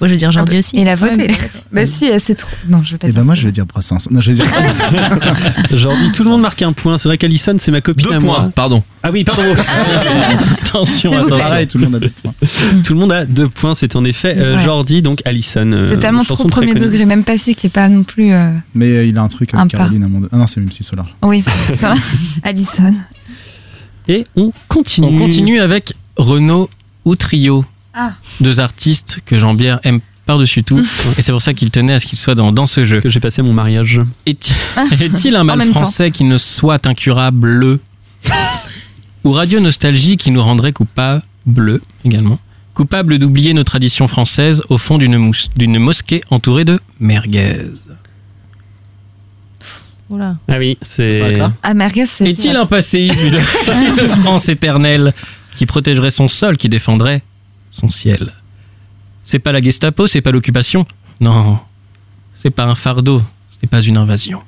G: Moi, je vais dire Jordi aussi.
C: Ah, Il a voté.
G: Ouais,
C: Bah si, c'est trop. Non, je vais pas
A: et
C: dire.
A: ben moi,
C: ça.
A: je vais dire Brassens. Non, je vais dire.
D: Jordi, tout le monde marque un point. C'est vrai qu'Alison c'est ma copine
F: Deux
D: à
F: points,
D: moi.
F: pardon.
D: Ah oui, pardon. attention,
C: S'il vous
D: attention.
C: plaît.
A: Pareil, tout le monde a deux points.
D: Tout le monde a deux points, c'est en effet euh,
C: Ouais.
D: Jordi, donc Allison. euh,
C: C'est tellement
D: une chanson
C: trop
D: très
C: premier
D: connue.
C: degré, même passé qui est pas non plus. euh,
A: Mais euh, il a un truc avec
C: Un pas.
A: Caroline à mon. Ah non, c'est même si Solar.
C: Oui, c'est ça. Addison.
D: Et on continue.
E: On continue avec Renaud ou Trio.
C: Ah.
E: Deux artistes que Jean-Pierre aime par-dessus tout. et c'est pour ça qu'il tenait à ce qu'ils soient dans, dans ce jeu.
D: Que j'ai passé à mon mariage.
E: Est- Est-il un mal
C: même temps.
E: français qui ne soit incurable Ou Radio Nostalgie qui nous rendrait coupables également Coupable d'oublier nos traditions françaises au fond d'une mous- d'une mosquée entourée de merguez.
G: Voilà.
D: Ah oui,
A: Ça
D: c'est.
A: s'arrête là
C: Ah, Merguez, c'est.
E: Est-il un passéisme de, de France éternelle qui protégerait son sol, qui défendrait son ciel C'est pas la Gestapo, c'est pas l'occupation. Non, c'est pas un fardeau, c'est pas une invasion.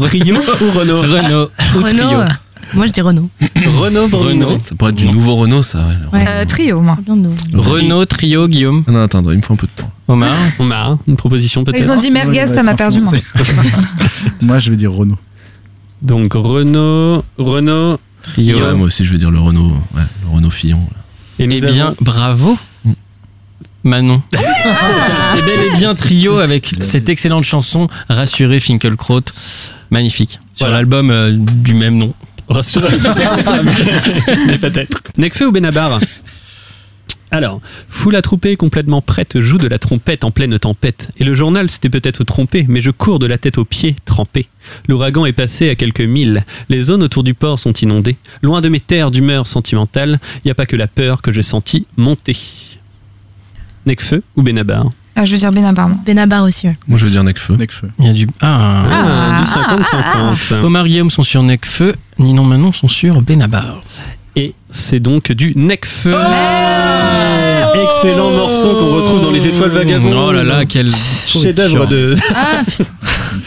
D: Trio ou Renault
E: Renault ou
G: Renault.
E: Trio
G: euh, Moi, je dis Renault.
D: Renault pour
E: Renault.
D: Ninon.
F: Ça pourrait être du nouveau Renault ça. ouais, le
G: Ouais.
F: Renault.
C: Euh, trio, moi.
G: Bien de nous.
E: Renault, Trio, Guillaume,
F: Ah Non, attends, il me faut un peu de temps.
E: Omar.
D: On a une
C: Ils
D: proposition
C: ont
D: peut-être.
C: dit merguez, ça m'a perdu. moi.
A: Français. Moi, je vais dire Renault.
D: Donc Renault, Renault.
E: Trio.
F: Ouais, moi aussi je vais dire le Renault, ouais, le Renault Fillon. là.
D: Et nous
E: Eh
D: avons-
E: bien, bravo, Manon.
C: ah.
E: C'est bel et bien trio avec cette excellente chanson Rassuré Finkelkraut. Magnifique. Sur
D: Voilà.
E: l'album euh, du même nom.
D: Rassurez. Mais peut-être. Nekfeu ou Benabar alors, foule attroupée, complètement prête, joue de la trompette en pleine tempête. Et le journal s'était peut-être trompé, mais je cours de la tête aux pieds, trempé. L'ouragan est passé à quelques milles. Les zones autour du port sont inondées. Loin de mes terres d'humeur sentimentale, il n'y a pas que la peur que j'ai sentie monter. Necfeu ou Benabar
C: Ah, je veux dire Benabar, moi.
G: Benabar aussi. ouais.
F: Moi je vais dire Necfeu.
A: Necfeu.
E: Il y a du. Ah.
D: Ah,
C: ah,
D: du 50-50.
E: Hein. Omar Guillaume sont sur Necfeu, Ninon Manon sont sur Benabar.
D: Et c'est donc du Necfeu.
C: Oh
D: Excellent morceau qu'on retrouve dans Les Étoiles Vagabondes.
E: Oh là là, quel
D: Chef-d'œuvre de
C: Ah, putain.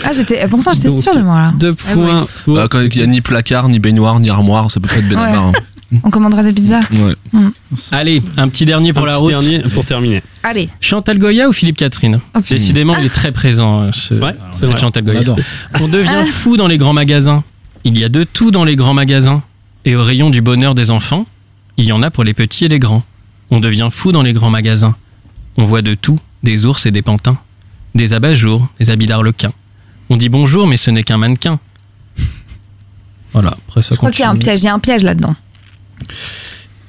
C: Ah, j'étais. Pour ça, j'étais
D: Donc,
C: sûre de moi, là.
D: deux
G: Ah, moi
D: points.
G: aussi.
D: pour-
F: Bah, quand il n'y a ni placard, ni baignoire, ni armoire, ça peut pas être Benabar. hein.
C: On commandera des pizzas.
F: Ouais.
E: Allez, un petit dernier pour
D: un
E: la
D: petit
E: route.
D: dernier pour terminer.
C: Allez.
E: Chantal Goya ou Philippe Catherine
C: Oh, putain.
E: Décidément, il est très présent, euh, ce,
D: Ouais,
E: en
D: c'est
E: fait,
D: vrai.
E: Chantal
A: On
E: Goya.
A: adore.
E: On devient fou dans les grands magasins. Il y a de tout dans les grands magasins. Et au rayon du bonheur des enfants, il y en a pour les petits et les grands. On devient fou dans les grands magasins. On voit de tout, des ours et des pantins, des abat-jours, des habits d'arlequin. On dit bonjour, mais ce n'est qu'un mannequin. Voilà, après ça
C: Je crois
E: continue.
C: qu'il y a un piège. Il y a un piège là-dedans.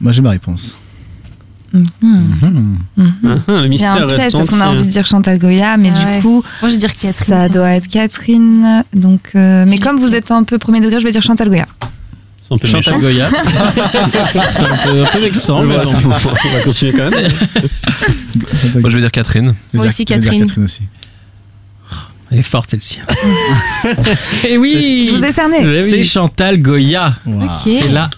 A: Moi, j'ai ma réponse.
D: Ah, ah, le
C: Il y a
D: mystère
C: un piège
D: reste
C: parce qu'on a
D: entier. hein.
C: envie de dire Chantal Goya, mais
G: Ah
C: du
G: ouais.
C: coup,
G: Moi, je vais dire Catherine.
C: ça doit être Catherine. Donc, euh, mais comme vous êtes un peu premier degré, je vais dire Chantal Goya.
D: C'est un peu
E: Chantal
D: méchant.
E: Goya. C'est un peu, un peu vexant, mais
D: Voilà,
E: bon.
D: on va- on va continuer quand même.
F: Moi je vais dire
A: Je
F: Catherine.
A: vais
G: Moi
A: dire-
G: aussi,
A: je vais dire
G: Catherine.
A: Catherine aussi.
E: Elle est forte celle-ci. Et Eh oui
C: Je vous ai cerné.
D: Oui.
E: C'est Chantal Goya.
A: Waouh.
G: Ok.
E: C'est là.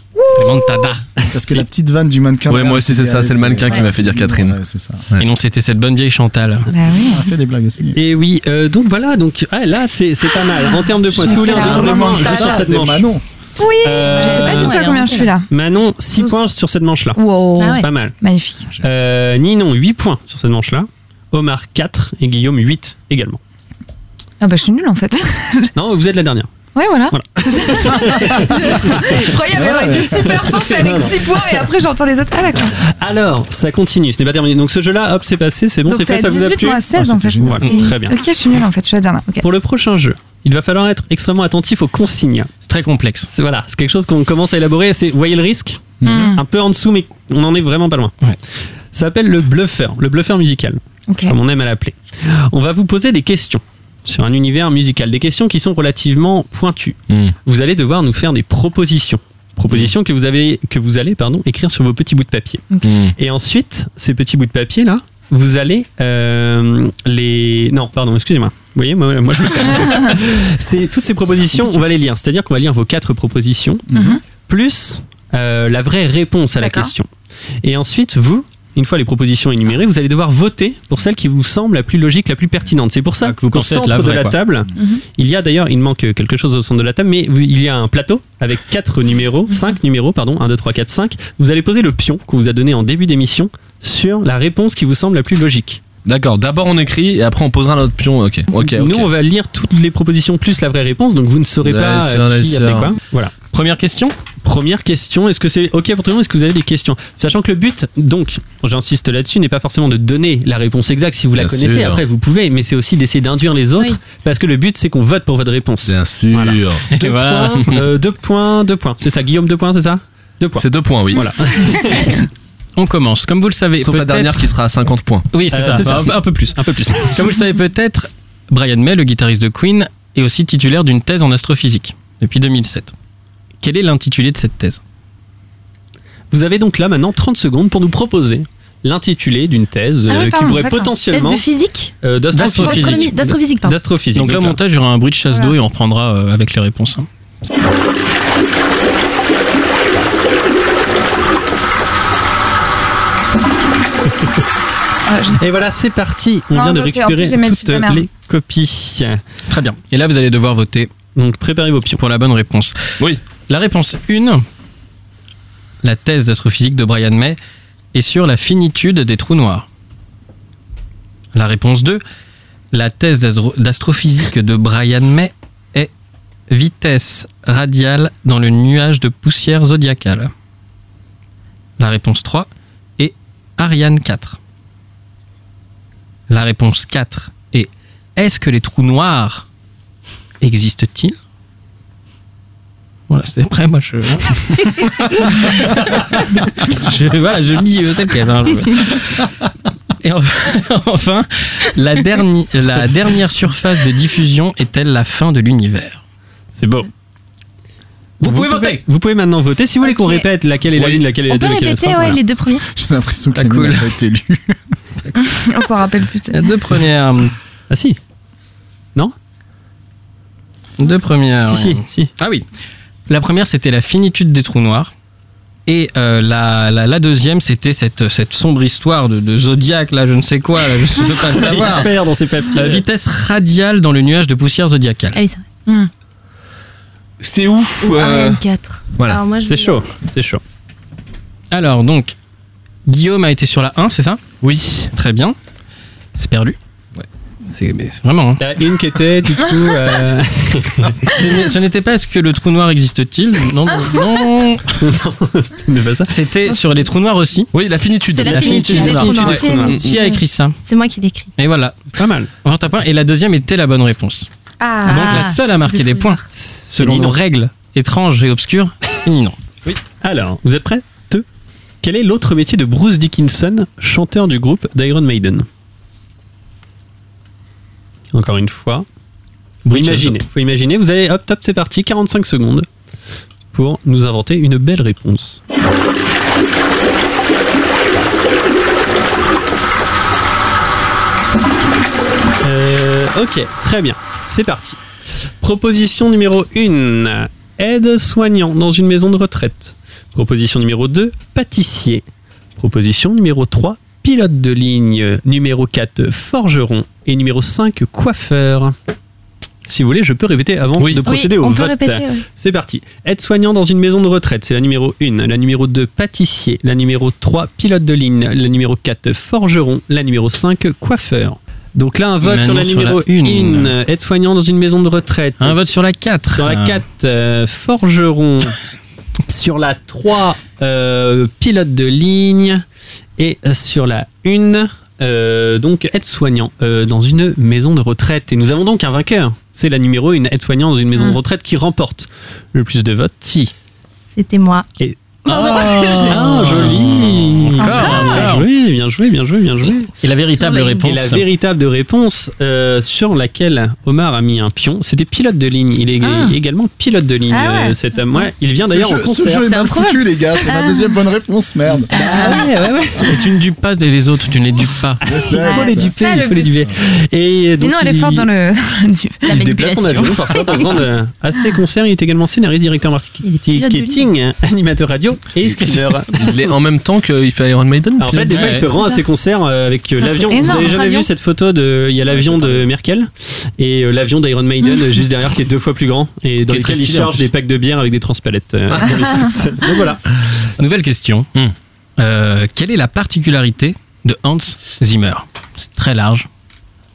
E: Remontada.
A: Parce que la petite vanne du mannequin.
F: Ouais,
A: derrière,
F: moi aussi, c'est ça, c'est le mannequin qui m'a fait dire Catherine.
A: Ouais, c'est ça.
E: Et non, c'était cette bonne vieille Chantal.
C: Bah oui.
A: On a fait des blagues aussi.
D: Et oui, euh, donc voilà, donc ah, là c'est c'est pas mal en termes de points. Est-ce que vous voulez
C: fait la
D: un deuxième point
C: remontada.
D: juste sur cette
A: Des
D: manche
A: Manon.
D: Euh,
C: Je sais pas du tout à combien je suis là.
D: Manon, 6
C: Douze.
D: points sur cette manche-là.
C: Wow.
G: Ah ouais.
D: C'est pas mal.
C: Magnifique.
D: Euh, Ninon, 8 points sur cette manche-là. Omar, 4 et Guillaume, 8 également.
C: Ah bah je suis nulle en fait.
D: Non, vous êtes la dernière.
C: Ouais, voilà.
D: Voilà.
C: Tout ça. je, je croyais avoir
D: Ouais.
C: été super forte avec 6 points et après j'entends les autres. Ah, d'accord.
D: Alors, ça continue, ce n'est pas terminé. Donc ce jeu-là, hop, c'est passé, c'est bon,
C: Donc
D: c'est fait,
C: t'as
D: ça vous a
C: 18
D: plu
C: moins 16 en fait.
D: Voilà,
C: Et-
D: très bien. Ah
C: Ok, je suis nulle en fait, je suis la dernière. Ok.
D: Pour le prochain jeu, il va falloir être extrêmement attentif aux consignes. C'est
E: très complexe.
D: voilà, c'est quelque chose qu'on commence à élaborer. C'est vous voyez le risque,
C: Mm,
D: un peu en dessous, mais on en est vraiment pas loin. Ça s'appelle le bluffeur, le bluffeur musical,
C: Ok.
D: comme on aime à l'appeler. On va vous poser des questions sur un univers musical, des questions qui sont relativement pointues. Vous allez devoir nous faire des propositions, propositions que vous avez, que vous allez, pardon, écrire sur vos petits bouts de papier. Et ensuite, ces petits bouts de papier là, vous allez euh, les. Non, pardon, excusez-moi. Vous voyez, moi, moi je me perds. C'est toutes ces propositions, on va les lire. C'est-à-dire qu'on va lire vos quatre propositions
E: Mhm.
D: plus euh, la vraie réponse à la question. Et ensuite, vous. Une fois les propositions énumérées, vous allez devoir voter pour celle qui vous semble la plus logique, la plus pertinente. C'est pour ça que vous
E: pensez être
D: centre
E: la
D: de
E: vraie,
D: la
E: quoi.
D: table,
E: Mhm.
D: il y a d'ailleurs, il manque quelque chose au centre de la table, mais vous- il y a un plateau avec quatre
E: Mhm.
D: numéros, 5 numéros, pardon, 1, 2, 3, 4, 5. Vous allez poser le pion qu'on vous a donné en début d'émission sur la réponse qui vous semble la plus logique.
F: D'accord, d'abord on écrit et après on posera notre pion. Ok, ok, ok.
D: Nous, on va lire toutes les propositions plus la vraie réponse, donc vous ne saurez
F: Bien
D: pas
F: sûr,
D: euh,
F: bien
D: qui a
F: sûr.
D: fait quoi. Voilà.
E: Première question
D: Première question, est-ce que c'est OK pour tout le monde Est-ce que vous avez des questions Sachant que le but, donc, j'insiste là-dessus, n'est pas forcément de donner la réponse exacte si vous la
F: Bien
D: connaissez.
F: sûr.
D: Après, vous pouvez, mais c'est aussi d'essayer d'induire les autres, parce que le but, c'est qu'on vote pour votre réponse.
F: Bien sûr.
D: Deux,
F: voilà.
D: points, euh, deux points, deux points. C'est ça, Guillaume, deux points, c'est ça Deux points.
F: C'est deux points, oui.
D: Voilà.
E: On commence. Comme vous le savez,
F: Sauf la
E: peut-être-
F: dernière qui sera à 50 points.
E: Oui, c'est
D: Euh,
E: ça.
D: c'est ça.
E: Un, un peu plus.
D: Un peu plus.
E: Comme vous le savez peut-être, Brian May, le guitariste de Queen, est aussi titulaire d'une thèse en astrophysique depuis 2007. Quel est l'intitulé de cette thèse
D: Vous avez donc là maintenant 30 secondes pour nous proposer l'intitulé d'une
G: Ah,
D: thèse euh, qui pourrait potentiellement.
G: physique
D: Euh,
G: D'astronomie-
D: D'astrophysique.
G: d'astrophysique, pardon.
D: D'astrophysique.
E: Donc là, au montage, il y aura un bruit de chasse d'eau et on reprendra euh, avec les réponses. hein.
D: Et voilà, c'est parti. On
C: Non,
D: vient de
C: je sais, en plus,
D: récupérer
C: j'ai mis le fil
D: toutes euh,
C: de merde.
D: les copies.
E: Très bien. Et là, vous allez devoir voter
D: Donc préparez vos pions.
E: pour la bonne réponse.
F: Oui.
E: La réponse 1, la thèse d'astrophysique de Brian May, est sur la finitude des trous noirs. La réponse 2, la thèse d'astro- d'astrophysique de Brian May est vitesse radiale dans le nuage de poussière zodiacale. La réponse 3 est Ariane 4. La réponse 4 est est-ce que les trous noirs existent-ils voilà, c'est prêt, moi je. hein. je voilà, je dis euh, tel quel, hein, je- Et en- enfin, la, dernière la dernière surface de diffusion est-elle la fin de l'univers
D: C'est beau.
E: Vous, pouvez voter
D: Vous pouvez maintenant voter. Si vous voulez qu'on
G: Ok.
D: répète laquelle est la
F: Oui.
D: lune, laquelle est la
G: On peut
D: deux, laquelle est la
G: répéter
D: trois.
G: ouais,
D: voilà.
G: les deux premiers
A: J'ai l'impression que
E: Ah,
A: la
E: cool.
A: cool. a pas été lue.
C: On s'en rappelle plus. tu sais.
E: Les deux premières.
D: Ah si.
E: Deux premières.
D: si, si, si.
E: Ah oui. La première, c'était la finitude des trous noirs. Et euh, la, la, la deuxième, c'était cette, cette sombre histoire de, de Zodiac, là, je ne sais quoi, là, je ne veux pas le savoir.
D: Expert dans ses papiers.
E: La vitesse radiale dans le nuage de poussière zodiacale.
G: Ah oui, c'est vrai.
F: C'est ouf.
G: Ou
F: euh,
G: Ariane 4.
F: voilà.
G: Alors moi, je
D: C'est
G: vais-
D: chaud. C'est chaud.
E: Alors donc, Guillaume a été sur la 1, c'est ça Oui. Très bien. C'est perdu.
F: Ouais.
E: C'est mais c'est vraiment. hein.
D: La une qui était du coup. euh,
E: Ce n'est- Ce n'était pas est-ce que le trou noir existe-t-il Non, non,
D: ne
E: non.
D: pas bah ça.
E: C'était sur les trous noirs aussi.
F: Oui, la finitude.
G: C'est la
E: La finitude
G: finitude
E: des
G: des trous
E: trous
G: noirs.
D: Ouais.
E: Qui a écrit ça
G: C'est moi qui l'écris.
E: Et voilà.
D: Pas mal.
E: On tape un. Et la deuxième était la bonne réponse.
C: Ah,
E: Donc la seule à marquer
G: c'est
E: des
G: trop
E: points, selon
D: Céline.
E: nos règles étranges et obscures, c'est Ninon.
D: Alors, vous êtes prêts Deux. Quel est l'autre métier de Bruce Dickinson, chanteur du groupe d'Iron Maiden Encore une fois. Vous
E: Bruit de
D: imaginez, faut imaginer. Vous allez, hop, top, c'est parti. 45 secondes pour nous inventer une belle réponse. Euh, ok, très bien. C'est parti. Proposition numéro 1. Aide soignant dans une maison de retraite. Proposition numéro 2. Pâtissier. Proposition numéro 3. Pilote de ligne. Numéro 4. Forgeron. Et numéro 5. Coiffeur. Si vous voulez, je peux répéter avant
F: Oui.
D: de procéder
G: oui,
D: au
G: on
D: vote.
G: peut répéter. ouais.
D: C'est parti. Aide-soignant dans une maison de retraite, c'est la numéro 1. La numéro 2, pâtissier. La numéro 3, pilote de ligne. La numéro 4, forgeron. La numéro 5, coiffeur. Donc là, un vote
E: Maintenant,
D: sur la
E: sur
D: numéro
E: la
D: 1, aide-soignant dans une maison de retraite.
E: Un vote sur la 4.
D: Dans la 4, euh, forgeron. sur la 3, euh, pilote de ligne. Et sur la 1, euh, donc aide-soignant euh, dans une maison de retraite. Et nous avons donc un vainqueur. C'est la numéro 1, aide-soignant dans une maison de retraite qui remporte le plus de votes. Si.
G: C'était moi.
D: Et... Ah, joli Bien joué, bien joué, bien joué, bien joué.
E: Et la véritable réponse.
D: Et la véritable réponse euh, sur laquelle Omar a mis un pion, c'était pilote de ligne. Il est
A: Ah.
D: également pilote de ligne,
A: Ah ouais.
D: euh, cet homme. Ouais, il vient
A: Ce
D: d'ailleurs en
A: jeu-
D: concert.
A: Ce jeu est mal foutu, les gars. C'est
C: Euh.
A: ma deuxième bonne réponse, merde.
C: Bah,
E: Et tu ne dupes pas les autres, tu ne les dupes pas.
A: sais,
D: Il faut les duper,
C: ça,
D: il
C: le
D: faut les duper. Et donc,
C: non, elle est forte
D: il-
C: dans le. dans le-
D: il déplace son avion parfois pour se rendre euh, à ses concerts. Il est également scénariste, directeur marketing, euh, animateur radio et scripteur.
F: Il est en même temps qu'il fait Iron Maiden.
D: Alors, Bah, en fait, des fois, il se rend à ses concerts euh, avec euh,
F: Ça, c'est
D: l'avion. Vous
F: énorme,
D: avez jamais
F: l'avion.
D: vu cette photo de. Il y a l'avion de Merkel et euh, l'avion d'Iron Maiden euh, juste derrière qui est deux fois plus grand et dans
E: Qui est très
D: lequel il
E: stylé, en
D: charge des packs de bière avec des transpalettes. euh,
E: Ah.
D: dans les suites. Donc voilà.
E: Nouvelle question. Hmm. Euh, quelle est la particularité de Hans Zimmer C'est très large,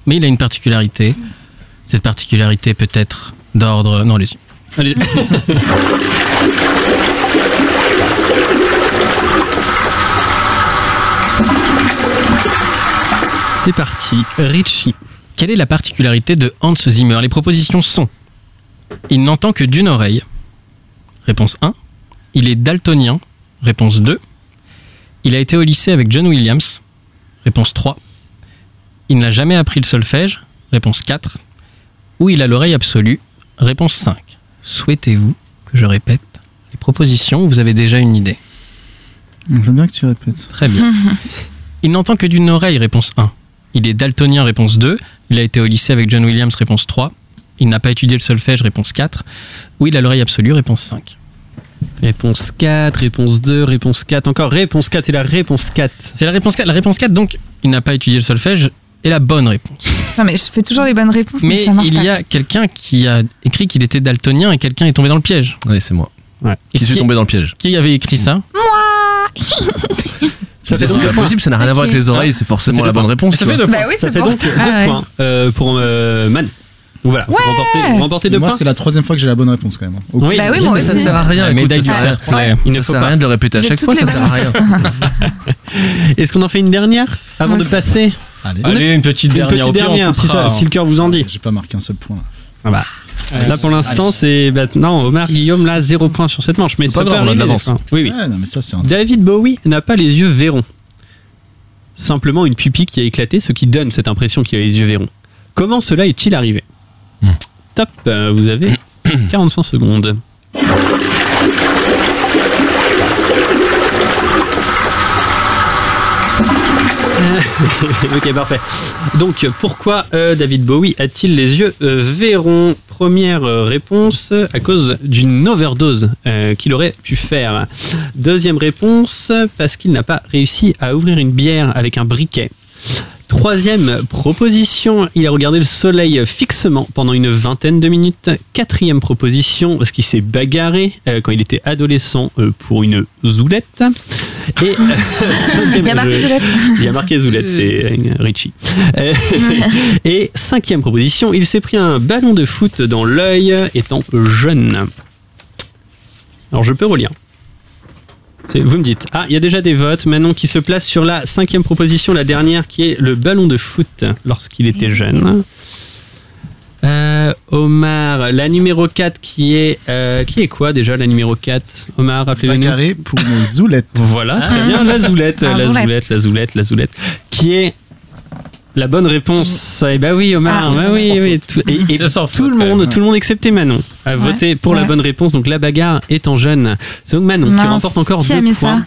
E: mais il a une particularité. Cette particularité peut être d'ordre. Non, les
D: Allez. C'est parti, Richie.
E: Quelle est la particularité de Hans Zimmer Les propositions sont il n'entend que d'une oreille. Réponse 1. Il est daltonien. Réponse 2. Il a été au lycée avec John Williams. Réponse 3. Il n'a jamais appris le solfège. Réponse 4. Ou il a l'oreille absolue. Réponse 5. Souhaitez-vous que je répète les propositions Vous avez déjà une idée.
A: Je veux bien que tu répètes.
E: Très bien. Il n'entend que d'une oreille, réponse 1. Il est daltonien, réponse 2. Il a été au lycée avec John Williams, réponse 3. Il n'a pas étudié le solfège, réponse 4. Oui, il a l'oreille absolue, réponse 5.
D: Réponse 4, réponse 2, réponse 4, encore réponse 4, c'est la réponse 4.
E: C'est la réponse 4. La réponse 4, donc, il n'a pas étudié le solfège, est la bonne réponse.
C: Putain, mais je fais toujours les bonnes réponses, mais,
E: Mais
C: ça marche
E: il y a quelqu'un qui a écrit qu'il était daltonien et quelqu'un est tombé dans le piège.
F: Oui, c'est moi.
E: Et
F: Qui suis tombé dans le piège.
E: Qui avait écrit ça
F: Ça
E: deux
F: fait c'est pas
E: points.
F: possible, ça n'a rien à voir avec les oreilles, c'est forcément la bonne réponse.
E: Ça
F: tu
E: fait
F: vois.
E: deux points.
C: Bah oui,
D: ça
C: c'est
D: fait
C: pour
D: donc
C: ça.
D: deux
C: Ah ouais.
D: points euh, pour euh, Man. Donc voilà, vous
C: Ouais.
D: remportez, vous remportez deux
A: Moi,
D: points.
A: c'est la troisième fois que j'ai la bonne réponse quand même. Ok.
D: Oui. Bah oui, moi
F: mais ça ne
D: aussi.
F: sert à rien,
D: Ah,
F: écoute,
D: médaille
F: ça
D: du fair
F: sert-
D: play.
F: Il
D: Il
F: ne
D: ne
F: ça
D: faut
F: sert à
D: pas.
F: rien de le répéter à
D: J'ai
F: chaque
D: toutes
F: fois,
D: les
F: ça sert à rien.
D: bonnes Est-ce qu'on en fait une dernière avant de
E: Vas-y.
D: passer
A: Allez.
E: Allez, une petite dernière,
D: Une
E: au
D: petite
E: pire, on
D: dernière, si,
E: coupera,
D: ça-
E: hein.
D: si le cœur vous en dit.
A: J'ai pas marqué un seul point.
D: Ah bah.
A: Allez.
D: Là pour l'instant c'est bah, non Omar Guillaume là zéro point sur cette manche mais
F: C'est pas
D: ça peut
F: grave, on a de
D: arriver.
F: l'avance.
D: Ah, Oui oui.
A: Ouais, non, mais ça, c'est un.
D: David Bowie n'a pas les yeux verrons. Simplement une pupille qui a éclaté, ce qui donne cette impression qu'il a les yeux verrons. Comment cela est-il arrivé
F: Hmm.
D: Top, euh, vous avez 45 secondes. ok, parfait. Donc, pourquoi euh, David Bowie a-t-il les yeux euh, verrons Première euh, réponse, euh, à cause d'une overdose euh, qu'il aurait pu faire. Deuxième réponse, euh, parce qu'il n'a pas réussi à ouvrir une bière avec un briquet. Troisième proposition, il a regardé le soleil fixement pendant une vingtaine de minutes. Quatrième proposition, parce qu'il s'est bagarré euh, quand il était adolescent euh, pour une zoulette. Et euh, cinquième-
C: Il y a marqué
D: je-
C: Zoulette.
D: Il y a marqué zoulette, c'est euh, Richie. Euh, Et cinquième proposition, il s'est pris un ballon de foot dans l'œil étant jeune. Alors je peux relire. C'est- Vous me dites, ah, il y a déjà des votes. Manon qui se place sur la cinquième proposition, la dernière, qui est le ballon de foot lorsqu'il était jeune. Euh, Omar, la numéro 4 qui est... euh, qui est quoi déjà la numéro 4 Omar, rappelez-le nous.
A: Carré pour nos zoulettes.
D: Voilà, très bien, la zoulette,
C: Ah, zoulette.
D: la zoulette, la zoulette, la zoulette, qui est la bonne réponse. Eh bah oui, Omar,
E: Sans
D: bah
E: faute,
D: oui,
E: sans
D: oui, tout- et, et tout le monde, tout le monde excepté Manon, a
C: Ouais.
D: voté pour la
C: Ouais.
D: bonne réponse. Donc la bagarre étant jeune, c'est donc Manon qui
C: Mince.
D: remporte encore
C: Qui a
D: deux
C: mis
D: points.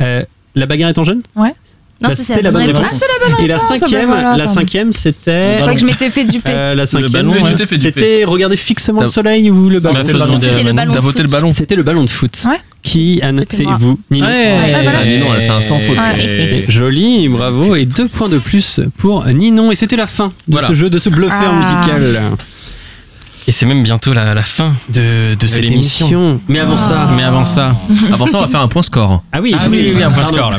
D: Euh, la bagarre étant jeune.
C: Ouais.
D: Bah, c'est la, bonne réponse.
C: Ah,
D: Et la
C: réponse,
D: cinquième,
C: bah voilà,
D: la
C: pardon.
D: cinquième, c'était.
C: Je crois que je m'étais fait duper.
D: Euh, la cinquième,
F: ballon,
D: ouais.
F: tu t'es fait duper.
D: c'était regarder fixement le
F: T'as-
D: soleil ou le ballon.
F: T'as fait le ballon. C'était le ballon T'as de voté foot. le ballon.
D: C'était le ballon de foot.
C: Ouais.
D: Qui Anne,
C: C'était
D: c'est
C: moi.
D: vous, Nino.
E: Ouais,
C: Ouais, voilà.
F: Ah, Ninon, elle a fait un sans faute.
E: Ouais.
D: Joli, bravo et deux points de plus pour Ninon et c'était la fin de
E: Voilà.
D: ce jeu de ce
C: Ah.
D: bluffeur musical.
E: Et c'est même bientôt la, la fin
D: de, cette émission. Mais avant ça-
E: Mais avant ça.
F: Avant ça, on va faire un point score.
D: Ah oui,
E: Ah oui, oui, oui, un point
D: pardon.
E: score, là.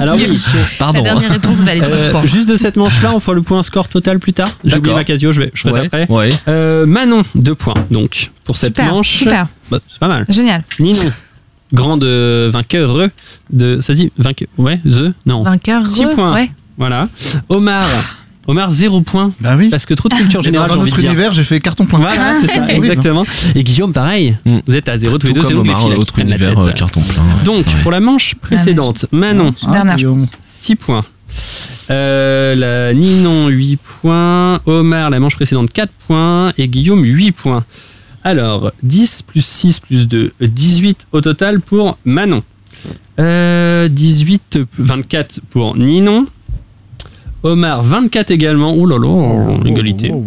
D: Alors oui,
F: Pardon.
G: La dernière réponse valait cinq
D: Euh,
G: points.
D: Juste de cette manche-là, on fera le point score total plus tard. J'ai oublié
F: D'accord.
D: ma casio, je vais, je ferai ça
F: Ouais,
D: après.
F: ouais.
D: Euh, Manon, deux points donc pour cette
C: Super,
D: manche.
C: super.
D: Bah, c'est pas mal.
C: Génial.
D: Ninon, grande euh, vainqueur de. Ça se dit vainqueur Ouais, The Non.
G: Vainqueur,
D: 6
G: re,
D: points.
G: ouais.
D: Voilà. Omar. Omar, zéro point.
A: Bah oui.
D: Parce que trop de culture
A: Et
D: générale.
A: dans un
D: j'ai envie
A: autre
D: de dire.
A: univers, j'ai fait carton plein. Ah,
D: Voilà, c'est ça, exactement. Et Guillaume, pareil. Vous êtes à zéro tous les
F: Tout
D: deux, c'est
F: comme
D: nous, les
F: Omar,
D: filles, là, qui
F: autre
D: prennent la
F: univers,
D: tête.
F: euh, carton plein.
D: Donc, pour la manche précédente, Manon,
A: Ah,
C: Dernière
A: Guillaume.
D: 6 points. Euh, la Ninon, 8 points. Omar, la manche précédente, 4 points. Et Guillaume, 8 points. Alors, 10 plus 6 plus 2, 18 au total pour Manon. Euh, 18, 24 pour Ninon. Omar, 24 également. Ouh là là, égalité.
A: Oh,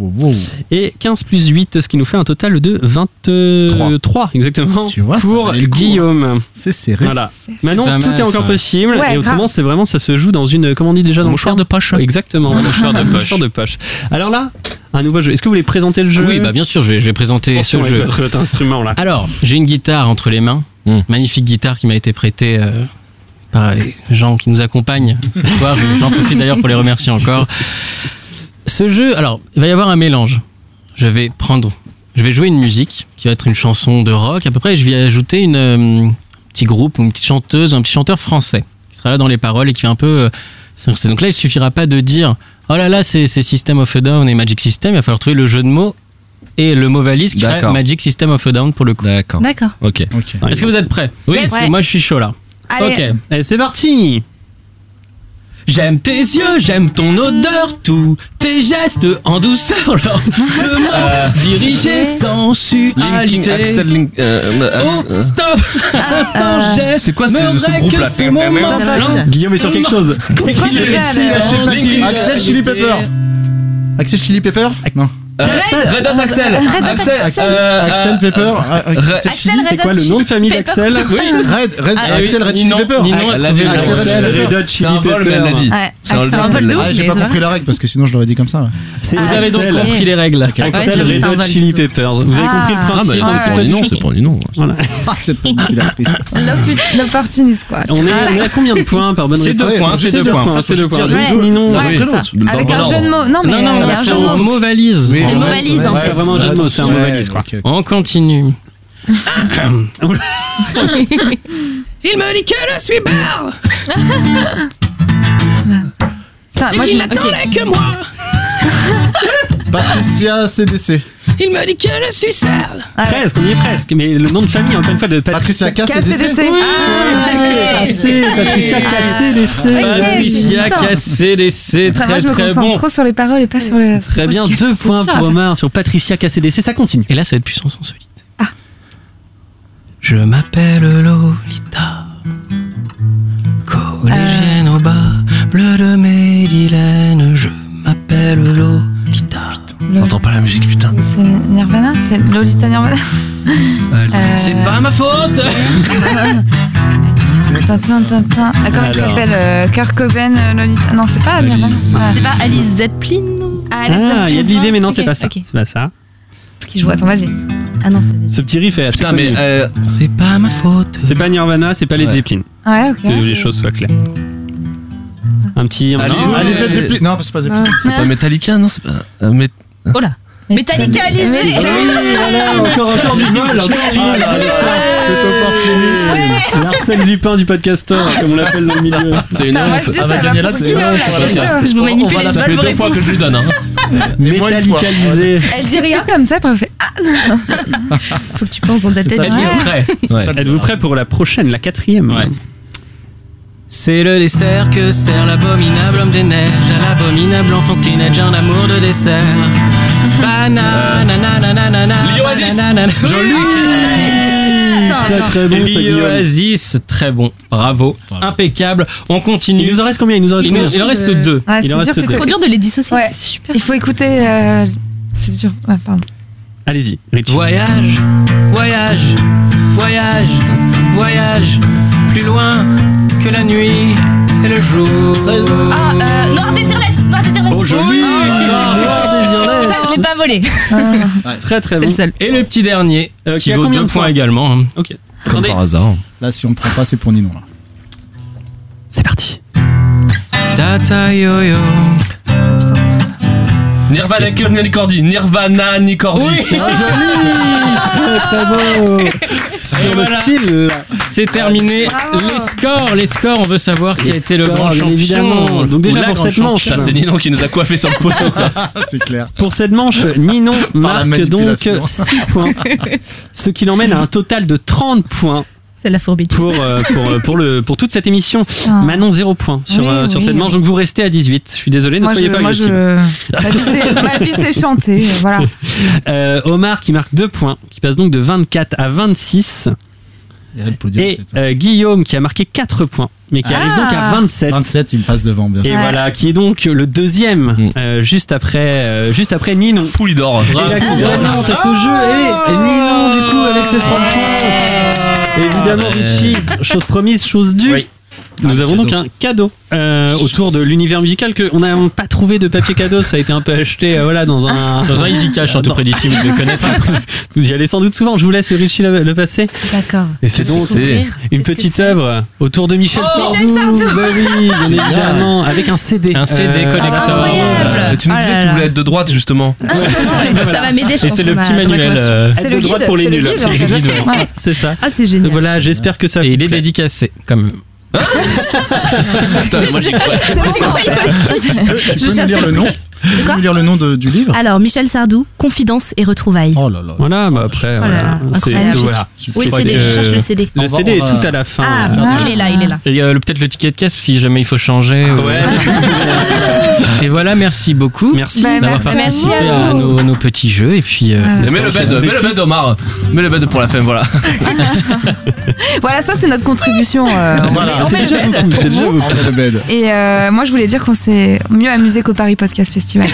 D: Et 15 plus 8, ce qui nous fait un total de 23. exactement.
A: Tu vois, ça
D: pour
A: valait le coup, hein.
D: Guillaume.
A: C'est serré.
D: Voilà.
C: C'est-
E: pas
D: Maintenant, tout
E: mal,
D: est encore
E: ça.
D: possible.
C: Ouais,
D: et autrement,
C: grave.
D: c'est vraiment, ça se joue dans une. Comment on dit déjà dans le
F: Mouchoir
D: terme
F: de poche.
D: Exactement.
E: Un mouchoir de
D: Un
E: poche.
D: mouchoir de poche. Alors là, un nouveau jeu. Est-ce que vous voulez présenter le jeu
E: Oui, bah bien sûr, je vais, je vais présenter
D: Attention
E: ce
D: avec
E: jeu.
D: votre, votre instrument là.
E: Alors, j'ai une guitare entre les mains,
F: Mm.
E: magnifique guitare qui m'a été prêtée euh, par les gens qui nous accompagnent ce soir. J'en profite d'ailleurs pour les remercier encore. Ce jeu, alors, il va y avoir un mélange. Je vais prendre, je vais jouer une musique qui va être une chanson de rock à peu près. et Je vais y ajouter une euh, un petit groupe ou une petite chanteuse, un petit chanteur français qui sera là dans les paroles et qui va un peu. euh, s'inverser. donc là, il suffira pas de dire. Oh là là, c'est c'est System of a Down et Magic System. Il va falloir trouver le jeu de mots et le mot valise qui fera
F: D'accord.
E: Magic System of a Down pour le coup.
F: D'accord.
G: D'accord.
F: Ok.
A: Ok.
E: Est-ce que vous êtes prêts
F: Oui.
C: Yes.
E: Parce que Moi, je suis chaud là.
C: Allez,
E: Ok.
D: Allez, c'est parti
E: J'aime tes yeux, j'aime ton odeur, tous tes gestes en douceur, lentement, dirigés,
F: Linking
E: sensualité.
F: Axel Link. euh,
E: Oh,
F: euh,
E: stop Instant geste
F: C'est quoi ce- ce
E: me
F: groupe-là
E: que ce moment
G: Ça va,
E: lent-
G: ça va.
D: Guillaume est sur quelque chose.
C: trop génial.
D: Ah,
E: Sensualité.
A: Axel Chili Pepper. Axel Chili Pepper Non.
F: euh, Red Hot Axel. Axel. euh,
A: Axel
F: euh,
A: Pepper. ah, Axel
G: Axel
A: Chili.
G: Red
D: C'est
G: Hot
D: quoi le nom de famille
G: Pepper.
D: d'Axel
A: Red, Red,
G: Ah,
E: oui,
A: Axel Red Chili
E: Ninon,
A: Pepper.
E: Ninon,
F: elle l'a
E: Axel
F: dit,
E: Red
A: Axel Red
F: Axel
A: Chili Pepper.
D: Red Hot
F: C'est
D: Chili
F: un vol, mais elle l'a
D: Pepper.
F: dit.
C: Ouais,
F: C'est un
G: C'est un
F: vol,
G: vol
F: elle
G: de
F: l'a
G: ouf,
A: Ah, j'ai
G: mais
A: pas
G: ça va.
A: compris la règle parce que sinon je l'aurais dit comme ça. ouais.
D: C'est
E: Vous avez donc
D: Axel.
E: compris les règles.
D: Axel
G: Ouais, c'est
D: Red
G: un
D: Hot
G: vol.
D: Chili Peppers. Vous avez
C: Ah.
D: compris le
F: Ah,
D: principe
F: bah, c'est
D: Ah,
F: pour Ninon, c'est pour Ninon.
D: Voilà.
A: Ah, cette manipulatrice.
C: l'opus- l'opportuniste quoi.
D: On est on est à combien de points par bonne
E: C'est deux
D: réponse
E: points, c'est deux points.
D: C'est deux points.
C: Ouais.
D: Ninon,
G: Ouais,
A: Après
G: ça.
A: l'autre.
C: Avec un jeu de mots. Non, mais
E: Non, non,
C: il
E: on
C: y a un
E: va faire
C: jeu de
E: un
C: mots.
E: mot valise.
A: Oui,
G: C'est
A: en
G: le mot
A: fait,
G: valise,
A: ouais,
G: en
A: ouais,
G: fait.
D: vraiment un jeu de mots, c'est un mot
A: ouais,
D: valise, quoi.
A: ok, ok.
E: On continue. Il me dit que je suis barre
C: Putain, moi, je
G: Ah,
C: me- ok.
E: que moi
A: Patricia CDC.
E: Il me dit que je suis sale
C: Ah ouais.
D: Presque, on y est presque. Mais le nom de famille, encore une fois, de Patrick.
A: Patricia K CDC.
C: KCDC. Ah.
A: Cassé,
D: Patricia Cassé, laissez.
C: Ok,
E: Patricia
C: putain.
E: KCDC,
C: Putain, Moi,
E: très
C: je me
E: très
C: concentre
E: bon.
C: trop sur les paroles et pas sur les.
D: Très bien,
C: Parce que
D: deux
C: c'est
D: points
C: dur à
D: pour
C: faire.
D: Omar sur Patricia KCDC, ça continue.
E: Et là, ça va être puissance insolite.
C: Ah.
E: Je m'appelle Lolita,
C: Euh,
E: collégienne au bas, bleu de Médilène. Je m'appelle Lolita.
F: J'entends pas la musique, putain.
C: C'est Nirvana C'est Lolita Nirvana Euh,
E: C'est pas ma faute
C: Tintin, tintin. Ah, comment il
D: Alors.
C: s'appelle euh, Kurt Cobain, euh, Lolita. Non, c'est pas Nirvana.
A: Alice.
C: Ah,
G: C'est pas Alice Zeppelin non
C: Ah, Alex
D: Ah, il y a de l'idée, mais non,
G: Ok,
D: c'est pas ça.
G: ok.
D: C'est pas ça.
C: qui joue. Attends, vas-y.
G: Ah non, c'est
D: Ce petit riff est assez
F: Putain, mais
D: connu.
F: euh,
E: C'est pas ma faute.
D: C'est pas Nirvana, c'est pas Led
F: Ouais.
D: Zeppelin.
C: Ouais, ok.
D: Que les choses soient claires. Un petit. un
F: Allez,
D: petit-
F: c'est-
A: Ah, les Led Zeppelin. Non, c'est pas Zeppelin.
F: c'est pas Metallica, non C'est pas. euh, mais-
G: Oh là Metallica Alice
C: Mais-
G: Zeppelin.
D: Oui, voilà, encore, encore du vol, encore du
A: Ah
D: vol.
A: là là, C'est opportuniste.
D: L'arsène Lupin du podcaster, comme on l'appelle dans le milieu.
F: C'est une
C: Putain, moi,
F: honte.
C: je dis,
A: Ah,
C: ça
A: bah,
C: va
A: gagner là,
C: pour
A: c'est
C: qui,
A: vraiment
C: là,
A: sur la
C: là,
A: chaîne.
C: là.
G: Je vous manipule
F: Ça
G: les
F: fait
G: cheveux
F: deux fois que je lui donne. hein.
A: Et moi, une fois.
D: Métallicalisé.
C: Elle dit rien comme ça, après elle fait Ah non
G: Faut que tu penses dans ta tête. Ah,
A: ça,
G: Ouais.
A: Guillaume.
D: Prêt.
A: C'est ça, le-
D: Êtes-vous prêt pour la prochaine, la quatrième
E: Ouais. C'est le dessert que sert l'abominable homme des neiges à l'abominable enfantinette, j'ai un amour de dessert.
F: L'Ioasis.
E: Joli
D: Très très bon ça, Guillaume.
E: L'Ioasis, très bon, bravo, impeccable. On continue.
D: Il nous en reste combien Il nous en reste
E: Il, nous-
D: combien Euh,
E: il en reste deux.
C: Ah,
D: Il
C: C'est sûr
D: en reste
C: que c'est
D: deux.
G: C'est trop dur de les dissocier,
C: Ouais.
G: c'est super.
C: Il faut écouter. euh, C'est dur. Ouais, pardon.
D: Allez-y, Richie.
E: Voyage, voyage, voyage, voyage, plus loin que la nuit, et le jour.
B: Ah, euh, Noir Désirless Noir Désirless
E: Oh, joli.
B: Ah,
E: Noir Désirless.
B: Ça, je l'ai pas volé
E: Très très
B: C'est
E: bon.
B: le seul.
E: Et le petit dernier
A: qui
E: Euh, qui
A: a
E: vaut
A: combien
E: deux
A: de points
E: points également. hein.
A: Comme
E: par
A: hasard. Là, si on ne prend pas, c'est pour Ninon. là.
E: C'est parti. Tata yo yo.
F: Nirvana, Nicordi. Nirvana, Nicordi.
E: Très très beau.
F: Sur
E: Et
F: le
E: voilà. C'est terminé. Les scores, les scores. On veut savoir qui a été le grand champion.
D: Donc déjà
E: Ou la
D: pour
E: grande
D: cette manche, là.
E: championne.
F: C'est Ninon qui nous a coiffé sur le poteau. quoi.
A: c'est clair.
D: Pour cette manche, Ninon
A: la
D: marque donc
A: manipulation.
D: 6 points, ce qui l'emmène à un total de 30 points.
G: C'est la fourbitude.
D: Pour, euh, pour, euh, pour, le, pour toute cette émission.
C: Ah.
D: Manon, 0 points sur,
C: Oui,
D: euh, sur
C: oui.
D: cette manche. Donc vous restez à 18. Je suis désolé, ne
C: Moi,
D: soyez
C: je-
D: pas
C: moi,
D: agressifs.
C: je- Ma vie, c'est- ma vie, c'est chanter. euh, Voilà.
D: Euh, Omar qui marque 2 points, qui passe donc de 24 à 26. Et euh, Guillaume qui a marqué 4 points, mais qui
C: Ah.
D: arrive donc à 27.
A: 27, il me passe devant, bien
D: Et
A: sûr.
D: voilà, qui est donc le deuxième, euh, juste après, euh, juste après Ninon.
F: Poulidor.
D: Et la coupe gagnante à ce jeu est Ninon du coup avec ses 30 points. Évidemment, Richie, chose promise, chose due. Nous avons donc un cadeau euh, autour de l'univers musical que on n'a pas trouvé de papier cadeau, ça a été un peu acheté euh, voilà dans un
E: Dans un easy cash, hein, tout près d'ici, vous devez connaître.
D: Vous y allez sans doute souvent. Je vous laisse Richie le, le passer.
G: D'accord.
D: Et c'est
F: Qu'est-ce
D: donc
F: que c'est
D: une petite œuvre autour de Michel
B: Oh,
D: Sardou.
B: Michel Sardou.
D: Bah oui, bien évidemment, avec un CD.
E: Un CD collector.
F: Euh, Tu nous
C: Oh
G: Ah
F: disais
G: là
F: qu'il
G: là.
F: voulait être de droite justement.
G: Ah, Ça va m'aider, je
E: Et
G: pense.
E: c'est le
G: à
E: petit
G: ma-
E: manuel.
G: ma-
E: euh,
C: C'est
D: Être
C: le
D: de
C: guide,
D: droite pour les
C: c'est le
D: nuls.
C: guide, en fait.
D: Exactement.
C: Ouais.
D: C'est ça.
G: Ah, c'est
D: Donc
G: génial.
D: voilà, j'espère que ça.
E: Et
D: vous
E: il est
D: plaît.
E: dédicacé, comme.
F: Putain, moi j'y crois.
C: C'est moi qui croyais pas.
A: Tu
G: Je
A: peux nous
G: cherchais
A: lire
G: le
A: le nom Tu peux nous lire le nom de- du livre
G: Alors, Michel Sardou, Confidence et retrouvailles.
A: Oh là là.
D: Voilà, bah après,
G: Oh là
D: voilà.
G: là,
D: C'est- euh,
G: incroyable.
D: voilà. bah,
G: Oui,
D: Je
G: le
D: crois
G: CD,
D: que-
G: je cherche le CD.
D: Le
A: On va-
D: CD est
A: on va-
D: tout à la fin.
G: Ah,
D: euh,
G: il est là, il est là.
E: Et euh, le- peut-être le ticket de caisse si jamais il faut changer. ou-
D: Ouais.
E: Et voilà, merci beaucoup.
D: Merci.
C: Bah,
E: d'avoir
C: merci à
E: participé
C: vous.
E: à, nos, à nos petits jeux et puis. euh,
C: Ah.
F: Mets le bed, mets le bed Omar. Mets le bed pour la fin, voilà.
C: Voilà, ça, c'est notre contribution. euh, on met-
A: Voilà,
C: on met le bed.
A: C'est le On met le bed.
C: Et euh, moi, je voulais dire qu'on s'est mieux amusé qu'au Paris Podcast Festival.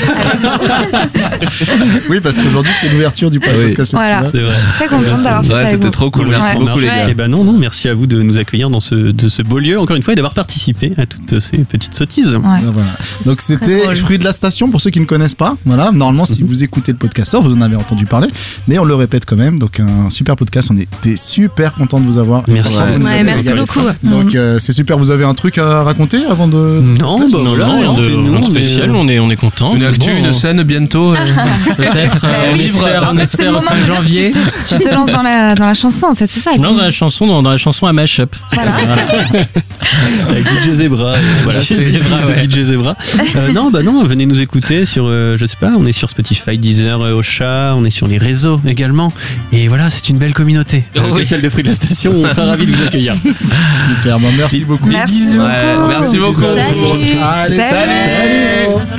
A: Oui, parce qu'aujourd'hui, c'est l'ouverture du
F: Ah oui.
A: podcast
C: Voilà.
A: festival.
D: C'est vrai.
C: Très contente d'avoir fait Ah, ça.
F: Ouais,
C: avec
F: c'était
C: vous.
F: trop cool.
D: Ouais.
F: Merci
C: Ouais.
F: beaucoup les gars.
D: Eh ben non, non, merci à vous de nous accueillir dans ce, de ce beau lieu, encore une fois, et d'avoir participé à toutes ces petites sottises.
C: Ouais.
A: Ah, voilà. Donc c'était Fruit de la Station pour ceux qui ne connaissent pas. Voilà, normalement
G: Mhm.
A: si vous écoutez le podcast, ça, vous en avez entendu parler, mais on le répète quand même. Donc un super podcast, on était super content de vous avoir.
D: Merci à
A: Vous
D: vous.
A: nous
G: Ouais,
A: avez
G: merci
A: régalé.
G: beaucoup.
A: Donc euh, c'est super. Vous avez un truc à raconter avant de
G: Mhm.
D: Non, bah
E: Non,
D: voilà,
E: non, rien de-
D: écoutez-nous,
E: rien de
D: mais-
E: spécial, on est, on est content.
F: Une
E: c'est
F: actu,
E: bon,
F: une
E: on-
F: scène bientôt. euh,
E: Peut-être.
C: Bah
E: euh, on
C: oui,
E: espère,
C: en
E: on
C: fait, c'est le
E: espère
C: moment
E: fin
C: de dire que
E: janvier.
C: Tu, tu- tu te lances dans la, dans la chanson, en fait, c'est ça.
E: Je me
C: tu-
E: lance dans la chanson, dans, dans la chanson à mashup.
D: avec DJ Zebra. euh, Voilà,
E: DJ
D: fils
E: Zebra,
D: de
E: ouais.
D: DJ Zebra. Euh, non, bah non, venez nous écouter sur, euh, je sais pas, on est sur Spotify, Deezer, euh, Ocha, on est sur les réseaux également. Et voilà, c'est une belle communauté. Euh,
E: Oh
D: que
E: oui.
D: celle de Fruits de la Station, on sera ravis de vous accueillir.
A: Super. bon, merci beaucoup.
C: Merci beaucoup.
F: ouais, Merci beaucoup.
G: Salut.
A: Allez,
C: Salut.
A: salut.